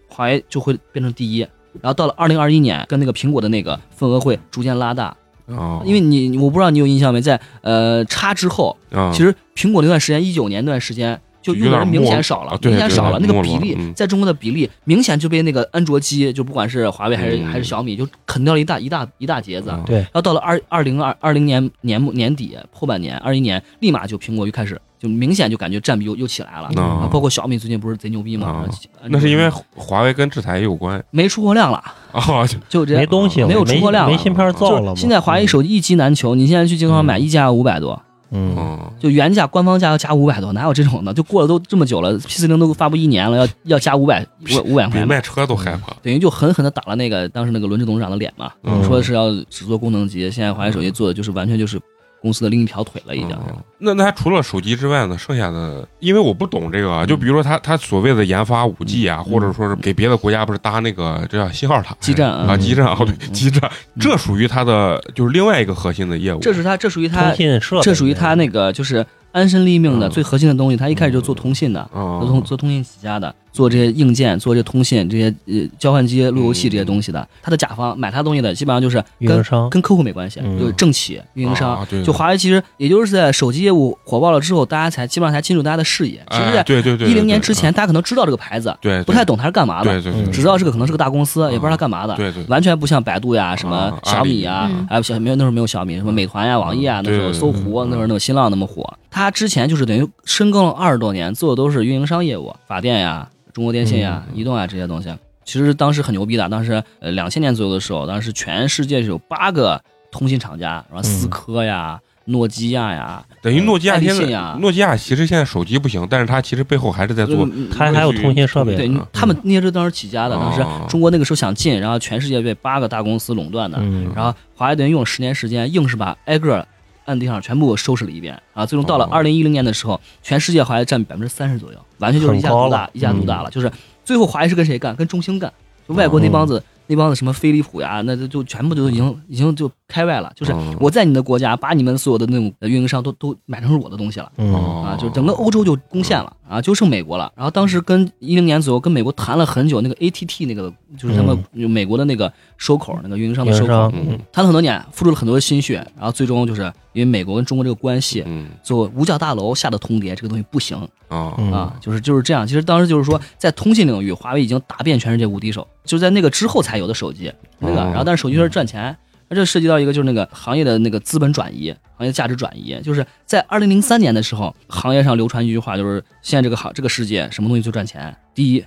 G: 华为就会变成第一，然后到了二零二一年，跟那个苹果的那个份额会逐渐拉大，
A: 啊，
G: 因为你我不知道你有印象没，在呃叉之后，
A: 啊，
G: 其实苹果那段时间，一九年那段时间，就用的人明显少了，
A: 有点没落
G: 明显少了，
A: 对
G: 那
A: 对
G: 个比
A: 没
G: 例
A: 落了嗯
G: 在中国的比例明显就被那个安卓机，就不管是华为还是
A: 嗯
G: 还是小米，就啃掉了一大一大一大截子。
A: 啊
H: 对
G: 然后到了二二零二二零年年末年底后半年，二一年立马就苹果就开始就明显就感觉占比又又起来了。
A: 啊
G: 包括小米最近不是贼牛逼
A: 啊
G: 吗？
A: 那是因为华为跟制裁有关
G: 没出货量了，
A: 啊，就
G: 就这
H: 没东西了，
G: 没有出货量了
H: 没芯片造了嘛。
G: 现在
A: 嗯
G: 华为手机一机难求，你现在去经销商买一机要五百多，
H: 嗯，
A: 嗯
G: 就原价官方价要加五百多，哪有这种的？就过了都这么久了，P 四零都发布一年了，要要加五百五五百
A: 比
G: 块，
A: 卖车都害怕。
G: 等于就狠狠的打了那个当时那个轮值董事长的脸嘛，
A: 嗯
G: 说是要只做功能机，现在华为手机做的就是完全就是公司的另一条腿了，已经。
A: 嗯那那它除了手机之外呢，剩下的，因为我不懂这个啊，就比如说它它所谓的研发五 G 啊，
G: 嗯
A: 或者说是给别的国家不是搭那个这叫信号塔
G: 基站
A: 啊，
G: 啊
A: 基站啊，
G: 嗯
A: 对，
G: 嗯
A: 基站，这属于它的就是另外一个核心的业务。
G: 这是他，这属于
H: 通
G: 他，
H: 信设备，
G: 这属于他那个就是安身立命
A: 嗯
G: 的最核心的东西。他一开始就做通信的，
A: 啊
G: 做嗯通做通信起家的，做这些硬件，做这些通信，这些呃交换机、路由器这些东
A: 嗯
G: 西的。他的甲方买他东西的，基本上就是
H: 运
G: 跟
H: 营商
G: 跟客户没关系，
H: 嗯
G: 就是政企运营商。
A: 啊对
G: 就华为其实也就是在手机业务火爆了之后，大家才基本上才进入大家的视野。其实，
A: 哎
G: 在
A: 对对对，
G: 一
A: 对
G: 零年
A: 对嗯
G: 之前，大家可能知道这个牌子，啊
A: 对对
G: 不太懂它是干嘛
A: 对嗯
G: 的，
A: 对对，对
G: 只知道这个可能是个大公司，也不知道它干嘛的。
A: 对对对
G: 完全不像百度呀、什么
A: 啊嗯
G: 小米呀
F: 阿里，
G: 还有小没有那时候没有小米，什么美团呀、网易啊，那时候
A: 对
G: 搜狐
A: 嗯，
G: 那时候那个新浪那么火。它之前就是等于深耕了二十多年，做的都是运营商业务，法电呀、中国电信
A: 嗯
G: 呀、移动啊这些东西。其实当时很牛逼的，当时呃两千年左右的时候，当时全世界是有八个通信厂家，然后思科呀、诺基亚呀，
A: 等于诺基亚
G: 爱立
A: 现
G: 信
A: 在
G: 呀
A: 诺基亚其实现在手机不行，但是它其实背后还是在做
G: 嗯
H: 它还有通信设备，啊
G: 对
A: 嗯
G: 他们那些都是当时起家的，当时
A: 哦
G: 中国那个时候想进，然后全世界被八个大公司垄断的，
H: 嗯，
G: 然后华为等于用了十年时间，硬是把挨个儿按地上全部收拾了一遍啊！最终到了
A: 哦
G: 二零一零年的时候，全世界华为占百分之三十左右，完全就是一家
H: 很高
G: 独
H: 了
G: 大，一家独
A: 嗯
G: 大了。就是最后华为是跟谁干？跟中兴干，就外
A: 哦
G: 国那帮子那帮子什么飞利浦呀，那就就全部就已经已经就开外了。就是
A: 嗯
G: 我在你的国家把你们所有的那种运营商都都买成是我的东西了。
H: 嗯，
A: 哦嗯
G: 啊，就整个欧洲就攻陷了啊，就剩美国了。然后当时跟一零年左右跟美国谈了很久，那个 ATT 那个就是他们美国的那个收口，那个运营商
H: 运
G: 的收
H: 营
G: 口
H: 商，，
A: 嗯
G: 谈了很多年，付出了很多心血，然后最终就是因为美国跟中国这个关系，
A: 嗯
G: 做五角大楼下的通牒，这个东西不行
A: 啊
H: 嗯
G: 啊，就是就是这样。其实当时就是说，在通信领域，华为已经打遍全世界无敌手，就是在那个之后才有的手机，那个，
A: 哦
G: 然后但是手机是赚钱。那这涉及到一个就是那个行业的那个资本转移，行业价值转移，就是在二零零三年的时候，行业上流传一句话，就是现在这个行这个世界什么东西最赚钱？第一，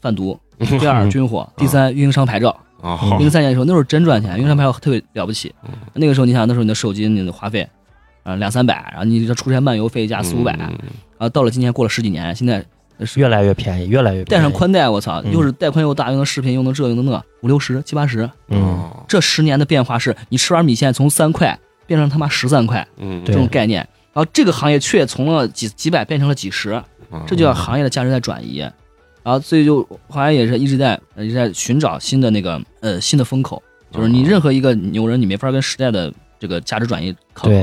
G: 贩毒；第二，军火；第三，运营商牌照。
A: 啊
H: 嗯
G: 零三年的时候，那时候真赚钱，运营商牌照特别了不起。那个时候，你想那时候你的手机你的花费，啊、两三百，然后你这出差漫游费一下四五百，然
A: 嗯
G: 后到了今年过了十几年，现在是
H: 越来越便宜，越来越便宜
G: 带上，宽带，我操，
H: 嗯
G: 又是带宽又大，又能视频，又能这又能那，啊五六十七八十。
H: 嗯，
G: 这十年的变化是你吃碗米线从三块变成他妈十三块
A: 嗯，
H: 对
G: 这种概念，然后这个行业却从了几几百变成了几十，
A: 嗯
G: 这就叫行业的价值在转移。然后所以就华为也是一直在呃一直在寻找新的那个呃新的风口，就是
H: 嗯
G: 你任何一个牛人，你没法跟时代的这个价值转移抗衡
H: 对。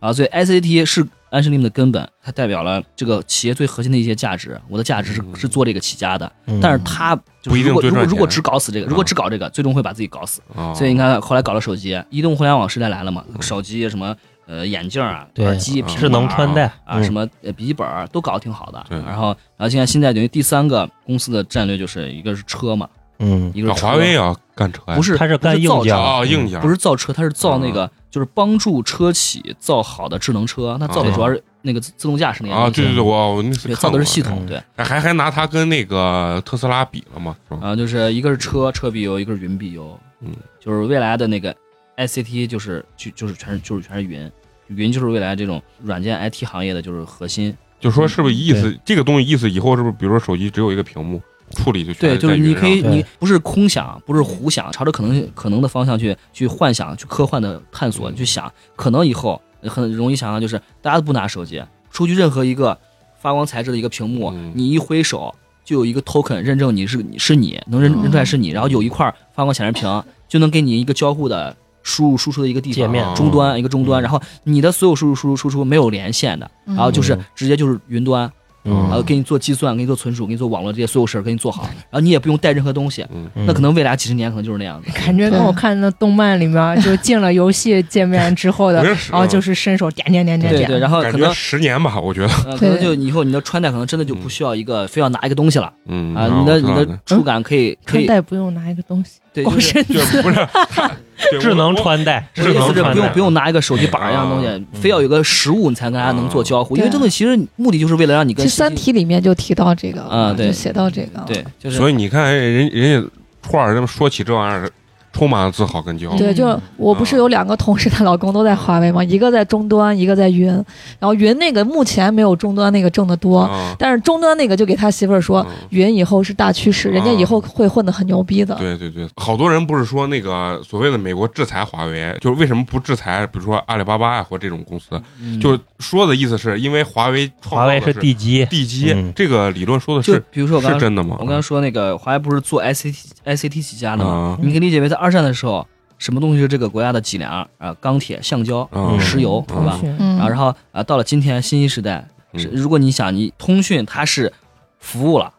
G: 然后所以 ICT 是安身立命的根本，它代表了这个企业最核心的一些价值。我的价值是
A: 嗯
G: 是做这个起家的，
H: 嗯
G: 但是它就
A: 不一
G: 是
A: 定
G: 如果
A: 最
G: 如果
A: 赚钱嗯哦
G: 如果只搞死这个，如果只搞这个，最终会把自己搞死。所以你看，后来搞了手机，啊移动互联网时代来了嘛，
A: 嗯
G: 手机什么呃眼镜啊、
H: 对
G: 耳机、平板
H: 智能穿戴
G: 啊，什
H: 么
G: 么呃笔记本儿都搞得挺好的。
A: 对
G: 然后，然后现在现在等于第三个公司的战略就是一个是车嘛，
H: 嗯，
G: 一
A: 啊
G: 个是车
A: 华为也要干车呀，
G: 不是
H: 它是
G: 不
H: 干硬
G: 造
H: 件
G: 车，
A: 啊硬件
G: 不是造车，它是造那
A: 嗯
G: 个就是帮助车企造好的智能车，它造的主要是那个自自动驾驶那些
A: 嗯啊，
G: 东西
A: 对对对，我我那次
G: 对，
A: 看
G: 造的
A: 过
G: 是系
H: 看
G: 统，
H: 过
G: 对。
A: 哎还还拿它跟那个特斯拉比了嘛，是吧？
G: 然后啊就是一个是车车必优，一个是云必优，
A: 嗯，
G: 就是未来的那个 ICT 就是就就是全是就是全是云，云就是未来这种软件 IT 行业的就是核心，
A: 就说是不是意思这个东西意思以后是不是比如说手机只有一个屏幕处理就全
G: 对，就是
A: 在
G: 你
A: 云上
G: 可以，
H: 对
G: 你不是空想，不是胡想，朝着可能可能的方向去去幻想、去科幻的探索，去想，可能以后很容易想象就是大家都不拿手机，出去任何一个发光材质的一个屏幕，
A: 嗯
G: 你一挥手就有一个 token 认证你是你是你，能认认出来是你，然后有一块发光显示屏就能给你一个交互的输入输出的一个地
H: 界
G: 方，
H: 面
G: 嗯终端一个终
H: 嗯
G: 端，然后你的所有输入输入输出没有连线的，然后就是直接就是云端。
A: 嗯
G: 然呃后给你做计算，给你做存储，给你做网络这些所有事儿给你做好，然后你也不用带任何东西。
A: 嗯，
G: 那可能未来几十年可能就是那样子。
E: 感觉跟我看那动漫里面，就进了游戏界面之后的
A: 我，认识嗯
E: 然后就是是伸手点点点点
G: 对对，
E: 点，
G: 然后
A: 感
G: 可
A: 觉
G: 能
A: 十年吧，我觉得，
G: 呃可能就以后你的穿戴可能真的就不需要一个非要拿一个东西了
A: 嗯
G: 啊，你的你
A: 我知道
G: 的触感可以可
E: 穿
G: 以
E: 戴不用拿一个东西，
G: 对，就
E: 光
G: 是
E: 身
A: 就
E: 子。
A: 不是他对
H: 智能
A: 我
H: 穿戴，
A: 智
H: 智
G: 我的意
A: 能
H: 能
G: 思是
H: 穿
G: 不
H: 戴
G: 用不用拿一个手机板儿一样的
A: 啊
G: 东西，非要有个实物你才跟大家能做交互，因为这东西其实目的就是为了让你跟
C: 这《三体》里面就提到这个了
G: 啊对
C: 就写到这个了。
G: 对，就是
A: 所以你看哎人人家托尔这么说起这玩意儿，充满了自豪跟骄傲。
C: 对，就我不是有两个同事，她老公都在华为嘛，一个在终端，一个在云。然后云那个目前没有终端那个挣得多，
A: 啊，
C: 但是终端那个就给他媳妇儿说，
A: 嗯
C: 云以后是大趋势，人家以后会混得很牛逼的。
A: 对对对，好多人不是说那个所谓的美国制裁华为，就是为什么不制裁，比如说阿里巴巴啊或这种公司，
G: 嗯
A: 就是说的意思是因为华为创
H: 华
A: 造
H: 为
A: 的
H: 是地基，
A: 地基，
H: 嗯
A: 这个理论说的
G: 就是比如说我刚
A: 是
G: 刚
A: 真的吗？
G: 我刚刚说那个华为不是做 ICT ICT 起家的吗？
A: 啊
G: 你可以理解为在二战的时候，什么东西是这个国家的脊梁啊、钢铁、橡胶、
A: 啊
G: 石油，对吧？
E: 嗯
C: 嗯
G: 啊，然后啊，到了今天信息时代，
A: 嗯
G: 是如果你想你通讯它是服务了，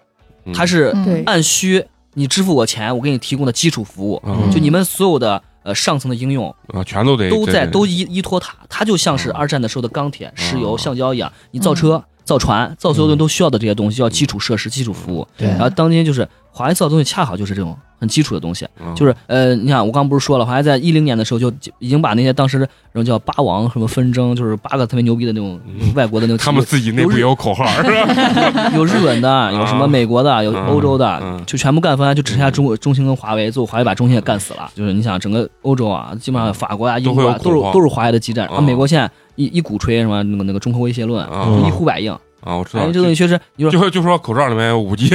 A: 嗯
G: 它是
E: 对
G: 按需你支付我钱，我给你提供的基础服务，
A: 嗯
G: 就你们所有的呃上层的应用
A: 啊，全都得
G: 都在
A: 得
G: 都依依托它，它就像是
A: 嗯
G: 二战的时候的钢铁、石油、
A: 嗯
G: 橡胶一样，你造车、造船、造所有东西都需要的这些东西，叫基础设
A: 嗯
G: 施、基础服务。
H: 对
G: 然后当今就是华为造的东西，恰好就是这种很基础的东西，
A: 嗯
G: 就是呃，你看我刚不是说了，华为在一零年的时候就已经把那些当时那种叫八王什么纷争，就是八个特别牛逼的那种
A: 嗯
G: 外国的那种企业，
A: 他们自己内部也有口号， 是吧？
G: 有日本的，有什么美国的，有
A: 嗯
G: 欧洲的
A: 嗯，
G: 就全部干翻，就只剩下中国中兴跟华为，最后华为把中兴也干死了。就是你想，整个欧洲啊，基本上法国啊、
A: 嗯都
G: 英
A: 会
G: 国
A: 有
G: 啊，都
A: 恐慌
G: 是都是华为的基站。
A: 嗯
G: 啊，美国现在一一鼓吹什么那个那个中科威胁论，
A: 嗯
G: 一呼百应。
A: 啊，我知
G: 反
A: 道
G: 正这，东西确实，你说
A: 就就说口罩里面有五 G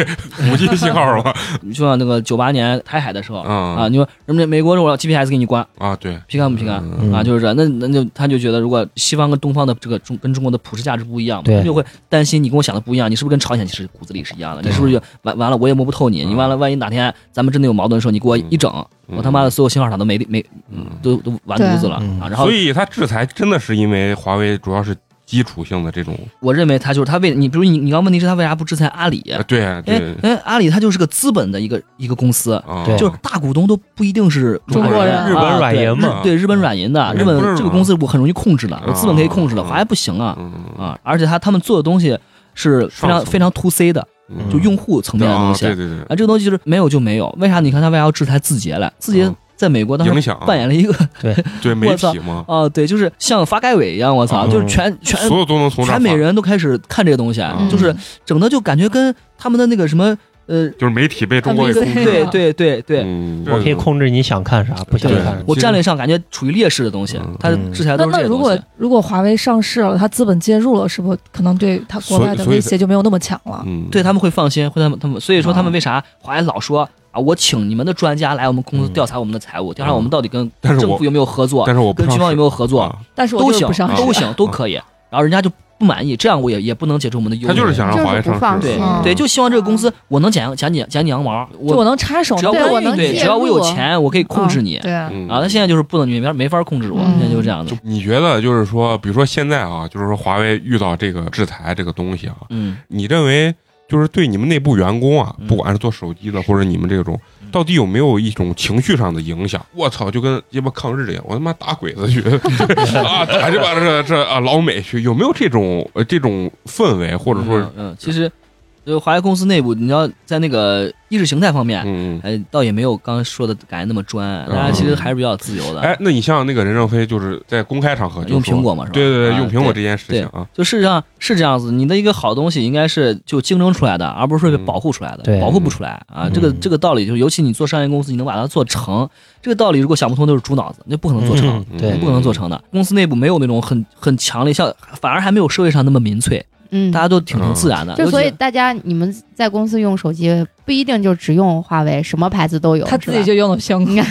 A: 五 G 信号 了
G: 就像那个九八年台海的时候
A: 嗯
G: 啊，你说人家美国说我要 GPS 给你关，
A: 啊，对，
G: 皮干不皮干？
A: 嗯
G: 啊，就是这样，那那就他就觉得，如果西方跟东方的这个中跟中国的普世价值不一样嘛，
H: 对
G: 他就会担心你跟我想的不一样，你是不是跟朝鲜其实骨子里是一样的？你是不是就完完了我也摸不透你？
A: 嗯
G: 你完了，万一哪天咱们真的有矛盾的时候，你给我一整，
A: 嗯
G: 我他妈的所有信号塔都没没
A: 嗯
G: 都都完犊子了
H: 对嗯
G: 啊！然后
A: 所以他制裁真的是因为华为主要是基础性的这种，
G: 我认为他就是他为你，比如你你刚问题是他为啥不制裁阿里？
A: 啊对
G: 因
A: 对
G: 为因为阿里它就是个资本的一个一个公司。
A: 啊，
H: 对
G: 就是大股东都不一定是
A: 中国人
G: 啊
H: 日本软银嘛
G: 对日对日本软银的，
A: 嗯
G: 日
A: 不是
G: 本这个公司我很容易控制的，我资本可以控制的，
A: 嗯
G: 华为不行啊
A: 嗯
G: 啊！而且他他们做的东西是非
A: 上
G: 常
A: 层
G: 非常 to C 的，
A: 嗯
G: 就用户层面的东西
A: 啊对对
G: 啊，这个东西就是没有就没有。为啥？你看他为啥要制裁字节来？字节
A: 嗯
G: 在美国当
A: 对，影
G: 时
A: 响
G: 扮演了一个
A: 对媒
G: 我操
A: 体嘛，
G: 啊，对，就是像发改委一样，我操，
A: 嗯
G: 就是全全
A: 所有都能从这儿
G: 全美
A: 发
G: 人都开始看这个东西啊
A: 嗯，
G: 就是整的就感觉跟他们的那个什么 呃，
A: 就是媒体被中国给控制
G: 对对对对，
A: 嗯
H: 我可以控制你想看啥，不想
A: 对
H: 看啥。
G: 我战略上感觉处于劣势的东西
A: 嗯，
G: 它制裁
C: 那
G: 都是这
C: 那
G: 些
C: 如
G: 东
C: 果
G: 西。
C: 如果华为上市了，它资本介入了，是不是可能对它
A: 所
C: 国
A: 以
C: 外的
A: 所以
C: 威
A: 它
C: 胁就没有那么强了？
A: 嗯，
G: 对他们会放心，会他们他们，所以说
A: 啊
G: 他们为啥华为老说啊，我请你们的专家来我们公司
H: 嗯
G: 调查我们的财务，调查我们到底跟
A: 嗯但是
G: 政
A: 我
G: 府有没有合作，
A: 但是我不
G: 跟军
A: 上
G: 方
A: 市
G: 有没有合作，
A: 啊
C: 但是我
G: 都
C: 就是
G: 行
C: 不上市，
G: 都行都可以，然后人家就不满意，这样我也也不能解除我们的优
A: 他
G: 势。
A: 就是想啊让华为
F: 就是不放
A: 上市，
G: 对
F: 嗯
G: 对，就希望这个公司我能剪剪剪剪你羊毛，
C: 啊就我
G: 我
C: 能插手，
G: 只要
C: 对
F: 我
G: 我
F: 能
G: 对，
F: 介
G: 只要我有
F: 入
G: 钱，我可以控制你。
B: 对啊，
A: 嗯
G: 啊，他现在就是不能，你没法没法控制我，
C: 嗯
G: 现在就是这样的。
A: 你觉得就是说，比如说现在啊，就是说华为遇到这个制裁这个东西啊，
G: 嗯，
A: 你认为就是对你们内部员工啊，
G: 嗯
A: 不管是做手机的或者你们这种，到底有没有一种情绪上的影响？我操，就跟鸡巴抗日一样，我他妈打鬼 子去啊，打鸡巴这这啊老美去，有没有这种呃这种氛围，或者说
G: 嗯，嗯，其实就是华为公司内部，你要在那个意识形态方面，
A: 嗯嗯。嗯
G: 哎，倒也没有刚刚说的感觉那么专，大家其
H: 嗯
G: 实还是比较自由的。
A: 哎，那你像那个任正非，就是在公开场合就
G: 用
A: 说
G: 苹果嘛是吧？
A: 对对对，
G: 啊
A: 用苹果这件事情啊，
G: 就事实上是这样子，你的一个好东西应该是就竞争出来的，而不是说被
A: 嗯
G: 保护出来的，
H: 对
G: 保护不出来啊。
H: 嗯
G: 这个这个道理就是，尤其你做商业公司，你能把它做成，这个道理如果想不通，就是猪脑子，那不可能做成，
A: 嗯
H: 对
G: 不可能做成的。公司内部没有那种很很强烈，像反而还没有社会上那么民粹，
F: 嗯
A: 嗯
G: 大，家都挺能自然的。
F: 就
G: 尤其
F: 所以大家你们在公司用手机不一定就只用华为，什么牌子都有。
C: 他
F: 是
C: 自己
F: 吧
C: 就用了香港，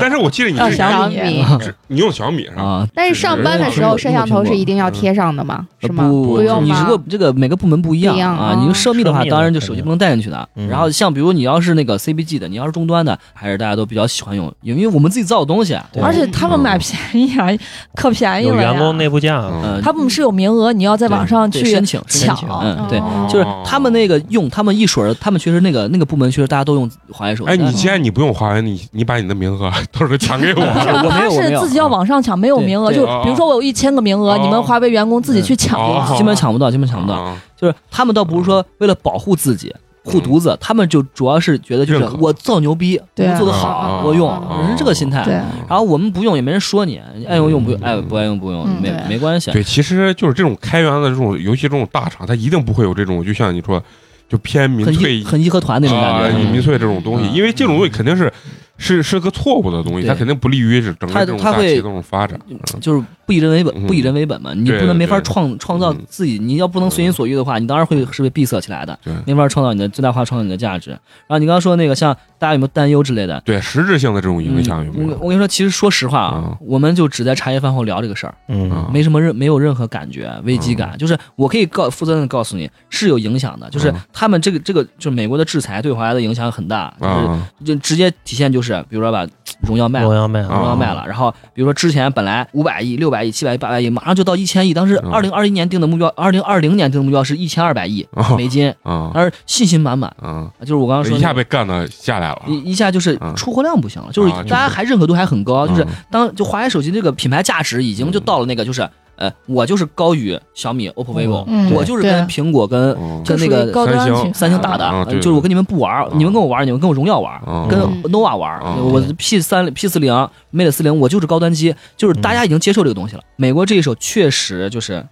A: 但是我记得你
C: 啊
A: 是
C: 小
F: 小
C: 米
F: 米，
A: 只嗯你用小米是吧？
G: 啊，
F: 但是上班的时候
G: 只
F: 摄
G: 是
F: 像头是一定要
A: 嗯
F: 贴上的嘛，
G: 呃
F: 是吗？
G: 不，
F: 用
G: 你
F: 吗
G: 如？果这个每个部门不一样
F: 不一样
G: 啊，
F: 哦
G: 你用涉密的话，
H: 涉密的
G: 当然就
H: 肯
G: 手机
H: 定
G: 不能带进去的。
H: 嗯
G: 然后像比如你要是那个 CBG 的，你要是终端的，还是大家都比较喜欢用，因为我们自己造的东西，啊
H: 对
C: 而且他们买便宜啊，可便宜
H: 有
C: 了呀
H: 员工内部啊价，
A: 嗯
G: 呃，
C: 他们是有名额，你要在网上
G: 对
C: 去
G: 申请申
C: 抢
G: 请，嗯，对。
F: 哦
G: 就是他们那个用，他们一水儿，他们确实那个那个部门确实大家都用华为手机。啊
A: 哎，你既然你不用华为，你你把你的名额 到时候传给
G: 不
A: 我。
G: 是 我没
C: 他
G: 有我没
C: 是
G: 有
C: 自己要网上抢，没有
G: 对
C: 名额。
G: 对
C: 就
A: 哦
C: 比如说我有一千个名额，
A: 哦
C: 你们华为员工自己去抢。
A: 哦
G: 基本抢不到，基本抢不到。
A: 啊
G: 就是他们倒不是说为了保护自己、
A: 嗯
G: 护犊子，他们就主要是觉得就是
A: 认可
G: 我造牛逼，
C: 对啊
G: 我做的
A: 啊
G: 好，我用
A: 啊，
G: 是这个心态。
C: 对
G: 然后我们不用也没人说你，
A: 嗯
G: 你爱用用不用，爱不爱用不用，
C: 嗯
G: 没
F: 对
G: 没关系。啊
A: 对，其实就是这种开源的这种，尤其这种大厂，它一定不会有这种，就像你说，就偏民
G: 很
A: 粹
G: 义很义和团那种
A: 啊，
G: 感
A: 民
G: 觉。
A: 粹这种东西，
G: 嗯
A: 因为这种东西肯定是是是个错误的东西，
G: 对
A: 它肯定不利于整个
G: 它
A: 这种
G: 它
A: 大
G: 会
A: 企业的这种发展。嗯
G: 就是不以人为本，
A: 嗯
G: 不以人为本嘛，你
A: 对
G: 不能没法
A: 对
G: 创创造
A: 嗯
G: 自己，你要不能随心所欲的话，你当然会是被闭塞起来的
A: 对，
G: 没法创造你的最大化创造你的价值。然后你刚刚说那个像大家有没有担忧之类的，
A: 对实质性的这种影响嗯有没
G: 嗯我
A: 有？
G: 我跟你说，其实说实话啊
A: 嗯，
G: 我们就只在茶余饭后聊这个事儿，
H: 嗯，
A: 啊
G: 没什么任没有任何感觉危机感，就是我可以告负责任的告诉你是有影响的，就是
A: 嗯嗯
G: 他们这个这个就是美国的制裁对华的影响很大，就是
A: 啊，
G: 就直接体现就是比如说把荣耀卖
H: 荣
G: 了。
H: 耀卖
A: 啊
G: 荣耀卖了，然后比如说之前本来五百亿、六百亿、七百亿、八百亿，马上就到一千亿。当时
A: 嗯
G: 二零二一年定的目标，二零二零年定的目标是一千二百亿
A: 啊
G: 美金，
A: 啊
G: 当时信心满满。
A: 啊，
G: 就是我刚刚说
A: 一
G: 那
A: 下
G: 个
A: 被干的下来了。
G: 一一下就是
A: 嗯
G: 出货量不行了，就是
A: 啊就是
G: 大家还认可度还很高，就是
A: 嗯
G: 当就华为手机这个品牌价值已经就到了那个就是呃，我就是高于小米、OPPO、vivo，
B: 嗯
G: 我就是跟苹果跟
A: 嗯
G: 跟那个
C: 高端
A: 三
C: 群
A: 星
G: 三星打的，
A: 啊啊
G: 呃
A: 对
G: 就是我跟你们不玩，你们跟我玩，你们跟我荣耀玩。
A: 啊
G: 跟
F: 嗯
G: nova 玩，
A: 嗯
G: 我 P 三、P 四零、Mate 四零，我就是高端机，就是大家已经接受这个东西了。美国这一手确实就是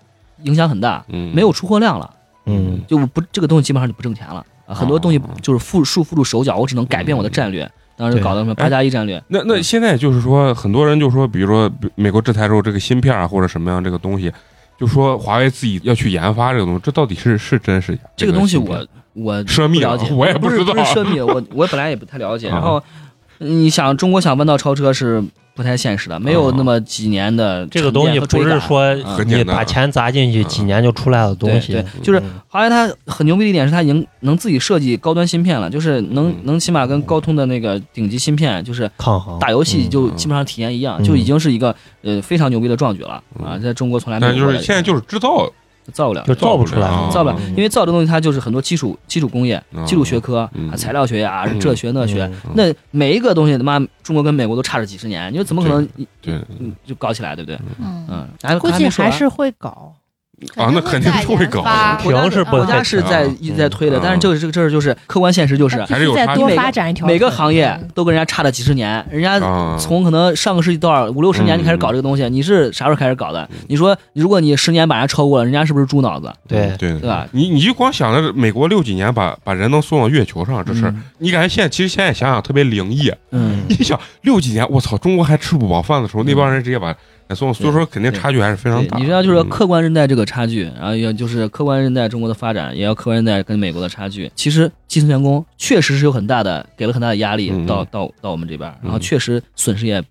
G: 影响很大，
A: 嗯
G: 没有出货量了，
H: 嗯，
G: 就不这个东西基本上就不挣钱了，啊很多东西就是束束缚住手脚，我只能改变我的战略。当时搞的什么八加一战略，
A: 那那现在就是说，很多人就说，比如说比美国制裁之后，这个芯片啊或者什么样这个东西，就说华为自己要去研发这个东西，这到底是是真是假？
G: 这个东西
A: 芯片
G: 我我
A: 涉
G: 不
A: 密
G: 了解，
A: 啊 我也不
G: 不
A: 知
G: 是
A: 道
G: 不是涉密，我我本来也不太了解。
A: 啊
G: 然后你想，中国想弯道超车是不太现实的，没有那么几年的
H: 这个东西不是说
G: 嗯
A: 很
H: 你
A: 简单
H: 把钱砸进去
A: 嗯
H: 几年就出来的东
G: 对
H: 西
G: 对，，就是
H: 嗯
G: 华为它很牛逼的一点是它已经能自己设计高端芯片了，就是能
A: 嗯
G: 能起码跟高通的那个顶级芯片就是。
H: 抗
A: 哦
H: 衡
G: 打游戏
H: 嗯
G: 就基本上体验一样，
H: 嗯
G: 就已经是一个呃非常牛逼的壮举了啊！
A: 嗯
G: 在中国从来没有
A: 但
G: 过
A: 就
G: 的，
A: 是现在就是制造
G: 造不了，
H: 就造不出来
A: 啊，
G: 造不了，
H: 嗯
G: 因为造这东西它就是很多基础基础工业、基础学科
A: 嗯
G: 啊、材料学啊、
A: 嗯
G: 这学那学，
H: 嗯
G: 那每一个东西他妈中国跟美国都差着几十年，你说怎么可能一
A: 对
G: 嗯就搞起来，对不对？
B: 嗯，
G: 嗯，咱
E: 估
G: 咱
E: 计
G: 没说
E: 还
G: 完
E: 是会搞。
A: 啊，那肯定
F: 在
A: 不会
F: 研
A: 搞
F: 发
A: 的，
G: 我家
H: 平是不
G: 我家
H: 太
G: 是
H: 行
G: 在
H: 啊
G: 一直在推的，
A: 嗯
G: 但是这个这个事儿就是客观现实就是
A: 还是有
E: 必须
A: 差
E: 再
A: 距
E: 多
G: 每个
E: 发展一条腿。
G: 每个行业
E: 嗯
G: 都跟人家差了几十年，人家
A: 啊，嗯
G: 从可能上个世纪多少五六十年就开始搞这个东西，你是啥时候开始搞的？你说如果你十年把人家超过了，人家是不是猪脑子？
H: 对
A: 对
G: 对。吧？
A: 你你就光想着美国六几年把把人能送到月球上这事儿，你感觉现在其实现在想想特别灵异。啊
G: 嗯，
A: 你想六几年，我操，中国还吃不饱饭的时候，那帮人直接把人送，所以说肯定差距还是非常
G: 对，
A: 大。嗯
G: 你知道就是要客观认待这个差距，然后也就是客观认待中国的发展，也要客观认待跟美国的差距。其实基层员工确实是有很大的，给了很大的压力
A: 嗯
G: 到到到我们这边，然后
A: 嗯
G: 确实损失也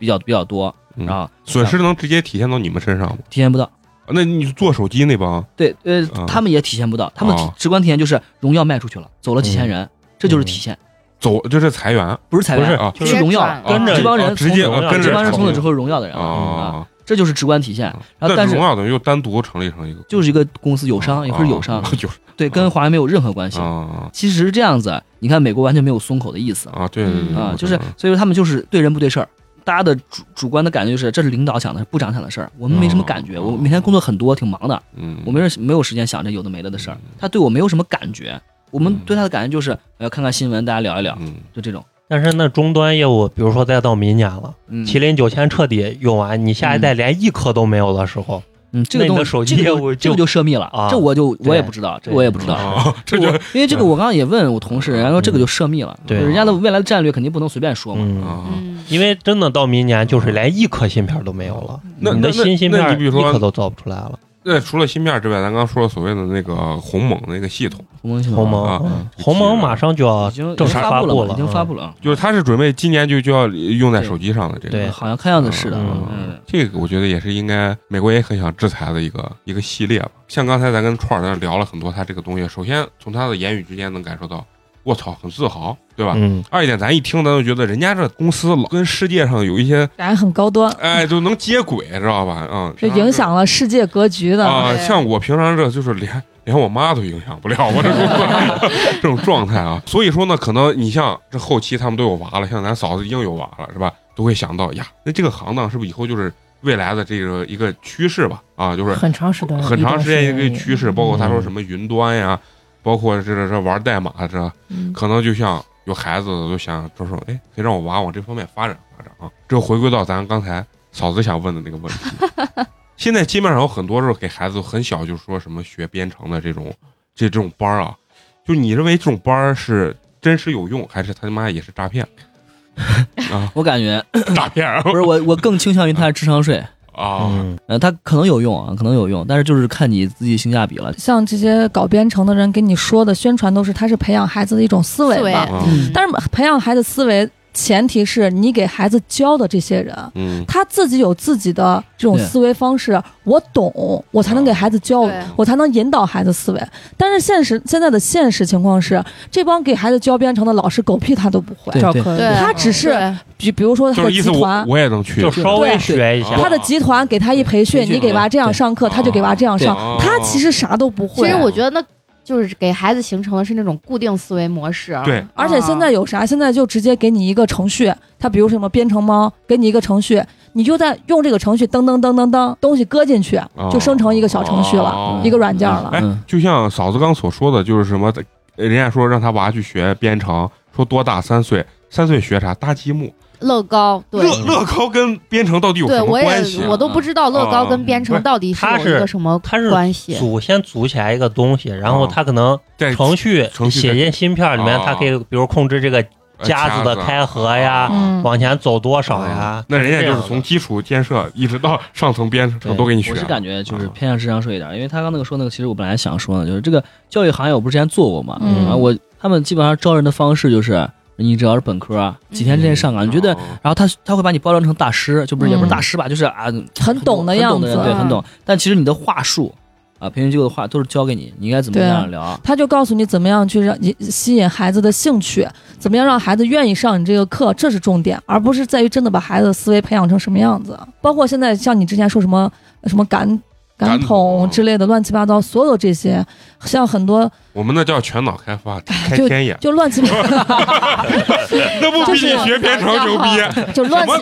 G: 比较比较多，
A: 嗯
G: 然后
A: 损失能直接体现到你们身上吗？啊
G: 体现不到。
A: 那你做手机那帮，
G: 对，呃
A: 啊，
G: 他们也体现不到，他们体
A: 哦嗯
G: 直观体现就是荣耀卖出去了，走了几千人，这就是体现，
A: 走就是裁员啊，
G: 不是裁
A: 不是
G: 员，
A: 啊
G: 就是荣耀，
F: 跟
A: 着
G: 这帮人
A: 啊直接
G: 从
A: 啊跟着
G: 这帮人
A: 炒
G: 从
A: 作
G: 此之后是荣耀的人了啊，
A: 啊，
G: 这就是直观体现。然后
A: 那
G: 但是
A: 荣耀等于又单独成立成一个
G: 就是一个公司友商，也不是友商
A: 啊，友
G: 对，跟华为没有任何关系。
A: 啊
G: 其实是这样子，你看美国完全没有松口的意思
A: 啊，对对对
G: 啊，
A: 我
G: 就是
A: 知道
G: 所以说他们就是对人不对事儿。大家的主主观的感觉就是，这是领导想的，是部长想的事儿，我们没什么感觉。
A: 哦
G: 我每天工作很多，挺忙的，
A: 嗯，
G: 我没事没有时间想这有的没的的事儿。
H: 嗯
G: 他对我没有什么感觉，我们对他的感觉就是，呃，看看新闻，大家聊一聊，
A: 嗯
G: 就这种。
H: 但是那终端业务，比如说再到明年了，
G: 嗯，
H: 麒麟九千彻底用完，你下一
A: 嗯
H: 代连一颗都没有的时候，
G: 嗯，这个
H: 那你的
G: 东西
H: 手机
G: 这个
H: 业
G: 就
H: 务
G: 这
H: 就
G: 个就涉密了
H: 啊，
G: 这我就我
H: 对
G: 也不知道，这
H: 对
G: 我也不知道。
A: 啊，这
G: 这
A: 就
G: 我因为这个，我刚刚也问我同事，人家说这个就涉密了，
H: 嗯对啊
G: 就人家的未来的战略肯定不能随便说嘛。
H: 嗯，
A: 啊，
F: 嗯，
H: 因为真的到明年就是连一颗芯片都没有了，
A: 那
H: 你的
A: 嗯那
H: 新芯
A: 那
H: 片
A: 你比如说
H: 一颗都造不出来了。
A: 那除了芯片之外，咱刚刚说的所谓的那个鸿蒙那个系统，
G: 鸿蒙系统
H: 鸿
A: 啊
H: 蒙，嗯鸿蒙马上就要
G: 已经已
H: 正
G: 经
H: 式
G: 发
H: 布嗯
G: 了嘛，已经发
H: 布
G: 布了啊。
A: 就是它是准备今年就就要用在手机上的这个。
H: 对
G: 好像看样子是的，
H: 嗯
G: 嗯，
A: 这个我觉得也是应该，美国也很想制裁的一个一个系列吧。像刚才咱跟串儿咱聊了很多他这个东西，首先从他的言语之间能感受到，我操，很自豪，对吧？
H: 嗯，
A: 二一点，咱一听咱就觉得人家这公司老跟世界上有一些，
C: 感觉很高端，
A: 哎，就能接轨，知道吧？嗯，
C: 就影响了世界格局的。
G: 哦，
A: 啊，
C: 对
A: 像我平常这就是连连我妈都影响不了 我这工作这种状态啊，所以说呢，可能你像这后期他们都有娃了，像咱嫂子已经有娃了，是吧？都会想到呀，那这个行当是不是以后就是未来的这个一个趋势吧？啊，就是
E: 很长
C: 嗯
E: 时间，
A: 很长时间一个趋势，包括他说
H: 嗯
A: 什么云端呀，包括这这这玩代码这，
F: 嗯
A: 可能就像有孩子的都想就说，哎，可以让我娃往这方面发展发展啊。这回归到咱刚才嫂子想问的那个问题， 现在基本上有很多时候给孩子很小就说什么学编程的这种这这种班儿啊，就你认为这种班儿是真实有用，还是他妈也是诈骗？啊
G: 我感觉
A: 诈骗 啊
G: 不是我，我更倾向于它是智商税，
A: 啊！
H: 嗯
G: 呃，它可能有用啊，可能有用，但是就是看你自己性价比了。
C: 像这些搞编程的人跟你说的宣传都是，他是培养孩子的一种思维嘛。
A: 嗯
C: 但是培养孩子思维，前提是你给孩子教的这些人，
A: 嗯，
C: 他自己有自己的这种
G: 对
C: 思维方式，我懂，我才能给孩子教
F: 对，
C: 我才能引导孩子思维。但是现实现在的现实情况是，这帮给孩子教编程的老师狗屁他都不会
G: 对，
E: 教科
F: 对，
C: 他只是比比如说他
A: 就
C: 的
A: 是意
C: 集
A: 思我
C: 团。
A: 我也能去
H: 就稍微学
A: 对
H: 一下
C: 他的集团给他一培训
G: 培，训
C: 你给娃这样上课，
A: 对
C: 他就给娃这样上
A: 对。
C: 他其实啥都不
F: 其
C: 会
F: 实，我觉得那就是给孩子形成的是那种固定思维模式。啊
A: 对，
C: 而且现在有啥？现在就直接给你一个程序，他比如什么编程猫，给你一个程序，你就在用这个程序噔噔噔噔噔东西搁进去，就生成一个小程序了，
A: 哦
C: 一个软件了。
A: 哎
G: 嗯，
A: 就像嫂子刚所说的，就是什么，呃人家说让他娃去学编程，说多大三岁，三岁学啥？搭积木。
F: 乐高，对
A: 乐乐高跟编程到底有
F: 对，
A: 什么
F: 我
A: 关
F: 也
A: 系？
F: 我都不知道乐高
A: 啊
F: 跟编程到底
H: 他
F: 有一
H: 是
F: 个什么
H: 他是
F: 关系。
H: 组先组起来一个东西，然后
A: 啊
H: 他可能
A: 在
H: 程序
A: 程序
H: 写进芯片里面，
A: 啊
H: 它可以比如控制这个
A: 呃
H: 夹子的开合呀
C: 嗯
H: 往前走多
A: 啊
H: 少呀。
A: 那人家就
H: 这样
A: 是
H: 的
A: 从基础建设一直到上层编程都给你学啊
G: 我是
A: 了。
G: 感觉就是偏向智商税一点，因为他刚那个说那个，其实我本来想说呢，就是这个教育行业我不是之前做过嘛，
C: 嗯
G: 然后我他们基本上招人的方式就是，你只要是本科啊，几天之内上岗，你觉得。
A: 啊
G: 然后他他会把你包装成大师，就不是也不是大师吧，就是啊，
C: 很嗯懂的
G: 很
C: 样
G: 的
C: 子
G: 人，对，
C: 嗯
G: 很懂。但其实你的话术啊，培训机构的话都是教给你，你应该怎么
C: 对啊
G: 样聊。
C: 他就告诉你怎么样去让引吸引孩子的兴趣，怎么样让孩子愿意上你这个课，这是重点，而不是在于真的把孩子的思维培养成什么样子。包括现在像你之前说什么呃什么感
A: 感
C: 感
A: 统
C: 统之类的乱七八糟，所有这些，像很多
A: 我们那叫全脑开 发，开
C: 就
A: 天眼，
C: 就乱七八
A: 那不比
C: 就
A: 你
C: 是
A: 学编程牛逼？
C: 糟，就乱七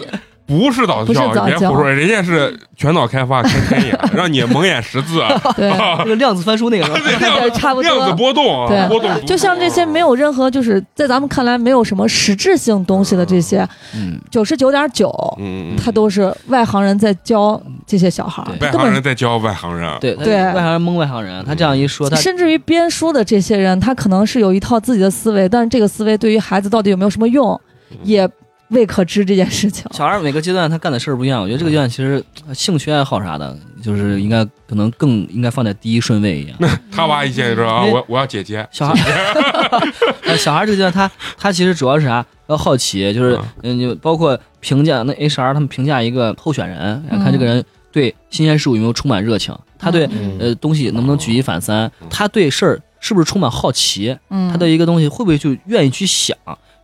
A: 不是早
C: 不是
A: 教，
C: 早
A: 你别
C: 教
A: 胡说，人家是全脑开发，开天 眼，让你蒙眼识 字，啊
C: 对
G: 那个量子翻 书那个是吧，
C: 对，差不
A: 量子
C: 多。
A: 波动，啊，
C: 对
A: 波动。
C: 就像这些没有任何就是在咱们看来没有什么实质性东西的这些，
G: 嗯，
C: 九十九点九，
A: 嗯，嗯，嗯
C: 他都是外行人在教这些小孩儿
G: 对，
A: 外
C: 根
A: 行
C: 本
A: 人在教外行人，啊
G: 对他
C: 对
G: 外行人蒙外行人，他这样一说，他
C: 甚至于编书的这些人，他可能是有一套自己的思维，但是这个思维对于孩子到底有没有什么用，
G: 嗯
C: 也未可知这件 事情。
G: 小孩每个阶段他干的事儿不一样，我觉得这个阶段其实呃兴趣爱好啥的，就是应该可能更应该放在第一顺位一样。
A: 他娃一见
C: 嗯
A: 就知道啊，
G: 因为
A: 我我要姐姐，
G: 小孩， 呃小孩这个阶段他他其实主要是啥？要好奇，就是
A: 啊
G: 嗯，就包括评价那 HR 他们评价一个候选人，哎
C: 嗯
G: 看这个人对新鲜事物有没有充满热情，他对
H: 嗯
G: 呃东西能不能举一反三
F: 哦
A: 嗯，
G: 他对事儿是不是充满好奇，
C: 嗯，
G: 他对一个东西会不会就愿意去想？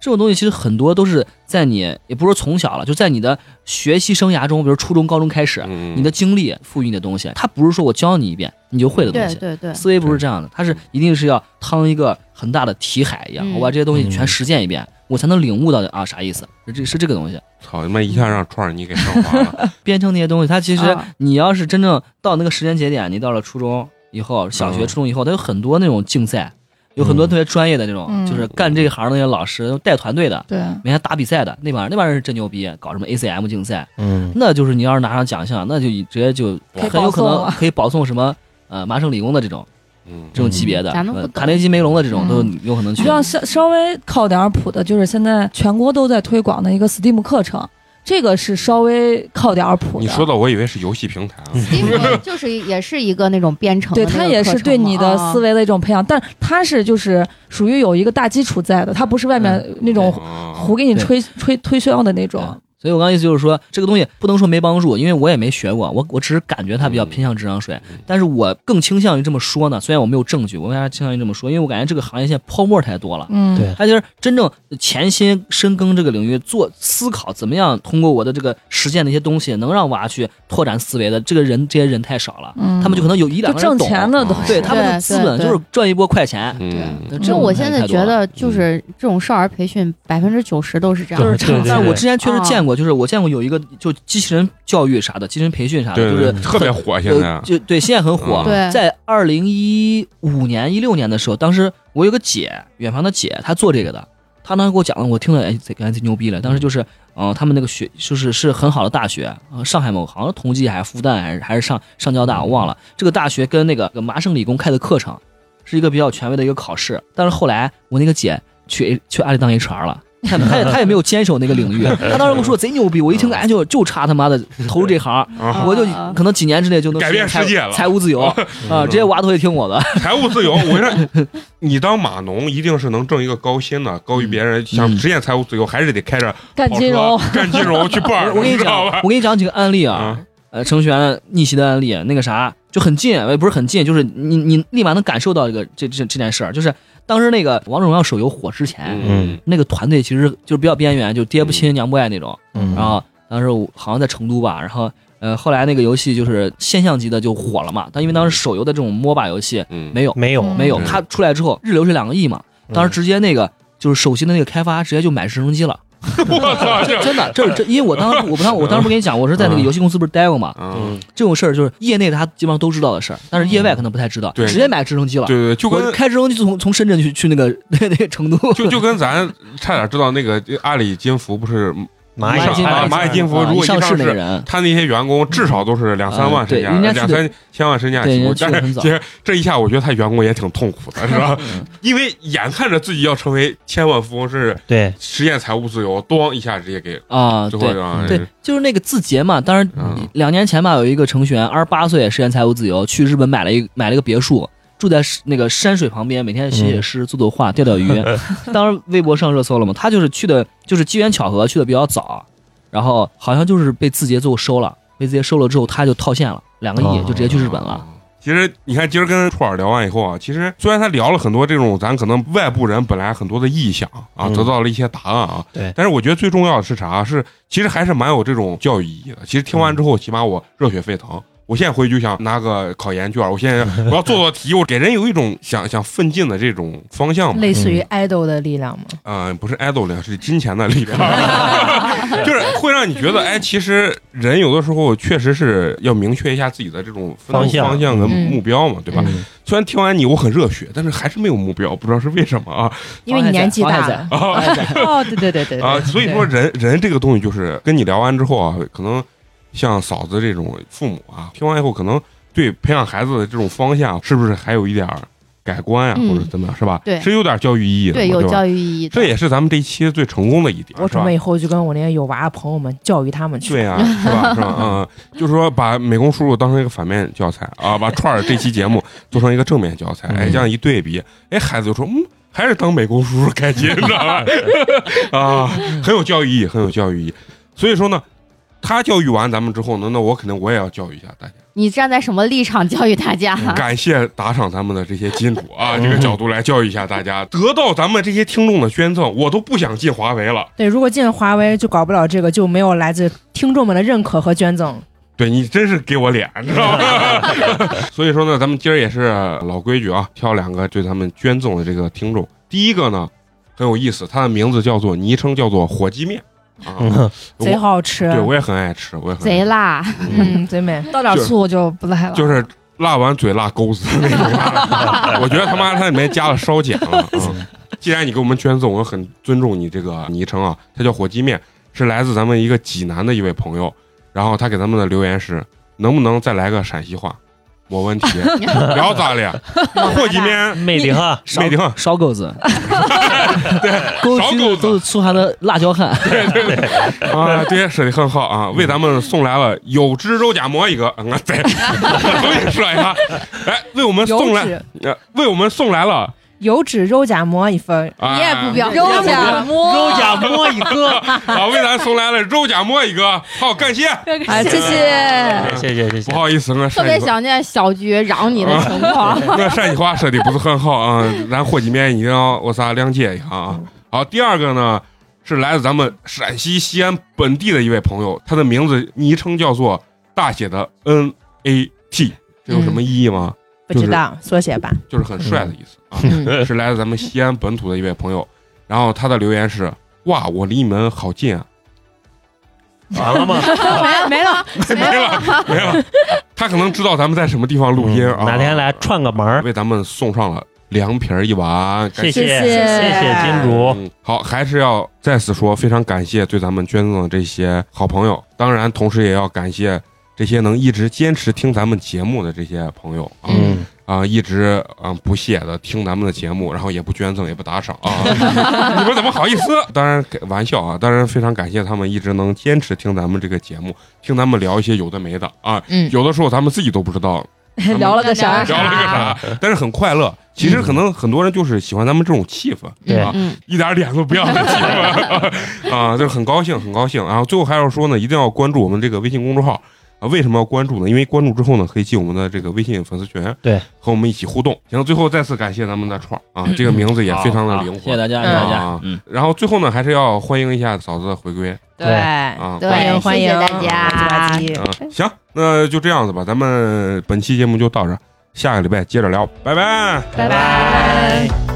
G: 这种东西其实很多都是在你，也不是说从小了，就在你的学习生涯中，比如初中、高中开始，
A: 嗯
G: 你的经历赋予你的东西，它不是说我教你一遍你就会的东
F: 对
G: 西。
F: 对对，
G: 思维不是这样的，它是一定是要趟一个很大的题海一样，
F: 嗯
G: 我把这些东西全实践一遍，我才能领悟到啊啥意思，是这是这个东西。
A: 操他妈一下让串儿你给升华了，
G: 编程那些东西，它其实
F: 啊
G: 你要是真正到那个时间节点，你到了初中以后、小学、
A: 嗯
G: 初中以后，它有很多那种竞赛，有很多
H: 嗯
G: 特别专业的这种，
C: 嗯
G: 就是干这一行的那些老师带团队的，
C: 对，
G: 每天打比赛的那帮人，那帮人是真牛逼，搞什么 ACM 竞赛，
H: 嗯，
G: 那就是你要是拿上奖项，那就直接就
C: 可以
G: 很有可
C: 保送
G: 能
C: 了
G: 可以保送什么呃麻省理工的这种
A: 嗯，
G: 这种级别的，
F: 嗯咱们不
G: 呃
F: 懂
G: 卡内基梅隆的这种
C: 嗯
G: 都有可能去
C: 就。要稍稍微靠点儿谱的，就是现在全国都在推广的一个 STEAM 课程。这个是稍微靠点儿谱的。
A: 你说的我以为是游戏平台啊，
F: Steam 就是也是一个那种编程的
C: 对，
F: 那个课程
C: 它
F: 嘛，啊
C: 也是对你的思
F: 维
C: 维的一种培养，但它是就是属于有一个大基础在的，它不是外面那种
A: 啊
C: 胡给你
G: 对
C: 吹吹推销的那
G: 对
C: 种。
G: 所以我刚刚意思就是说，这个东西不能说没帮助，因为我也没学过，我我只是感觉它比较偏向智商税，
A: 嗯
G: 但是我更倾向于这么说呢。虽然我没有证据，我为啥倾向于这么说？因为我感觉这个行业现在泡沫太多了。
C: 嗯，
H: 对
G: 他就是真正潜心深耕这个领域，做思考怎么样通过我的这个实践的一些东西，能让娃去拓展思维的这个人，这些人太少了，
C: 嗯，
G: 他们就可能有一两
C: 就
G: 个
C: 挣
G: 人懂，
C: 钱的都
A: 啊
C: 是
G: 对他们的
F: 对
G: 资
F: 对
G: 本
F: 对
G: 就是赚一波快钱。
A: 嗯，
G: 那这
F: 就
G: 种
F: 哦我
G: 太
F: 现在
G: 太多
F: 觉得，
G: 了
F: 就是这种少儿培训百分之九十都是这样
H: 就
F: 的，
H: 是这样
G: 但是我
H: 对
G: 之前确实
F: 啊
G: 见过，就是我见过有一个就机器人教育啥的，机器人培训啥的，
A: 对
G: 就
A: 对
G: 是
A: 对，特别火现在嗯
G: 呃，就对现在很火。
F: 对
G: 在二零一五年、一六年的时候，当时我有个姐，远房的姐，她做这个的，她当时给我讲了，我听了哎，贼感觉贼牛逼了。当时就是，嗯、他们那个学就是是很好的大学，呃上海某好像同济还是复旦还是还是上上交大，我忘了。这个大学跟那个麻省理工开的课程是一个比较权威的一个考试，但是后来我那个姐去 A- 去阿里当 HR 了。她她也她也没有坚守那个领域，她当时跟我说贼牛逼，我一听哎就就差他妈的投入这行，
A: 啊，
G: 我就
F: 啊
G: 可能几年之内就能
A: 改
G: 实现
A: 变
G: 财
A: 世界了哦
G: 财务自由啊！这些娃都会听我的，
A: 财务自由。我跟你说，你当码农一定是能挣一个高薪的，高于别人。想实现财务自由，还是得开着
C: 嗯干
A: 跑
C: 金融
G: 啊
A: 车，干金融 去办儿，
G: 我我跟你
A: 啊知
G: 讲
A: 道吧，？
G: 我跟你讲几个案例啊
A: 啊，，
G: 呃，程序员逆袭的案例，那个啥就很近，呃也不是很近，就是你你立马能感受到这个这这这件事儿，就是当时那个王者荣耀手游火之前，
A: 嗯
G: 那个团队其实就是比较边缘，就爹不亲娘不爱那种，
A: 啊
H: 嗯
G: 然后当时我好像在成都吧，然后呃后来那个游戏就是现象级的就火了嘛，但因为当时手游的这种 MOBA 游戏
A: 嗯，
G: 没有。
H: 没有嗯
C: 嗯
G: 没有，
A: 嗯
G: 它出来之后日流是两个亿嘛，当时直接那个就是手机的那个开发直接就买直升机了，
A: 我操，这
G: 真的，这是真，因为我当时我不当我当时不跟你讲，我是在那个游戏公司不是待过嘛，
A: 嗯，
G: 这种事儿就是业内大家基本上都知道的事儿，但是业外可能不太知道，
A: 对
G: 直接买直升机了，
A: 对对，就
G: 我
A: 跟。
G: 开直升机从从深圳去去那个那个成都，
A: 就就跟咱差点知道那个阿里金服不是
H: 蚂
A: 上
H: 蚁
A: 金
H: 蚂
A: 蚂蚂蚁金服
G: 啊
A: 如果一
G: 上
A: 上
G: 市那个
A: 市
G: 人，
A: 他那些员工至少都是两三万
G: 嗯
A: 身
G: 对
A: 价，
G: 人家
A: 两
G: 去的
A: 三千万身价
G: 对
A: 起
G: 人
A: 步。
G: 家
A: 但
G: 去得
A: 是
G: 很早嗯
A: 其实这一下，我觉得他员工也挺痛苦的，是吧？ 因为眼看着自己要成为千万富翁，甚至
H: 对，
A: 实现财务自由，咣一下直接给
G: 啊，
A: 最后
G: 对。
A: 让
G: 对，就是那个字节嘛。当时
A: 嗯
G: 两年前吧，有一个程序员二十八岁实现财务自由，去日本买了一买了一个别墅，住在那个山水旁边，每天
H: 嗯
G: 写写诗、做做画、钓 钓鱼。当时微博上热搜了嘛，他就是去的，就是机缘巧合去的比较早，然后好像就是被字节最后收了，被字节收了之后，他就套现了两个亿，
H: 哦
G: 就直接去日本了。。
A: 其实你看，今儿跟初尔聊完以后啊，其实虽然他聊了很多这种咱可能外部人本来很多的臆想啊，
H: 嗯
A: 得到了一些答案啊，
H: 对
A: 但是我觉得最重要的是啥？是其实还是蛮有这种教育意义的。其实听完之后，起码我热血沸腾。我现在回去就想拿个考研卷，我现在我要做做题，我给人有一种想想奋进的这种方向嘛。
E: 类似于 idol 的力量嘛。
A: 嗯、不是 idol 力量，是金钱的力量， 就是会让你觉得，哎，其实人有的时候确实是要明确一下自己的这种奋斗
H: 方向
A: 方向跟
F: 嗯
A: 目标嘛，对吧？
H: 嗯
A: 虽然听完你我很热血，但是还是没有目标，不知道是为什么啊
E: 因为你年纪大了。
A: 啊
E: 哦，对对对对对
A: 啊！所以说人人这个东西就是跟你聊完之后啊，可能像嫂子这种父母啊，听完以后可能对培养孩子的这种方向是不是还有一点儿改观啊，
F: 嗯
A: 或者怎么样，是吧？
F: 对
A: 是有点教育意义的嘛，
F: 对
A: 对吧，
F: 有教育意义的。
A: 这也是咱们这一期最成功的一点，
E: 我
A: 是
E: 准
A: 吧
E: 备？以后就跟我那些有娃的朋友们教育他们去。
A: 对呀、是吧？是吧？嗯，就是说把美工叔叔当成一个反面教材啊，把串儿这期节目做成一个正面教材，哎，这样一对比，哎，孩子就说，嗯，还是当美工叔叔开心，你知道吧？啊，很有教育意义，很有教育意义。所以说呢，他教育完咱们之后呢，那我肯定我也要教育一下大家。
F: 你站在什么立场教育大家？
A: 感谢打赏咱们的这些金主啊，这个角度来教育一下大家，得到咱们这些听众的捐赠，我都不想进华为了。
E: 对，如果进了华为就搞不了这个，就没有来自听众们的认可和捐赠。
A: 对你真是给我脸，你知道吗？ 所以说呢，咱们今儿也是老规矩啊，挑两个对咱们捐赠的这个听众。第一个呢很有意思，他的名字叫做昵称叫做火鸡面啊，
H: 嗯
A: 我
E: 贼好吃，
A: 对我也很爱吃，我也很爱
F: 贼辣，
A: 吃
E: 嗯，贼美。
C: 倒点醋就不赖了。
A: 就是辣完嘴辣钩子那种。我觉得他妈它里面加了烧碱了。嗯，既然你给我们捐赠，我很尊重你这个昵称啊，它叫火鸡面，是来自咱们一个济南的一位朋友，然后他给咱们的留言是：能不能再来个陕西话？没问题，聊咋了？过几年
H: 魅力哈，
G: 烧
A: 没地方
G: 烧 狗子，
A: 烧
G: 对，
A: 狗
G: 狗
A: 子
G: 子都是出汗的辣椒汗，
A: 啊，这些说的很好啊，为咱们送来了有汁肉夹馍一个， 嗯啊，对，我跟你说呀，哎，为我们送
E: 油
A: 来，
E: 脂
A: 呃为我们送来了
E: 油脂肉夹馍一份，
A: 啊，
F: 你也不表啊
C: 肉夹馍，
H: 假摸一个，
A: 啊，为咱送来了肉夹馍一个，好，感 谢，
C: 哎，谢谢。
H: 谢谢谢
A: 不
H: 谢。
A: 好意思，我
F: 特
A: 陕
F: 别
A: 西话，
F: 想念小菊饶你的情况。啊
A: 我陕西话说的不是很好啊， 咱伙计们一定要我仨谅解一下
F: 嗯
A: 啊。好，第二个呢是来自咱们陕西西安本地的一位朋友，他的名字昵称叫做大写的 N A T，这有什么意义吗？
F: 嗯
E: 不知道缩 写吧？
A: 就是很帅的意思啊，
E: 嗯
A: 是来自咱们西安本土的一位朋友，然后他的留言是：哇，我离你们好近啊！
H: 完了吗？
F: 没没了，
A: 没了没了，他可能知道咱们在什么地方 录音啊，
H: 哪天来串个门儿？
A: 为咱们送上了凉皮儿一碗，感
H: 谢谢
C: 谢谢
H: 谢金主，
A: 嗯，好，还是要再次说，非常感谢对咱们捐赠的这些好朋友，当然，同时也要感谢这些能一直坚持听咱们节目的这些朋友啊。
H: 嗯，
A: 啊、一直啊、不懈的听咱们的节目，然后也不捐赠，也不打赏啊， 你们怎么好意思？当然给玩笑啊，当然非常感谢他们一直能坚持听咱们这个节目，听咱们聊一些有的没的啊，
E: 嗯
A: 有的时候咱们自己都不知 道
C: 聊了个啥？
A: 聊了个啥，但是很快乐。其实可能很多人就是喜欢咱们这种气氛，
H: 对
A: 啊，
F: 嗯，
A: 一点脸都不要的气 氛啊，就是很高兴，很高兴。然后最后还要说呢，一定要关注我们这个微信公众号。啊，为什么要关注呢？因为关注之后呢，可以进我们的这个微信粉丝群，
H: 对，嗯
A: 和我们一起互动。行，最后再次感谢咱们的串儿啊，这个名字也非常的灵
G: 谢谢
A: 活。
G: 大家，
E: 嗯
G: 谢谢大
A: 啊
G: 家，嗯，
A: 然后最后呢，还是要欢迎一下嫂子的回归
E: 对
A: 啊。
F: 对
E: 欢迎欢迎
F: 谢谢大家
E: 啊猪八戒
A: 啊，行，那就这样子吧，咱们本期节目就到这儿，下个礼拜接着聊，拜拜。
H: 拜拜。